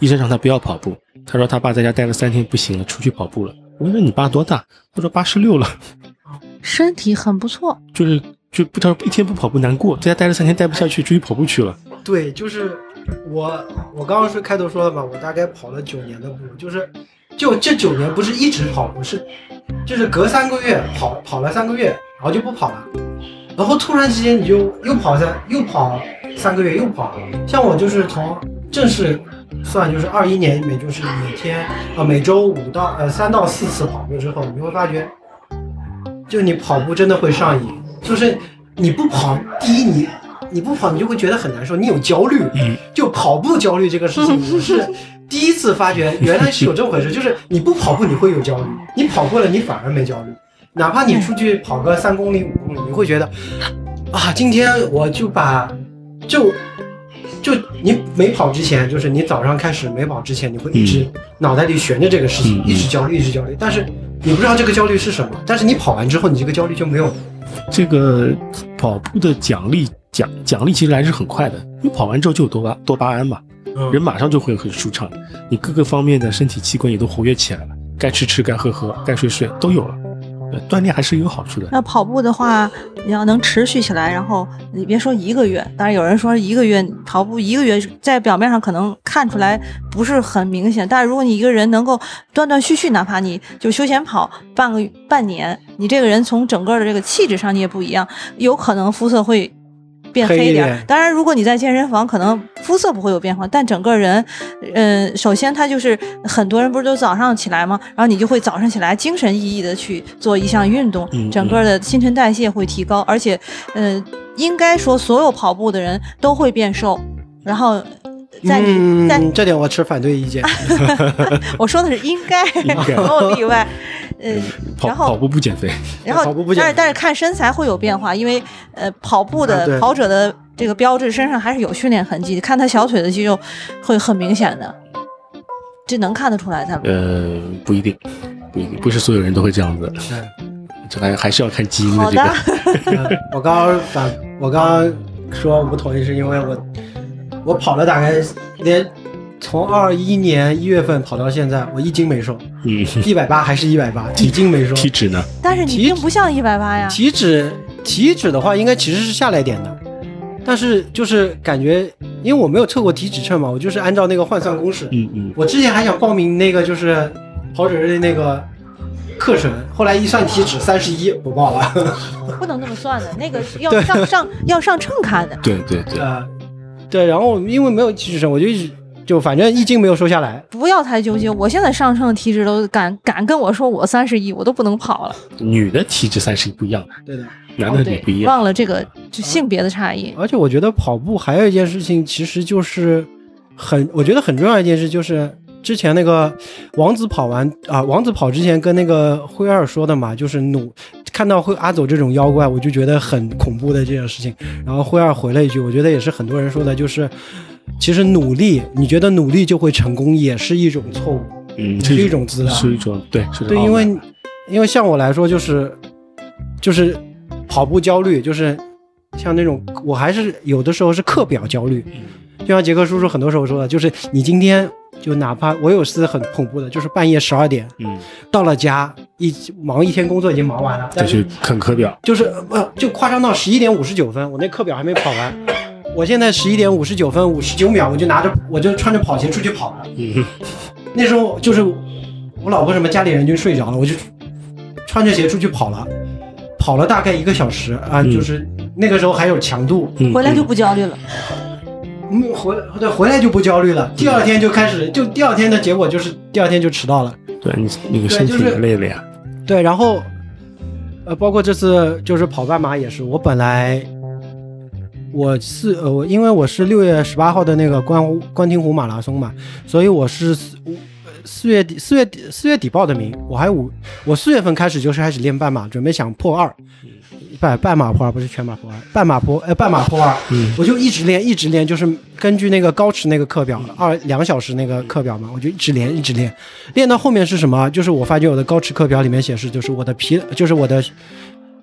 S1: 医生让他不要跑步，他说他爸在家待了三天不行了，出去跑步了。我说你爸多大？他说八十六了，
S4: 身体很不错，
S1: 就是就不他说一天不跑步难过，在家待了三天待不下去，出去跑步去了。
S3: 对，就是我，我刚刚是开头说了嘛，我大概跑了九年的步，就是就这九年不是一直跑步，是就是隔三个月跑跑了三个月，然后就不跑了，然后突然之间你就又跑三又跑三个月又跑，像我就是从正式算就是二一年，每就是每天呃每周五到呃三到四次跑步之后，你会发觉，就你跑步真的会上瘾，就是你不跑，第一你。你不跑，你就会觉得很难受，你有焦虑，
S1: 嗯
S3: 就跑步焦虑这个事情，
S1: [laughs]
S3: 我是第一次发觉原来是有这么回事，就是你不跑步你会有焦虑，你跑过了你反而没焦虑，哪怕你出去跑个三公里五公里，你会觉得啊，今天我就把就就你没跑之前，就是你早上开始没跑之前，你会一直脑袋里悬着这个事情，
S1: 嗯嗯
S3: 一直焦虑，一直焦虑，但是你不知道这个焦虑是什么，但是你跑完之后，你这个焦虑就没有了。
S1: 这个跑步的奖励奖奖励其实来是很快的，因为跑完之后就有多巴多巴胺嘛，人马上就会很舒畅，你各个方面的身体器官也都活跃起来了，该吃吃，该喝喝，该睡睡都有了。呃锻炼还是有好处的，
S2: 那跑步的话，你要能持续起来，然后你别说一个月，当然有人说一个月跑步一个月，在表面上可能看出来不是很明显，但是如果你一个人能够断断续续，哪怕你就休闲跑半个半年，你这个人从整个的这个气质上你也不一样，有可能肤色会。变
S3: 黑
S2: 黑
S3: 一
S2: 一点
S3: 点
S2: 儿，当然，如果你在健身房，可能肤色不会有变化，但整个人，嗯、首先他就是很多人不是都早上起来吗？然后你就会早上起来精神奕奕的去做一项运动，
S1: 嗯
S2: 整个的新陈代谢会提高，而且，呃，应该说所有跑步的人都会变瘦，然后在你、在
S3: 嗯，这点我持反对意见。
S1: [laughs]
S2: 我说的是应该，
S1: 应该
S2: [laughs] 没有例外。呃，
S1: 跑
S2: 然后
S1: 跑步不减肥，
S2: 然后
S3: 跑步不
S2: 但
S3: 减
S2: 是但是看身材会有变化，因为呃跑步
S3: 啊
S2: 的、
S3: 对
S2: 跑者的这个标志身上还是有训练痕迹，看他小腿的肌肉会很明显的，这能看得出来他们。
S1: 呃，不一定，不一定，不是所有人都会这样子的，
S3: 对
S1: 这还还是要看基因
S2: 好
S1: 的这
S2: 的，
S1: 个。
S3: 嗯我刚刚反，我刚刚说我不同意，是因为我我跑了大概连从二一年一月份跑到现在，我一斤没瘦，
S1: 嗯， [laughs]
S3: 一百八还是一百八，一斤没瘦。
S1: 体脂呢？
S2: 但是你
S3: 体
S2: 并不像一百八呀，
S3: 体脂体脂的话，应该其实是下来一点的，但是就是感觉，因为我没有测过体脂秤嘛，我就是按照那个换算公式。
S1: 嗯嗯，
S3: 我之前还想报名那个就是跑者的那个课程，后来一算体脂三十一，我报了。
S2: 不能这么算的，那个
S3: [laughs]
S2: 是要上上要上秤看的。
S1: 对对对，
S3: 呃，对，然后因为没有体脂秤，我就一直就反正一斤没有瘦下来。
S2: 不要太纠结，我现在上秤体脂都敢敢跟我说我三十一，我都不能跑
S3: 哦
S2: 了。
S1: 女的体脂三十不一样，
S3: 对的，
S1: 男
S2: 哦
S1: 的
S2: 对
S1: 你不一，样。
S2: 忘了这个就性别的差异。
S3: 而且我觉得跑步还有一件事情，其实就是很，我觉得很重要一件事就是。之前那个王子跑完啊，王子跑之前跟那个灰二说的嘛，就是努看到灰阿走这种妖怪，我就觉得很恐怖的这件事情。然后灰二回了一句，我觉得也是很多人说的，就是其实努力，你觉得努力就会成功，也是一种错误，
S1: 嗯，
S3: 是一
S1: 这
S3: 种自大，
S1: 是一种对，是一种
S3: 对，
S1: 傲慢
S3: 因为因为像我来说，就是就是跑步焦虑，就是像那种我还是有的时候是课表焦虑，就像杰克叔叔很多时候说的，就是你今天就哪怕我有次很恐怖的，就是半夜十二点
S1: 嗯，
S3: 到了家，一忙一天工作已经忙完了，
S1: 再
S3: 但
S1: 去
S3: 是
S1: 啃课表，
S3: 就是呃就夸张到十一点五十九分，我那课表还没跑完。我现在十一点五十九分五十九秒，我就拿着我就穿着跑鞋出去跑了。
S1: 嗯，
S3: 那时候就是我老婆什么家里人就睡着了，我就穿着鞋出去跑了，跑了大概一个小时啊，
S1: 嗯
S3: 就是那个时候还有强度，
S1: 嗯
S2: 回来就不焦虑了，
S3: 嗯，回对回来就不焦虑了，第二天就开始，就第二天的结果就是第二天就迟到了，
S1: 嗯对你那个身体
S3: 就是
S1: 也累了呀，
S3: 对，然后呃，包括这次就是跑半马也是，我本来。我四呃，我因为我是六月十八号的那个观湖观亭湖马拉松嘛，所以我是四五呃四月底四月底四月底报的名，我还五我四月份开始就是开始练半马，准备想破二，半半马破二不是全马破二，半马破呃半马破二，
S1: 嗯
S3: 我就一直练一直练，就是根据那个高驰那个课表二两小时那个课表嘛，我就一直练一直练，练到后面是什么啊？就是我发觉我的高驰课表里面显示，就是我的疲就是我的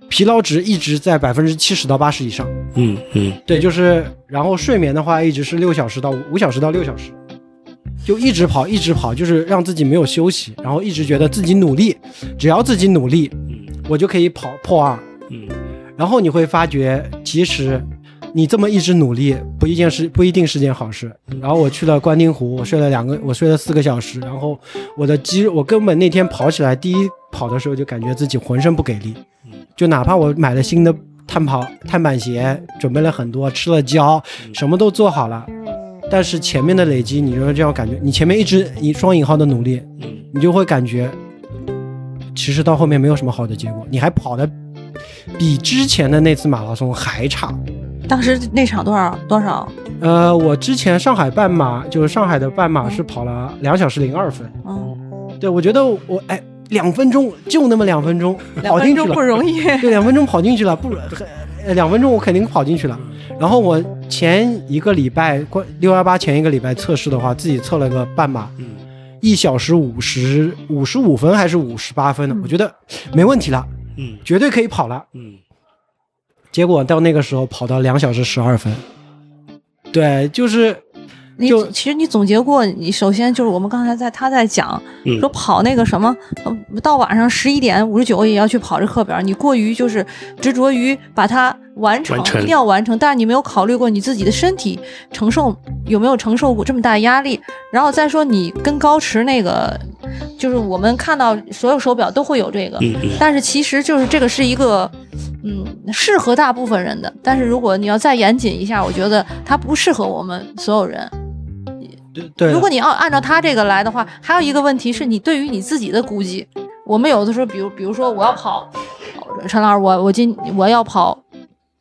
S3: 疲劳值一直在百分之七十到八十以上。
S1: 嗯嗯，
S3: 对，就是然后睡眠的话，一直是六小时到五五小时到六小时，就一直跑一直跑，就是让自己没有休息，然后一直觉得自己努力，只要自己努力，
S1: 嗯
S3: 我就可以跑破二。
S1: 嗯
S3: 然后你会发觉，其实你这么一直努力，不一件事不一定是件好事。然后我去了观音湖，我睡了两个，我睡了四个小时，然后我的肌肉，我根本那天跑起来，第一跑的时候就感觉自己浑身不给力，就哪怕我买了新的碳跑碳板鞋，准备了很多，吃了胶，什么都做好了。但是前面的累积，你就是这样感觉，你前面一直以双引号的努力，
S1: 嗯
S3: 你就会感觉，其实到后面没有什么好的结果，你还跑的比之前的那次马拉松还差。
S2: 当时那场多少多少？
S3: 呃，我之前上海半马，就是上海的半马是跑了两小时零二分，
S2: 嗯，
S3: 对我觉得我哎两分钟就那么两分钟
S2: 两
S3: 跑
S2: 分
S3: 进去
S2: 钟
S3: 了
S2: 不，容
S3: [laughs]
S2: 易。
S3: 对，两分钟跑进去了，不呃两分钟我肯定跑进去了。然后我前一个礼拜关六幺八前一个礼拜测试的话，自己测了个半马，
S1: 嗯
S3: 一小时五十五十五分还是五十八分呢？
S2: 嗯
S3: 我觉得没问题了，
S1: 嗯
S3: 绝对可以跑了。
S1: 嗯，
S3: 结果到那个时候跑到两小时十二分，对，就是
S2: 你
S3: 就
S2: 其实你总结过，你首先就是我们刚才在他在讲
S1: 嗯
S2: 说跑那个什么，呃到晚上十一点五十九也要去跑这课表，你过于就是执着于把它完成，
S1: 完成
S2: 一定要完成，但是你没有考虑过你自己的身体承受有没有承受过这么大压力，然后再说你跟高驰那个，就是我们看到所有手表都会有这个，
S1: 嗯嗯
S2: 但是其实就是这个是一个，嗯，适合大部分人的。但是如果你要再严谨一下，我觉得它不适合我们所有人。
S3: 对对
S2: 如果你要按照它这个来的话，还有一个问题是你对于你自己的估计。我们有的时候，比如比如说我要跑，陈老师，我我今我要跑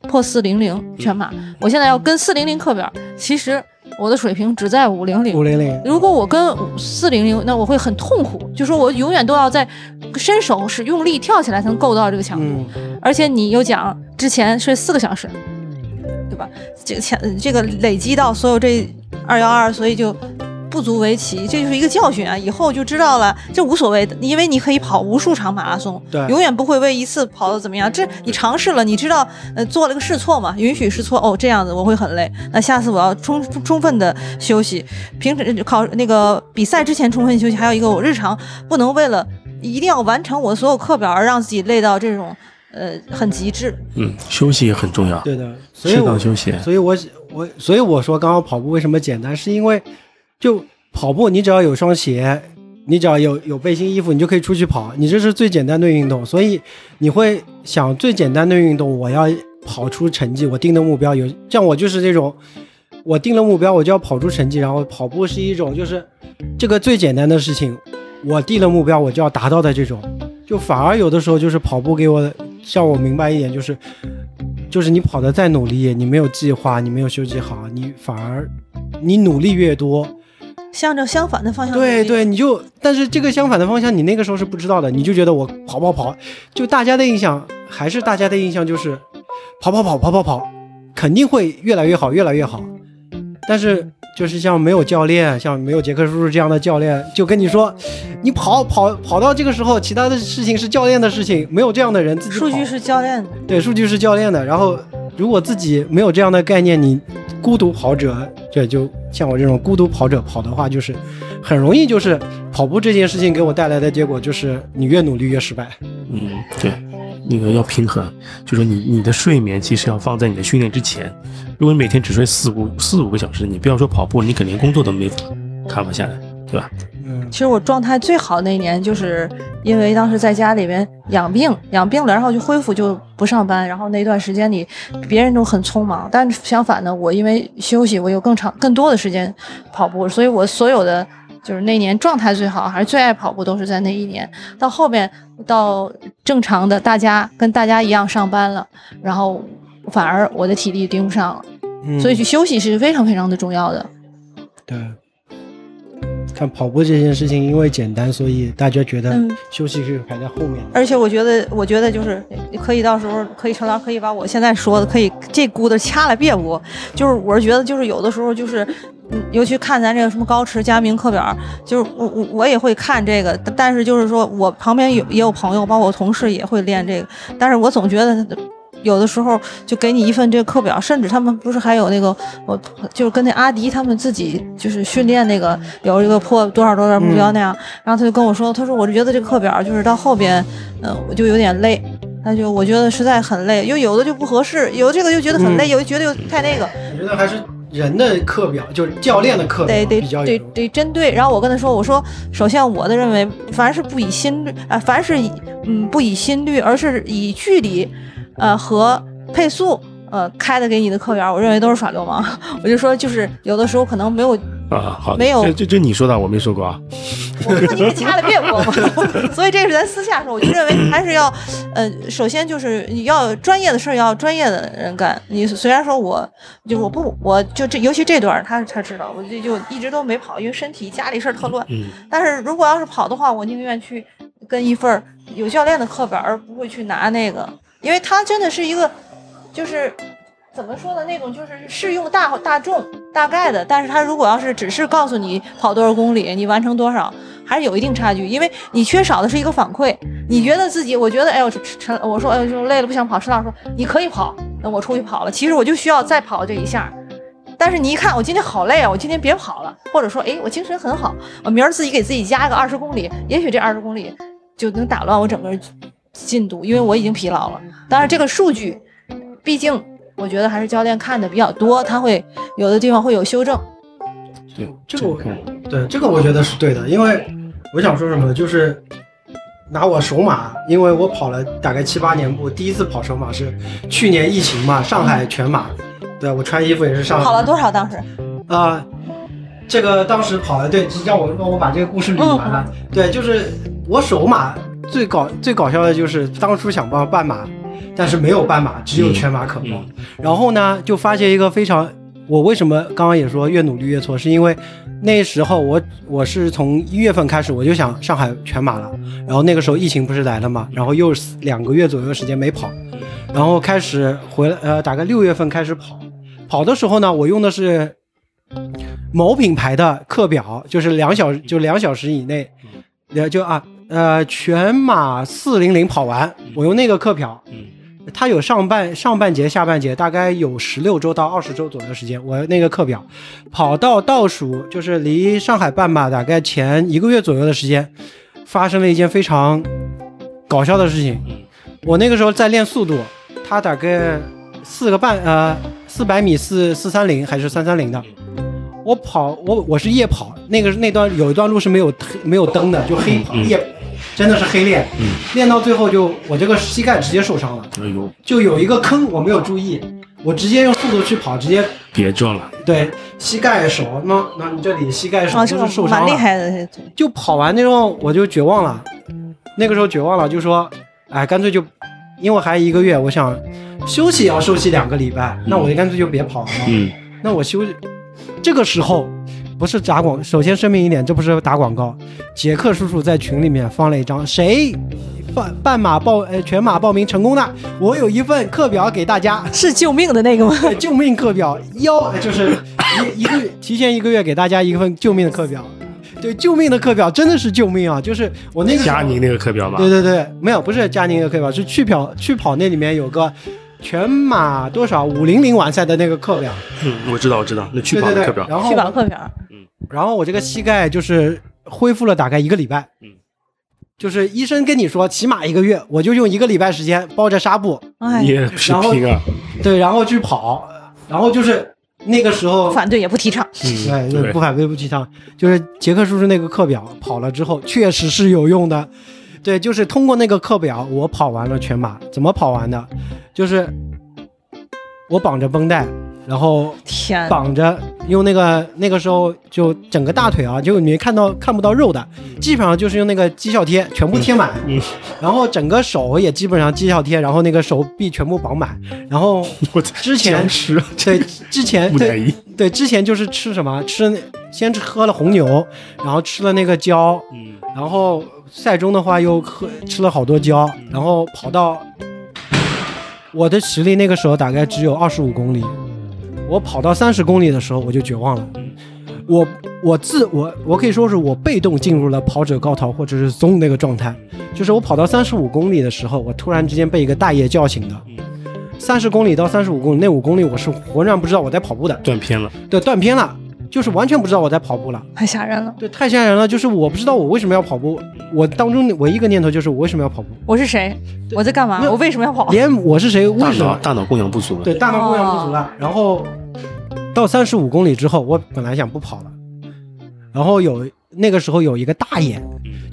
S4: 破四零零全马，
S3: 嗯
S4: 我现在要跟四零零课表，其实我的水平只在五零零
S3: 五。零零，
S4: 如果我跟四零零，那我会很痛苦，就说我永远都要在伸手使用力跳起来才能够到这个强度。
S3: 嗯，
S4: 而且你又讲之前睡四个小时，对吧？这个前这个累积到所有这二幺二，所以就不足为奇，这就是一个教训啊！以后就知道了，这无所谓的，因为你可以跑无数场马拉松，
S3: 对
S4: 永远不会为一次跑的怎么样。这你尝试了，你知道，呃，做了个试错嘛，允许试错。哦，这样子我会很累，那下次我要充充分的休息。平时考那个比赛之前充分休息，还有一个我日常不能为了一定要完成我所有课表而让自己累到这种呃很极致。
S1: 嗯，休息也很重要，
S3: 对的，所以
S1: 适当
S3: 我
S1: 休息。
S3: 所以我我所以我说刚刚跑步为什么简单，是因为就跑步你只要有双鞋，你只要有有背心衣服，你就可以出去跑，你这是最简单的运动，所以你会想最简单的运动，我要跑出成绩，我定的目标有，像我就是这种。我定了目标，我就要跑出成绩。然后跑步是一种，就是这个最简单的事情，我定了目标，我就要达到的这种。就反而有的时候就是跑步给我让我明白一点，就是就是你跑得再努力，你没有计划，你没有休息好，你反而你努力越多，
S2: 向着相反的方向努
S3: 对
S2: 力。
S3: 对，你就但是这个相反的方向，你那个时候是不知道的，你就觉得我跑跑跑，就大家的印象还是大家的印象就是跑跑跑跑跑跑，肯定会越来越好，越来越好。但是就是像没有教练，像没有杰克叔叔这样的教练，就跟你说，你跑跑跑到这个时候，其他的事情是教练的事情，没有这样的人自己跑。
S2: 数据是教练的，
S3: 对，数据是教练的。然后如果自己没有这样的概念，你孤独跑者，对，就像我这种孤独跑者跑的话，就是很容易就是跑步这件事情给我带来的结果就是你越努力越失败。
S1: 嗯，对，那个要平衡，就说你你的睡眠其实要放在你的训练之前。如果你每天只睡四五四五个小时，你不要说跑步，你可能连工作都没法 cover 下来，对吧？
S3: 嗯
S2: 其实我状态最好那年，就是因为当时在家里边养病，养病了，然后就恢复，就不上班。然后那段时间里，别人都很匆忙，但是相反呢，我因为休息，我有更长、更多的时间跑步，所以我所有的就是那年状态最好，还是最爱跑步，都是在那一年。到后面到正常的大家跟大家一样上班了，然后反而我的体力盯不上了，
S3: 嗯
S2: 所以去休息是非常非常的重要的。
S3: 对。看跑步这件事情，因为简单，所以大家觉得
S2: 嗯
S3: 休息是排在后面的。
S2: 而且我觉得，我觉得就是可以到时候可以陈老师可以把我现在说的可以这咕的掐了别播，就是我是觉得就是有的时候就是，嗯，尤其看咱这个什么高驰佳明课表，就是我我我也会看这个，但但是就是说我旁边有也有朋友，包括我同事也会练这个，但是我总觉得。有的时候就给你一份这个课表，甚至他们不是还有那个，我就是跟那阿迪他们自己就是训练那个有一个破多少多少目标那样，然后他就跟我说，他说我觉得这个课表就是到后边，嗯、我就有点累，他就我觉得实在很累，又有的就不合适，有这个就觉得
S3: 嗯
S2: 很累，有的觉得又太那个，
S3: 我觉得还是人的课表，就是教练的课
S2: 得
S3: 表
S2: 得
S3: 呃比较有
S2: 得
S3: 用。
S2: 得针对。然后我跟他说，我说首先我的认为，凡是不以心率啊、凡是以嗯不以心率，而是以距离，呃和配速。呃，开的给你的课表，我认为都是耍流氓。 [laughs] 我就说，就是有的时候可能没有，
S1: 啊，好的，
S2: 没有
S1: 这这这你说的，我没说过啊。
S2: 我说你给掐了别播嘛。所以这是咱私下说，我就认为还是要，呃，首先就是你要专业的事儿要专业的人干。你虽然说我就我不我就这，尤其这段儿他他知道，我就就一直都没跑，因为身体家里事儿特乱。
S1: 嗯，
S2: 但是如果要是跑的话，我宁愿去跟一份儿有教练的课本，而不会去拿那个，因为他真的是一个，就是怎么说呢，那种就是适用大大众大概的。但是他如果要是只是告诉你跑多少公里，你完成多少，还是有一定差距，因为你缺少的是一个反馈。你觉得自己，我觉得，哎呦，陈陈，我说，哎呦，就累了不想跑。陈老师说你可以跑，那我出去跑了。其实我就需要再跑这一下儿。但是你一看，我今天好累啊，我今天别跑了，或者说，哎，我精神很好，我明儿自己给自己加个二十公里，也许这二十公里就能打乱我整个进度，因为我已经疲劳了。当然，这个数据，毕竟我觉得还是教练看的比较多，他会有的地方会有修正。
S1: 对，
S3: 这个我
S1: 看
S3: 对，这个我觉得是对的，因为我想说什么呢，就是拿我首马，因为我跑了大概七八年步，第一次跑首马是去年疫情嘛，上海全马，对我穿衣服也是上海
S2: 跑了多少？当时
S3: 啊、这个当时跑的对，让我让我把这个故事捋完了。对，就是我首马最搞最搞笑的就是当初想报半马，但是没有半马，只有全马可报。然后呢，就发现一个非常，我为什么刚刚也说越努力越错，是因为那时候我我是从一月份开始我就想上海全马了，然后那个时候疫情不是来了嘛，然后又是两个月左右的时间没跑，然后开始回来呃大概六月份开始跑，跑的时候呢，我用的是某品牌的课表，就是两小就两小时以内，呃就啊呃全马四零零跑完，我用那个课表。
S1: 嗯
S3: 它有上半上半节、下半节，大概有十六周到二十周左右的时间。我那个课表，跑到倒数就是离上海半马大概前一个月左右的时间，发生了一件非常搞笑的事情。我那个时候在练速度，它大概四个半呃四百米四四三零还是三三零的。我跑我我是夜跑，那个那段有一段路是没有没有灯的，就黑跑夜，真的是黑练，练到最后就我这个膝盖直接受伤了。
S1: 哎呦，
S3: 就有一个坑我没有注意，我直接用速度去跑，直接
S1: 别撞了，
S3: 对膝盖手，那那你这里膝盖手
S2: 啊，这
S3: 都
S2: 个
S3: 是受伤
S2: 蛮厉
S3: 了，
S2: 害的，对
S3: 就跑完那种我就绝望了，那个时候绝望了，就说，哎，干脆就，因为还一个月，我想休息也要休息两个礼拜，那我就干脆就别跑了，
S1: 嗯
S3: 那我休息，这个时候。不是打广，首先声明一点，这不是打广告。杰克叔叔在群里面放了一张，谁半半马报呃全马报名成功的，我有一份课表给大家。
S2: 是救命的那个吗？
S3: 对 [laughs] 救命课表，幺就是一一个月提前一个月给大家一份救命的课表。对，救命的课表真的是救命啊！就是我那个时候
S1: 佳宁那个课表吧
S3: 对，对对，没有，不是佳宁的课表，是去跑去跑那里面有个全马多少五零零完赛的那个课表，
S1: 嗯，我知道我知道，那去
S3: 对
S1: 跑
S3: 对
S1: 的课
S3: 对。
S1: 表，
S3: 然后
S2: 去吧，课表。
S3: 然后我这个膝盖就是恢复了大概一个礼拜，
S1: 嗯，
S3: 就是医生跟你说起码一个月，我就用一个礼拜时间包着纱布，
S2: 哎，
S1: 也是拼啊，
S3: 对，然后去跑，然后就是那个时候
S2: 不反对也不提倡。
S3: 对，
S1: 嗯，
S3: 那
S1: 对
S3: 哎不，反对不提倡。就是杰克叔叔那个课表跑了之后，确实是有用的。对，就是通过那个课表，我跑完了全马。怎么跑完的？就是我绑着绷带，然后
S2: 天，
S3: 绑着用那个那个时候就整个大腿啊，就你看到看不到肉的，基本上就是用那个绩效贴全部贴满，
S1: 嗯
S3: 然后整个手也基本上绩效贴，然后那个手臂全部绑满，然后
S1: 我在
S3: 之前
S1: 僵啊尸
S3: 对之前
S1: 木乃
S3: 对
S1: 伊，
S3: 对，之前就是吃什么吃那，先吃喝了红牛，然后吃了那个胶，
S1: 嗯
S3: 然后赛中的话又喝吃了好多胶，然后跑到我的实力那个时候大概只有二十五公里，我跑到三十公里的时候我就绝望了，我我自我我可以说是我被动进入了跑者高潮或者是松那个状态，就是我跑到三十五公里的时候，我突然之间被一个大爷叫醒的。三十公里到三十五公里，那五公里我是浑然不知道我在跑步的，
S1: 断片了，
S3: 对，断片了，就是完全不知道我在跑步了。
S2: 太吓人了。
S3: 对，太吓人了，就是我不知道我为什么要跑步。我当中唯一一个念头就是我为什么要跑步，
S2: 我是谁？我在干嘛？
S3: 没有
S2: 我为什么要跑？
S3: 连我是谁，
S1: 大
S3: 为什
S1: 脑哦
S3: 么？
S1: 哦大脑供氧不足了，
S3: 对，大脑供氧不足了。然后到三十五公里之后，我本来想不跑了，然后有那个时候有一个大爷，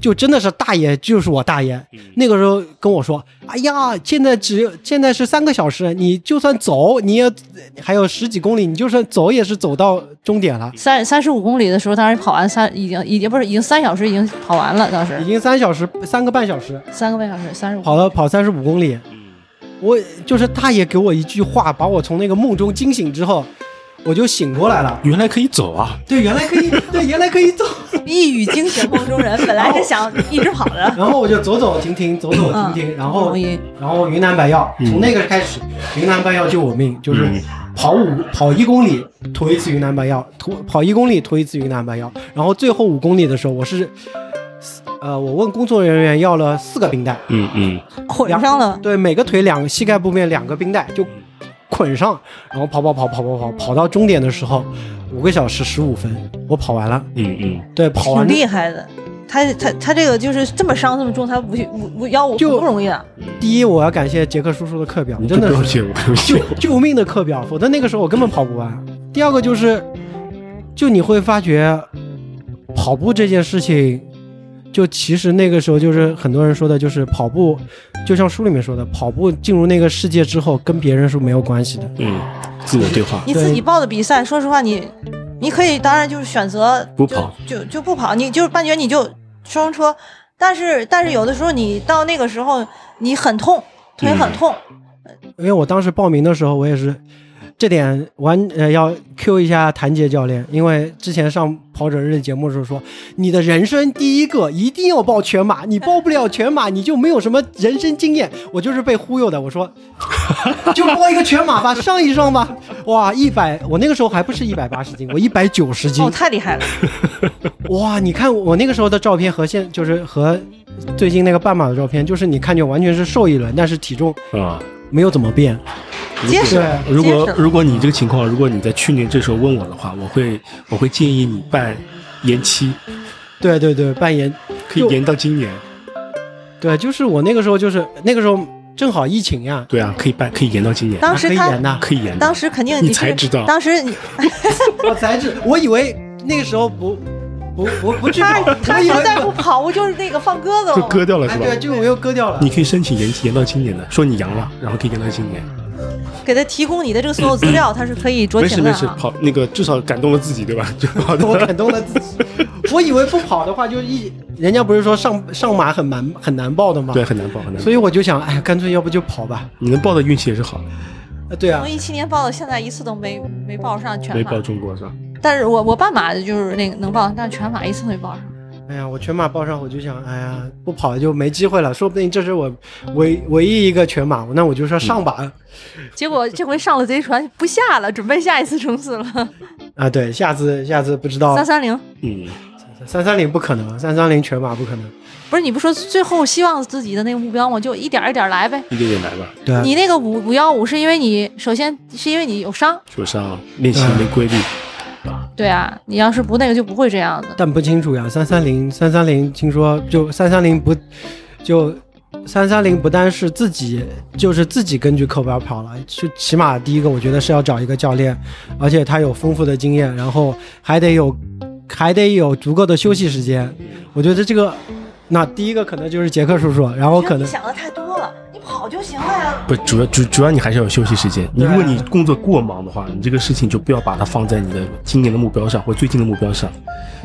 S3: 就真的是大爷，就是我大爷。
S1: 嗯
S3: 那个时候跟我说：“哎呀，现在只有现在是三个小时，你就算走，你也还有十几公里，你就算走也是走到终点了。”
S2: 三三十五公里的时候，当时跑完三，已经已经不是已经三小时，已经跑完了，当时
S3: 已经三小时，三个半小时，
S2: 三个半小时，三十五。
S3: 跑了跑三十五公里。我就是大爷给我一句话，把我从那个梦中惊醒之后，我就醒过来了。
S1: 原来可以走啊，
S3: 对，原来可以，对，原来可以走。
S2: 一语惊醒梦
S3: [laughs]
S2: 中人，本来是想一直跑着，
S3: 然后我就走走停停，走走停停，然
S2: 不
S3: 后
S2: 容易
S3: 然后云南白药，从那个开始，云南白药救我命，就是
S1: 嗯
S3: 跑五跑一公里涂一次云南白药，涂跑一公里涂一次云南白药，然后最后五公里的时候，我是。呃，我问工作人员要了四个冰袋，
S1: 嗯嗯，
S2: 捆上了。
S3: 对，每个腿两膝盖部面两个冰袋就捆上，然后跑跑跑跑跑跑跑到终点的时候，五个小时十五分，我跑完了。
S1: 嗯嗯，
S3: 对，跑
S2: 挺
S3: 完
S2: 厉害的。他他他这个就是这么伤这么重，他不去不不要我
S3: 就
S2: 不容易啊的。
S3: 第一，我要感谢杰克叔叔的课表，
S1: 你
S3: 真的
S1: 不用
S3: 是
S1: 谢我，不用谢
S3: [laughs] 救
S1: 我，
S3: 救命的课表，否则那个时候我根本跑不完。第二个就是，就你会发觉，跑步这件事情，就其实那个时候就是很多人说的，就是跑步，就像书里面说的，跑步进入那个世界之后，跟别人是没有关系的。
S1: 嗯，自我对话，
S2: 你自己报的比赛，说实话你你可以当然就是选择
S1: 不
S2: 就
S1: 跑，
S2: 就就不跑，你就是半决你就双车。但是但是有的时候你到那个时候你很痛，腿很痛，
S3: 因为我当时报名的时候，我也是这点完呃要 Q 一下谭杰教练，因为之前上跑者日的节目的时候说，你的人生第一个一定要报全马，你报不了全马，你就没有什么人生经验。我就是被忽悠的，我说 [laughs] 就报一个全马吧，上一上吧。哇，一百，我那个时候还不是一百八十斤，我一百九十斤
S2: 哦，。太厉害了，
S3: 哇，你看我那个时候的照片和现就是和最近那个半马的照片，就是你看就完全是瘦一轮，但是体重
S1: 啊。
S3: 没有怎么变。
S2: 结实
S3: 对，
S1: 如
S2: 结
S1: 果
S2: 实
S1: 如果你这个情况，如果你在去年这时候问我的话，我会我会建议你办延期，
S3: 对对对，扮演
S1: 可以
S3: 就
S1: 延到今年。
S3: 对，就是我那个时候就是那个时候正好疫情 [laughs] 呀，
S1: 对啊，可以办，可以延到今年，啊
S2: 当时
S3: 哪可以
S2: 他
S3: 演呐，
S1: 可以延的。
S2: 当时肯定
S1: 你
S2: 是
S1: 才知道 [laughs]
S2: 当时你
S3: 我才知，哦我以为那个时候不不不不去
S2: 他
S3: 跑，
S2: 哎他
S3: 我以
S2: 实
S3: 为
S2: 在不跑，我就是那个放鸽子了
S1: 啊 [laughs] 就
S2: 嘛。
S1: 割掉了
S3: 哎
S1: 是吧？
S3: 对，就我又割掉了
S1: 你。可以申请延期，延到今年的，说你阳了，然后可以延到今年。
S2: 给他提供你的这个所有资料，他是可以酌
S1: 没事
S2: 情的
S1: 没事，
S2: 啊。
S1: 跑那个至少感动了自己，对吧？就好的。
S3: [laughs] 我感动了自己，我以为不跑的话就一，人家不是说上上马很难很难报的吗？
S1: [laughs] 对，，很难报，很难报。
S3: 啊所以我就想，哎，干脆要不就跑吧。
S1: 你能报的运气也是好的，
S3: 呃对啊
S2: 从，一七年报到现在，一次都没没报上全
S1: 没
S2: 马
S1: 报。中国是吧？
S2: 但是我我半马就是那个能报，但全马一次都没报上。
S3: 哎呀，我全马报上，我就想，哎呀，不跑就没机会了，说不定这是我唯唯一一个全马，那我就说上吧。
S2: 结果这回上了贼船不下了，准备下一次冲刺了。
S3: 啊，对，下次下次不知道
S2: 三三零，
S1: 嗯，
S3: 三三零不可能，啊三三零全马不可能。
S2: 不是你不说最后希望自己的那个目标吗？就一点儿一点儿来呗。
S1: 一点点来吧。
S3: 对啊，
S2: 你那个五五幺五是因为你首先是因为你有伤，
S1: 受伤，练习没规律，
S2: 对啊，你要是不那个就不会这样的。
S3: 但不清楚呀。三三零三三零，听说就三三零不就三三零不但是自己就是自己根据课表跑了，就起码第一个我觉得是要找一个教练，而且他有丰富的经验，然后还得有还得有足够的休息时间。我觉得这个。那第一个可能就是杰克叔叔，然后
S2: 我觉
S3: 可
S2: 得你
S3: 能
S2: 想的太多了，你跑就行了呀。
S1: 哎不主要主主要你还是要有休息时间。你
S3: 对啊
S1: 如果你工作过忙的话，你这个事情就不要把它放在你的今年的目标上或最近的目标上。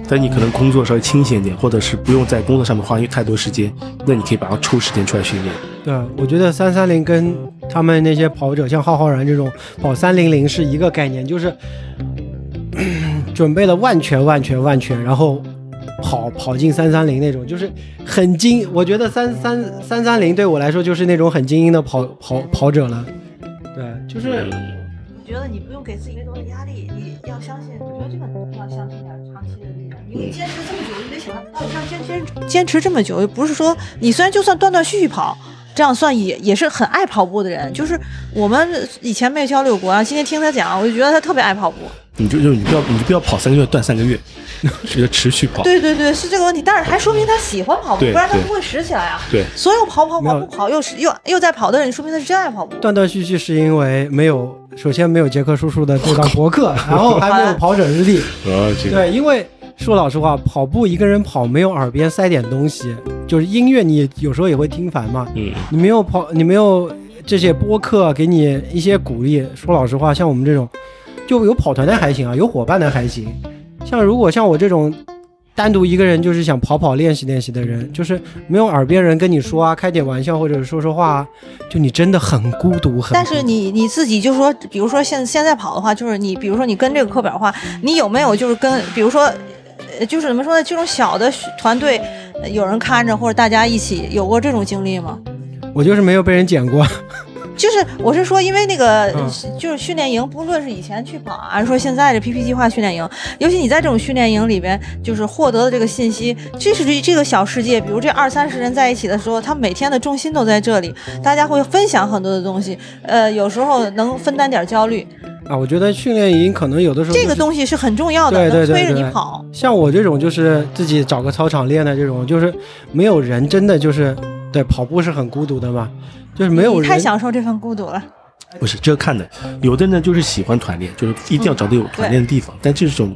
S1: 但你可能工作稍微清闲一点，或者是不用在工作上面花太多时间，那你可以把它抽时间出来训练。
S3: 对，我觉得三三零跟他们那些跑者，像浩浩然这种跑三零零是一个概念，就是咳准备了万全、万全、万全，然后跑跑进三三零那种，就是很精。我觉得三三三三零对我来说就是那种很精英的跑跑跑者了。对，就是
S5: 我觉得你不用给自己那么多的压力，你要相信，我觉得这个你要相信点长期的力量。你坚持这么久，你得想到到底要坚持。
S2: 坚持这么久，不是说你虽然就算断断续续跑，这样算也也是很爱跑步的人。就是我们以前没有交流过，然啊后今天听他讲，我就觉得他特别爱跑步。
S1: 你就就你不要你就不要跑三个月断三个月， [laughs] 持持续跑。
S2: 对对对，是这个问题，但是还说明他喜欢跑步，
S1: 对
S2: 不然他
S1: 对
S2: 不会拾起来啊。
S1: 对
S2: 所有跑跑
S3: 没
S2: 跑
S3: 有
S2: 不跑又是又又在跑的人，说明他是真爱跑步。
S3: 断断续续是因为没有，首先没有杰克叔叔的这档博客，然后还没有跑者日历。
S1: 啊，这个
S3: 对，因为说老实话，跑步一个人跑，没有耳边塞点东西，就是音乐，你有时候也会听烦嘛。
S1: 嗯，
S3: 你没有跑，你没有这些播客给你一些鼓励。说老实话，像我们这种，就有跑团的还行啊，有伙伴的还行。像如果像我这种。单独一个人就是想跑跑练习练习的人，就是没有耳边人跟你说啊，开点玩笑或者说说话啊，就你真的很孤独。很
S2: 但
S3: 孤
S2: 是
S3: 独
S2: 你你自己就说，比如说现现在跑的话，就是你比如说你跟这个课表的话，你有没有就是跟比如说，呃就是怎么说呢，这种小的团队呃有人看着或者大家一起有过这种经历吗？
S3: 我就是没有被人捡过，
S2: 就是我是说，因为那个、
S3: 嗯
S2: 就是训练营，不论是以前去跑啊，还是说现在这 PP 计划训练营，尤其你在这种训练营里边，就是获得的这个信息，这是这这个小世界。比如这二三十人在一起的时候，他每天的重心都在这里，大家会分享很多的东西，呃，有时候能分担点焦虑，
S3: 啊，我觉得训练营可能有的时候
S2: 这
S3: 就
S2: 个
S3: 是
S2: 东西是很重要的，
S3: 对对对
S2: 能推着
S3: 对
S2: 你跑。
S3: 像我这种就是自己找个操场练的这种，就是没有人，真的就是对跑步是很孤独的嘛，就是没有
S2: 你
S3: 人。
S2: 太享受这份孤独了。
S1: 不是这个看的，有的人呢就是喜欢团练，就是一定要找到有团练的地方。但这种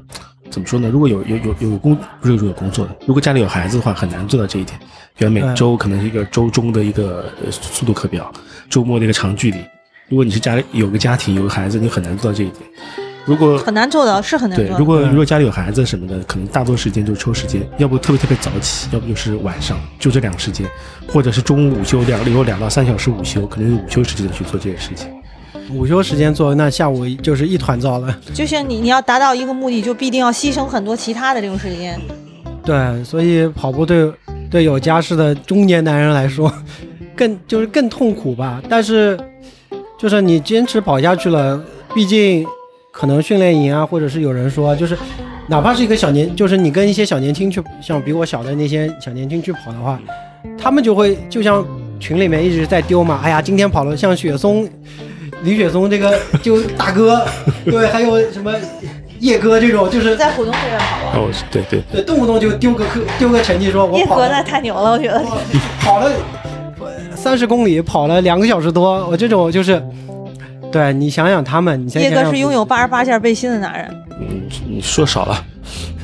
S1: 怎么说呢？如果有有有有工不是有工作的，如果家里有孩子的话，很难做到这一点。比如每
S3: 嗯
S1: 周可能是一个周中的一个呃速度课表，周末的一个长距离。如果你是家里有个家庭有个孩子，你很难做到这一点。如果
S2: 很难做到，是很难
S1: 对
S2: 做，到。
S1: 如果
S3: 嗯
S1: 如果家里有孩子什么的，可能大多时间就是抽时间，要不特别特别早起，要不就是晚上，就这两个时间，或者是中午午休两有两到三小时午休，可能有午休时间去做这些事情。
S3: 午休时间做，那下午就是一团糟了。
S2: 就是你你要达到一个目的，就必定要牺牲很多其他的这种时间。
S3: 对，所以跑步对对有家室的中年男人来说， [laughs] 更就是更痛苦吧。但是，就是你坚持跑下去了，毕竟可能训练营啊，或者是有人说，就是哪怕是一个小年，就是你跟一些小年轻去，像比我小的那些小年轻去跑的话，他们就会就像群里面一直在丢嘛，哎呀，今天跑了，像雪松。 [laughs] 李雪松这个就大哥， [laughs] 对，还有什么叶哥这种，就是
S2: 在股东会上跑啊，
S1: 哦，对对，
S3: 对，动不动就丢个科丢个成绩，说我
S2: 叶
S3: 跑
S2: 哥
S3: 了
S2: 那太牛了，我觉得。
S3: 我跑了三十公里，跑了两个小时多，我这种就是，对你想想他们，你先
S2: 叶
S3: 想想
S2: 哥是拥有八十八件背心的男人，
S1: 嗯，你说少了，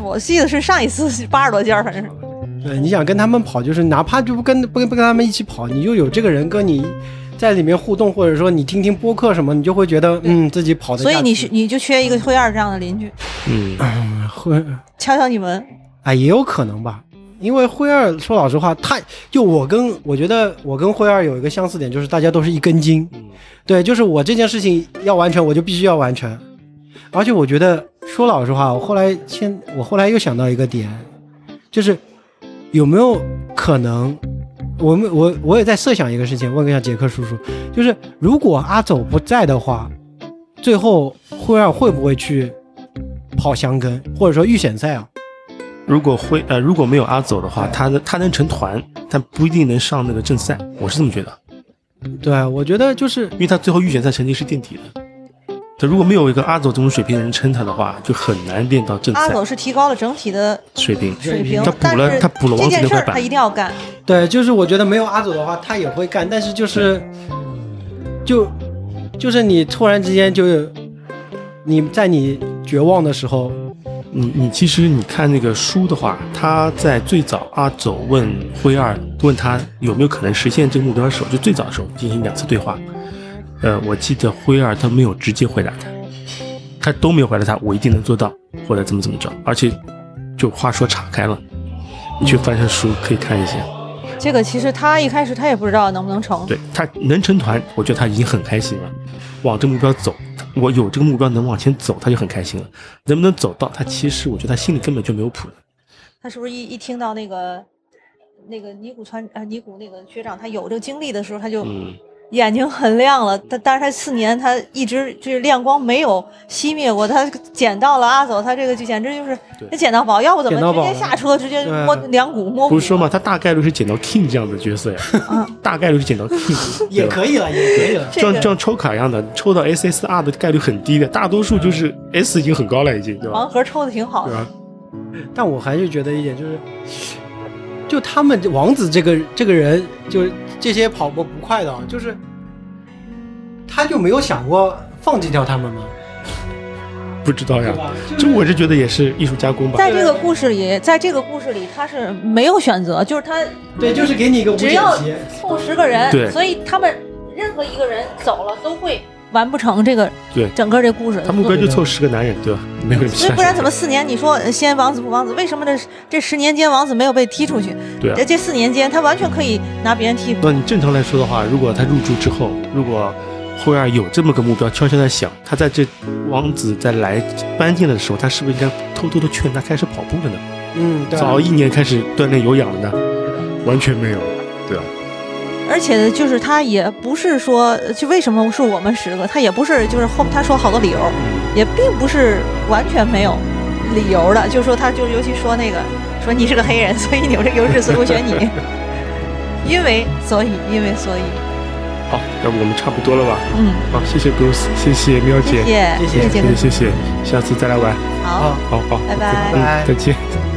S2: 我记得是上一次八十多件，反正是
S3: 对，你想跟他们跑，就是哪怕就不跟不跟不跟他们一起跑，你就有这个人跟你在里面互动，或者说你听听播客什么，你就会觉得嗯自己跑的。
S2: 所以你是你就缺一个灰二这样的邻居，
S1: 嗯，
S3: 会
S2: 敲敲你门。
S3: 啊，也有可能吧。因为辉二说老实话，他就我跟我觉得我跟辉二有一个相似点，就是大家都是一根筋。对，就是我这件事情要完成，我就必须要完成。而且我觉得说老实话，我后来先我后来又想到一个点，就是有没有可能，我们我我也在设想一个事情，问一下杰克叔叔，就是如果阿走不在的话，最后辉二会不会去跑箱根，或者说预选赛啊？
S1: 如果会呃如果没有阿走的话，他能他能成团，但不一定能上那个正赛，我是这么觉得，
S3: 对，我觉得就是
S1: 因为他最后预选赛成绩是垫底的。他如果没有一个阿走这种水平的人撑他的话，就很难练到正
S2: 阿
S1: 赛
S2: 走是提高了整体的
S1: 水平。
S2: 水平
S1: 嗯他补，
S2: 但
S1: 了
S2: 是
S1: 他补了
S2: 这
S1: 王子
S2: 件
S1: 那
S2: 事
S1: 块
S2: 儿
S1: 板
S2: 他一定要干。
S3: 对，就是我觉得没有阿祖的话，他也会干，但是就是，就就是你突然之间就有，你在你绝望的时候，
S1: 你你其实你看那个书的话，他在最早阿走问灰二问他有没有可能实现这个目标的时候，就最早的时候进行两次对话。呃，我记得灰二他没有直接回答他，他都没有回答他，我一定能做到，或者怎么怎么着，而且就话说岔开了。你去翻翻书可以看一下，
S2: 这个其实他一开始他也不知道能不能成，
S1: 对他能成团，我觉得他已经很开心了。往这目标走，我有这个目标能往前走，他就很开心了。能不能走到，他其实我觉得他心里根本就没有谱的。
S2: 他是不是一一听到那个那个尼古川呃尼古那个学长他有这个经历的时候，他就
S1: 嗯。
S2: 眼睛很亮了。但但是他四年他一直就是亮光没有熄灭过，他捡到了阿走，他这个就简直就是
S1: 对
S2: 那捡到宝，要不怎
S3: 捡
S2: 么
S3: 到
S2: 直
S3: 宝
S2: 接
S3: 了
S2: 下车直接
S3: 对
S2: 摸两股摸
S1: 啊
S2: 骨
S1: 不是说嘛，他大概率是捡到 King 这样的角色呀，
S2: 嗯
S1: 大概率是捡到 King，
S3: 也
S1: 以。
S3: 可以了，也可以了。
S1: 就
S2: 这
S1: 像
S2: 个
S1: 就像抽卡一样的，抽到 SSR 的概率很低的，大多数就是 S 已经很高了，已经对吧？
S2: 盲盒抽的挺好
S1: 对啊
S2: 的，
S1: 吧？
S3: 但我还是觉得一点就是，就他们王子这个这个人，就是这些跑步不快的啊，就是他就没有想过放弃掉他们吗？
S1: 不知道
S3: 对
S1: 呀，
S3: 吧？
S1: 这我是觉得也是艺术加工吧。
S2: 在这个故事里，在这个故事里他是没有选择，就是他
S3: 对，就是给你一个五
S2: 只
S3: 险
S2: 要
S3: 棋。
S2: 凑十个人，
S1: 对
S2: 所以他们任何一个人走了都会完不成这个
S1: 对
S2: 整个这故事。
S1: 他目标就凑十个男人，对吧？没有其
S2: 所以
S1: 他
S2: 不然怎
S1: 人。
S2: 么四年？你说呃先王子不王子？为什么这这十年间王子没有被踢出去？
S1: 对啊
S2: 这这四年间他完全可以拿别人替补。
S1: 那你正常来说的话，如果他入住之后，如果灰二有这么个目标，悄悄在想，他在这王子在来搬进来的时候，他是不是应该偷偷的劝他开始跑步了呢？
S3: 嗯，对啊。
S1: 早一年开始锻炼有氧了呢？完全没有，对
S3: 啊
S1: 吧？
S2: 而且就是他也不是说呃就为什么是我们十个，他也不是就是后他说好多理由，也并不是完全没有理由的。就是说他就尤其说那个说你是个黑人，所以你有这个优势，所以我选你。因为所以因为所以
S1: 好，要不我们差不多了吧？
S2: 嗯，
S1: 好，谢谢 Bruce，谢谢喵姐，
S2: 谢谢谢
S3: 谢谢
S1: 谢谢谢谢，下次再来玩。
S3: 啊
S2: 好，
S1: 好好，
S2: 拜拜
S1: 嗯，再见。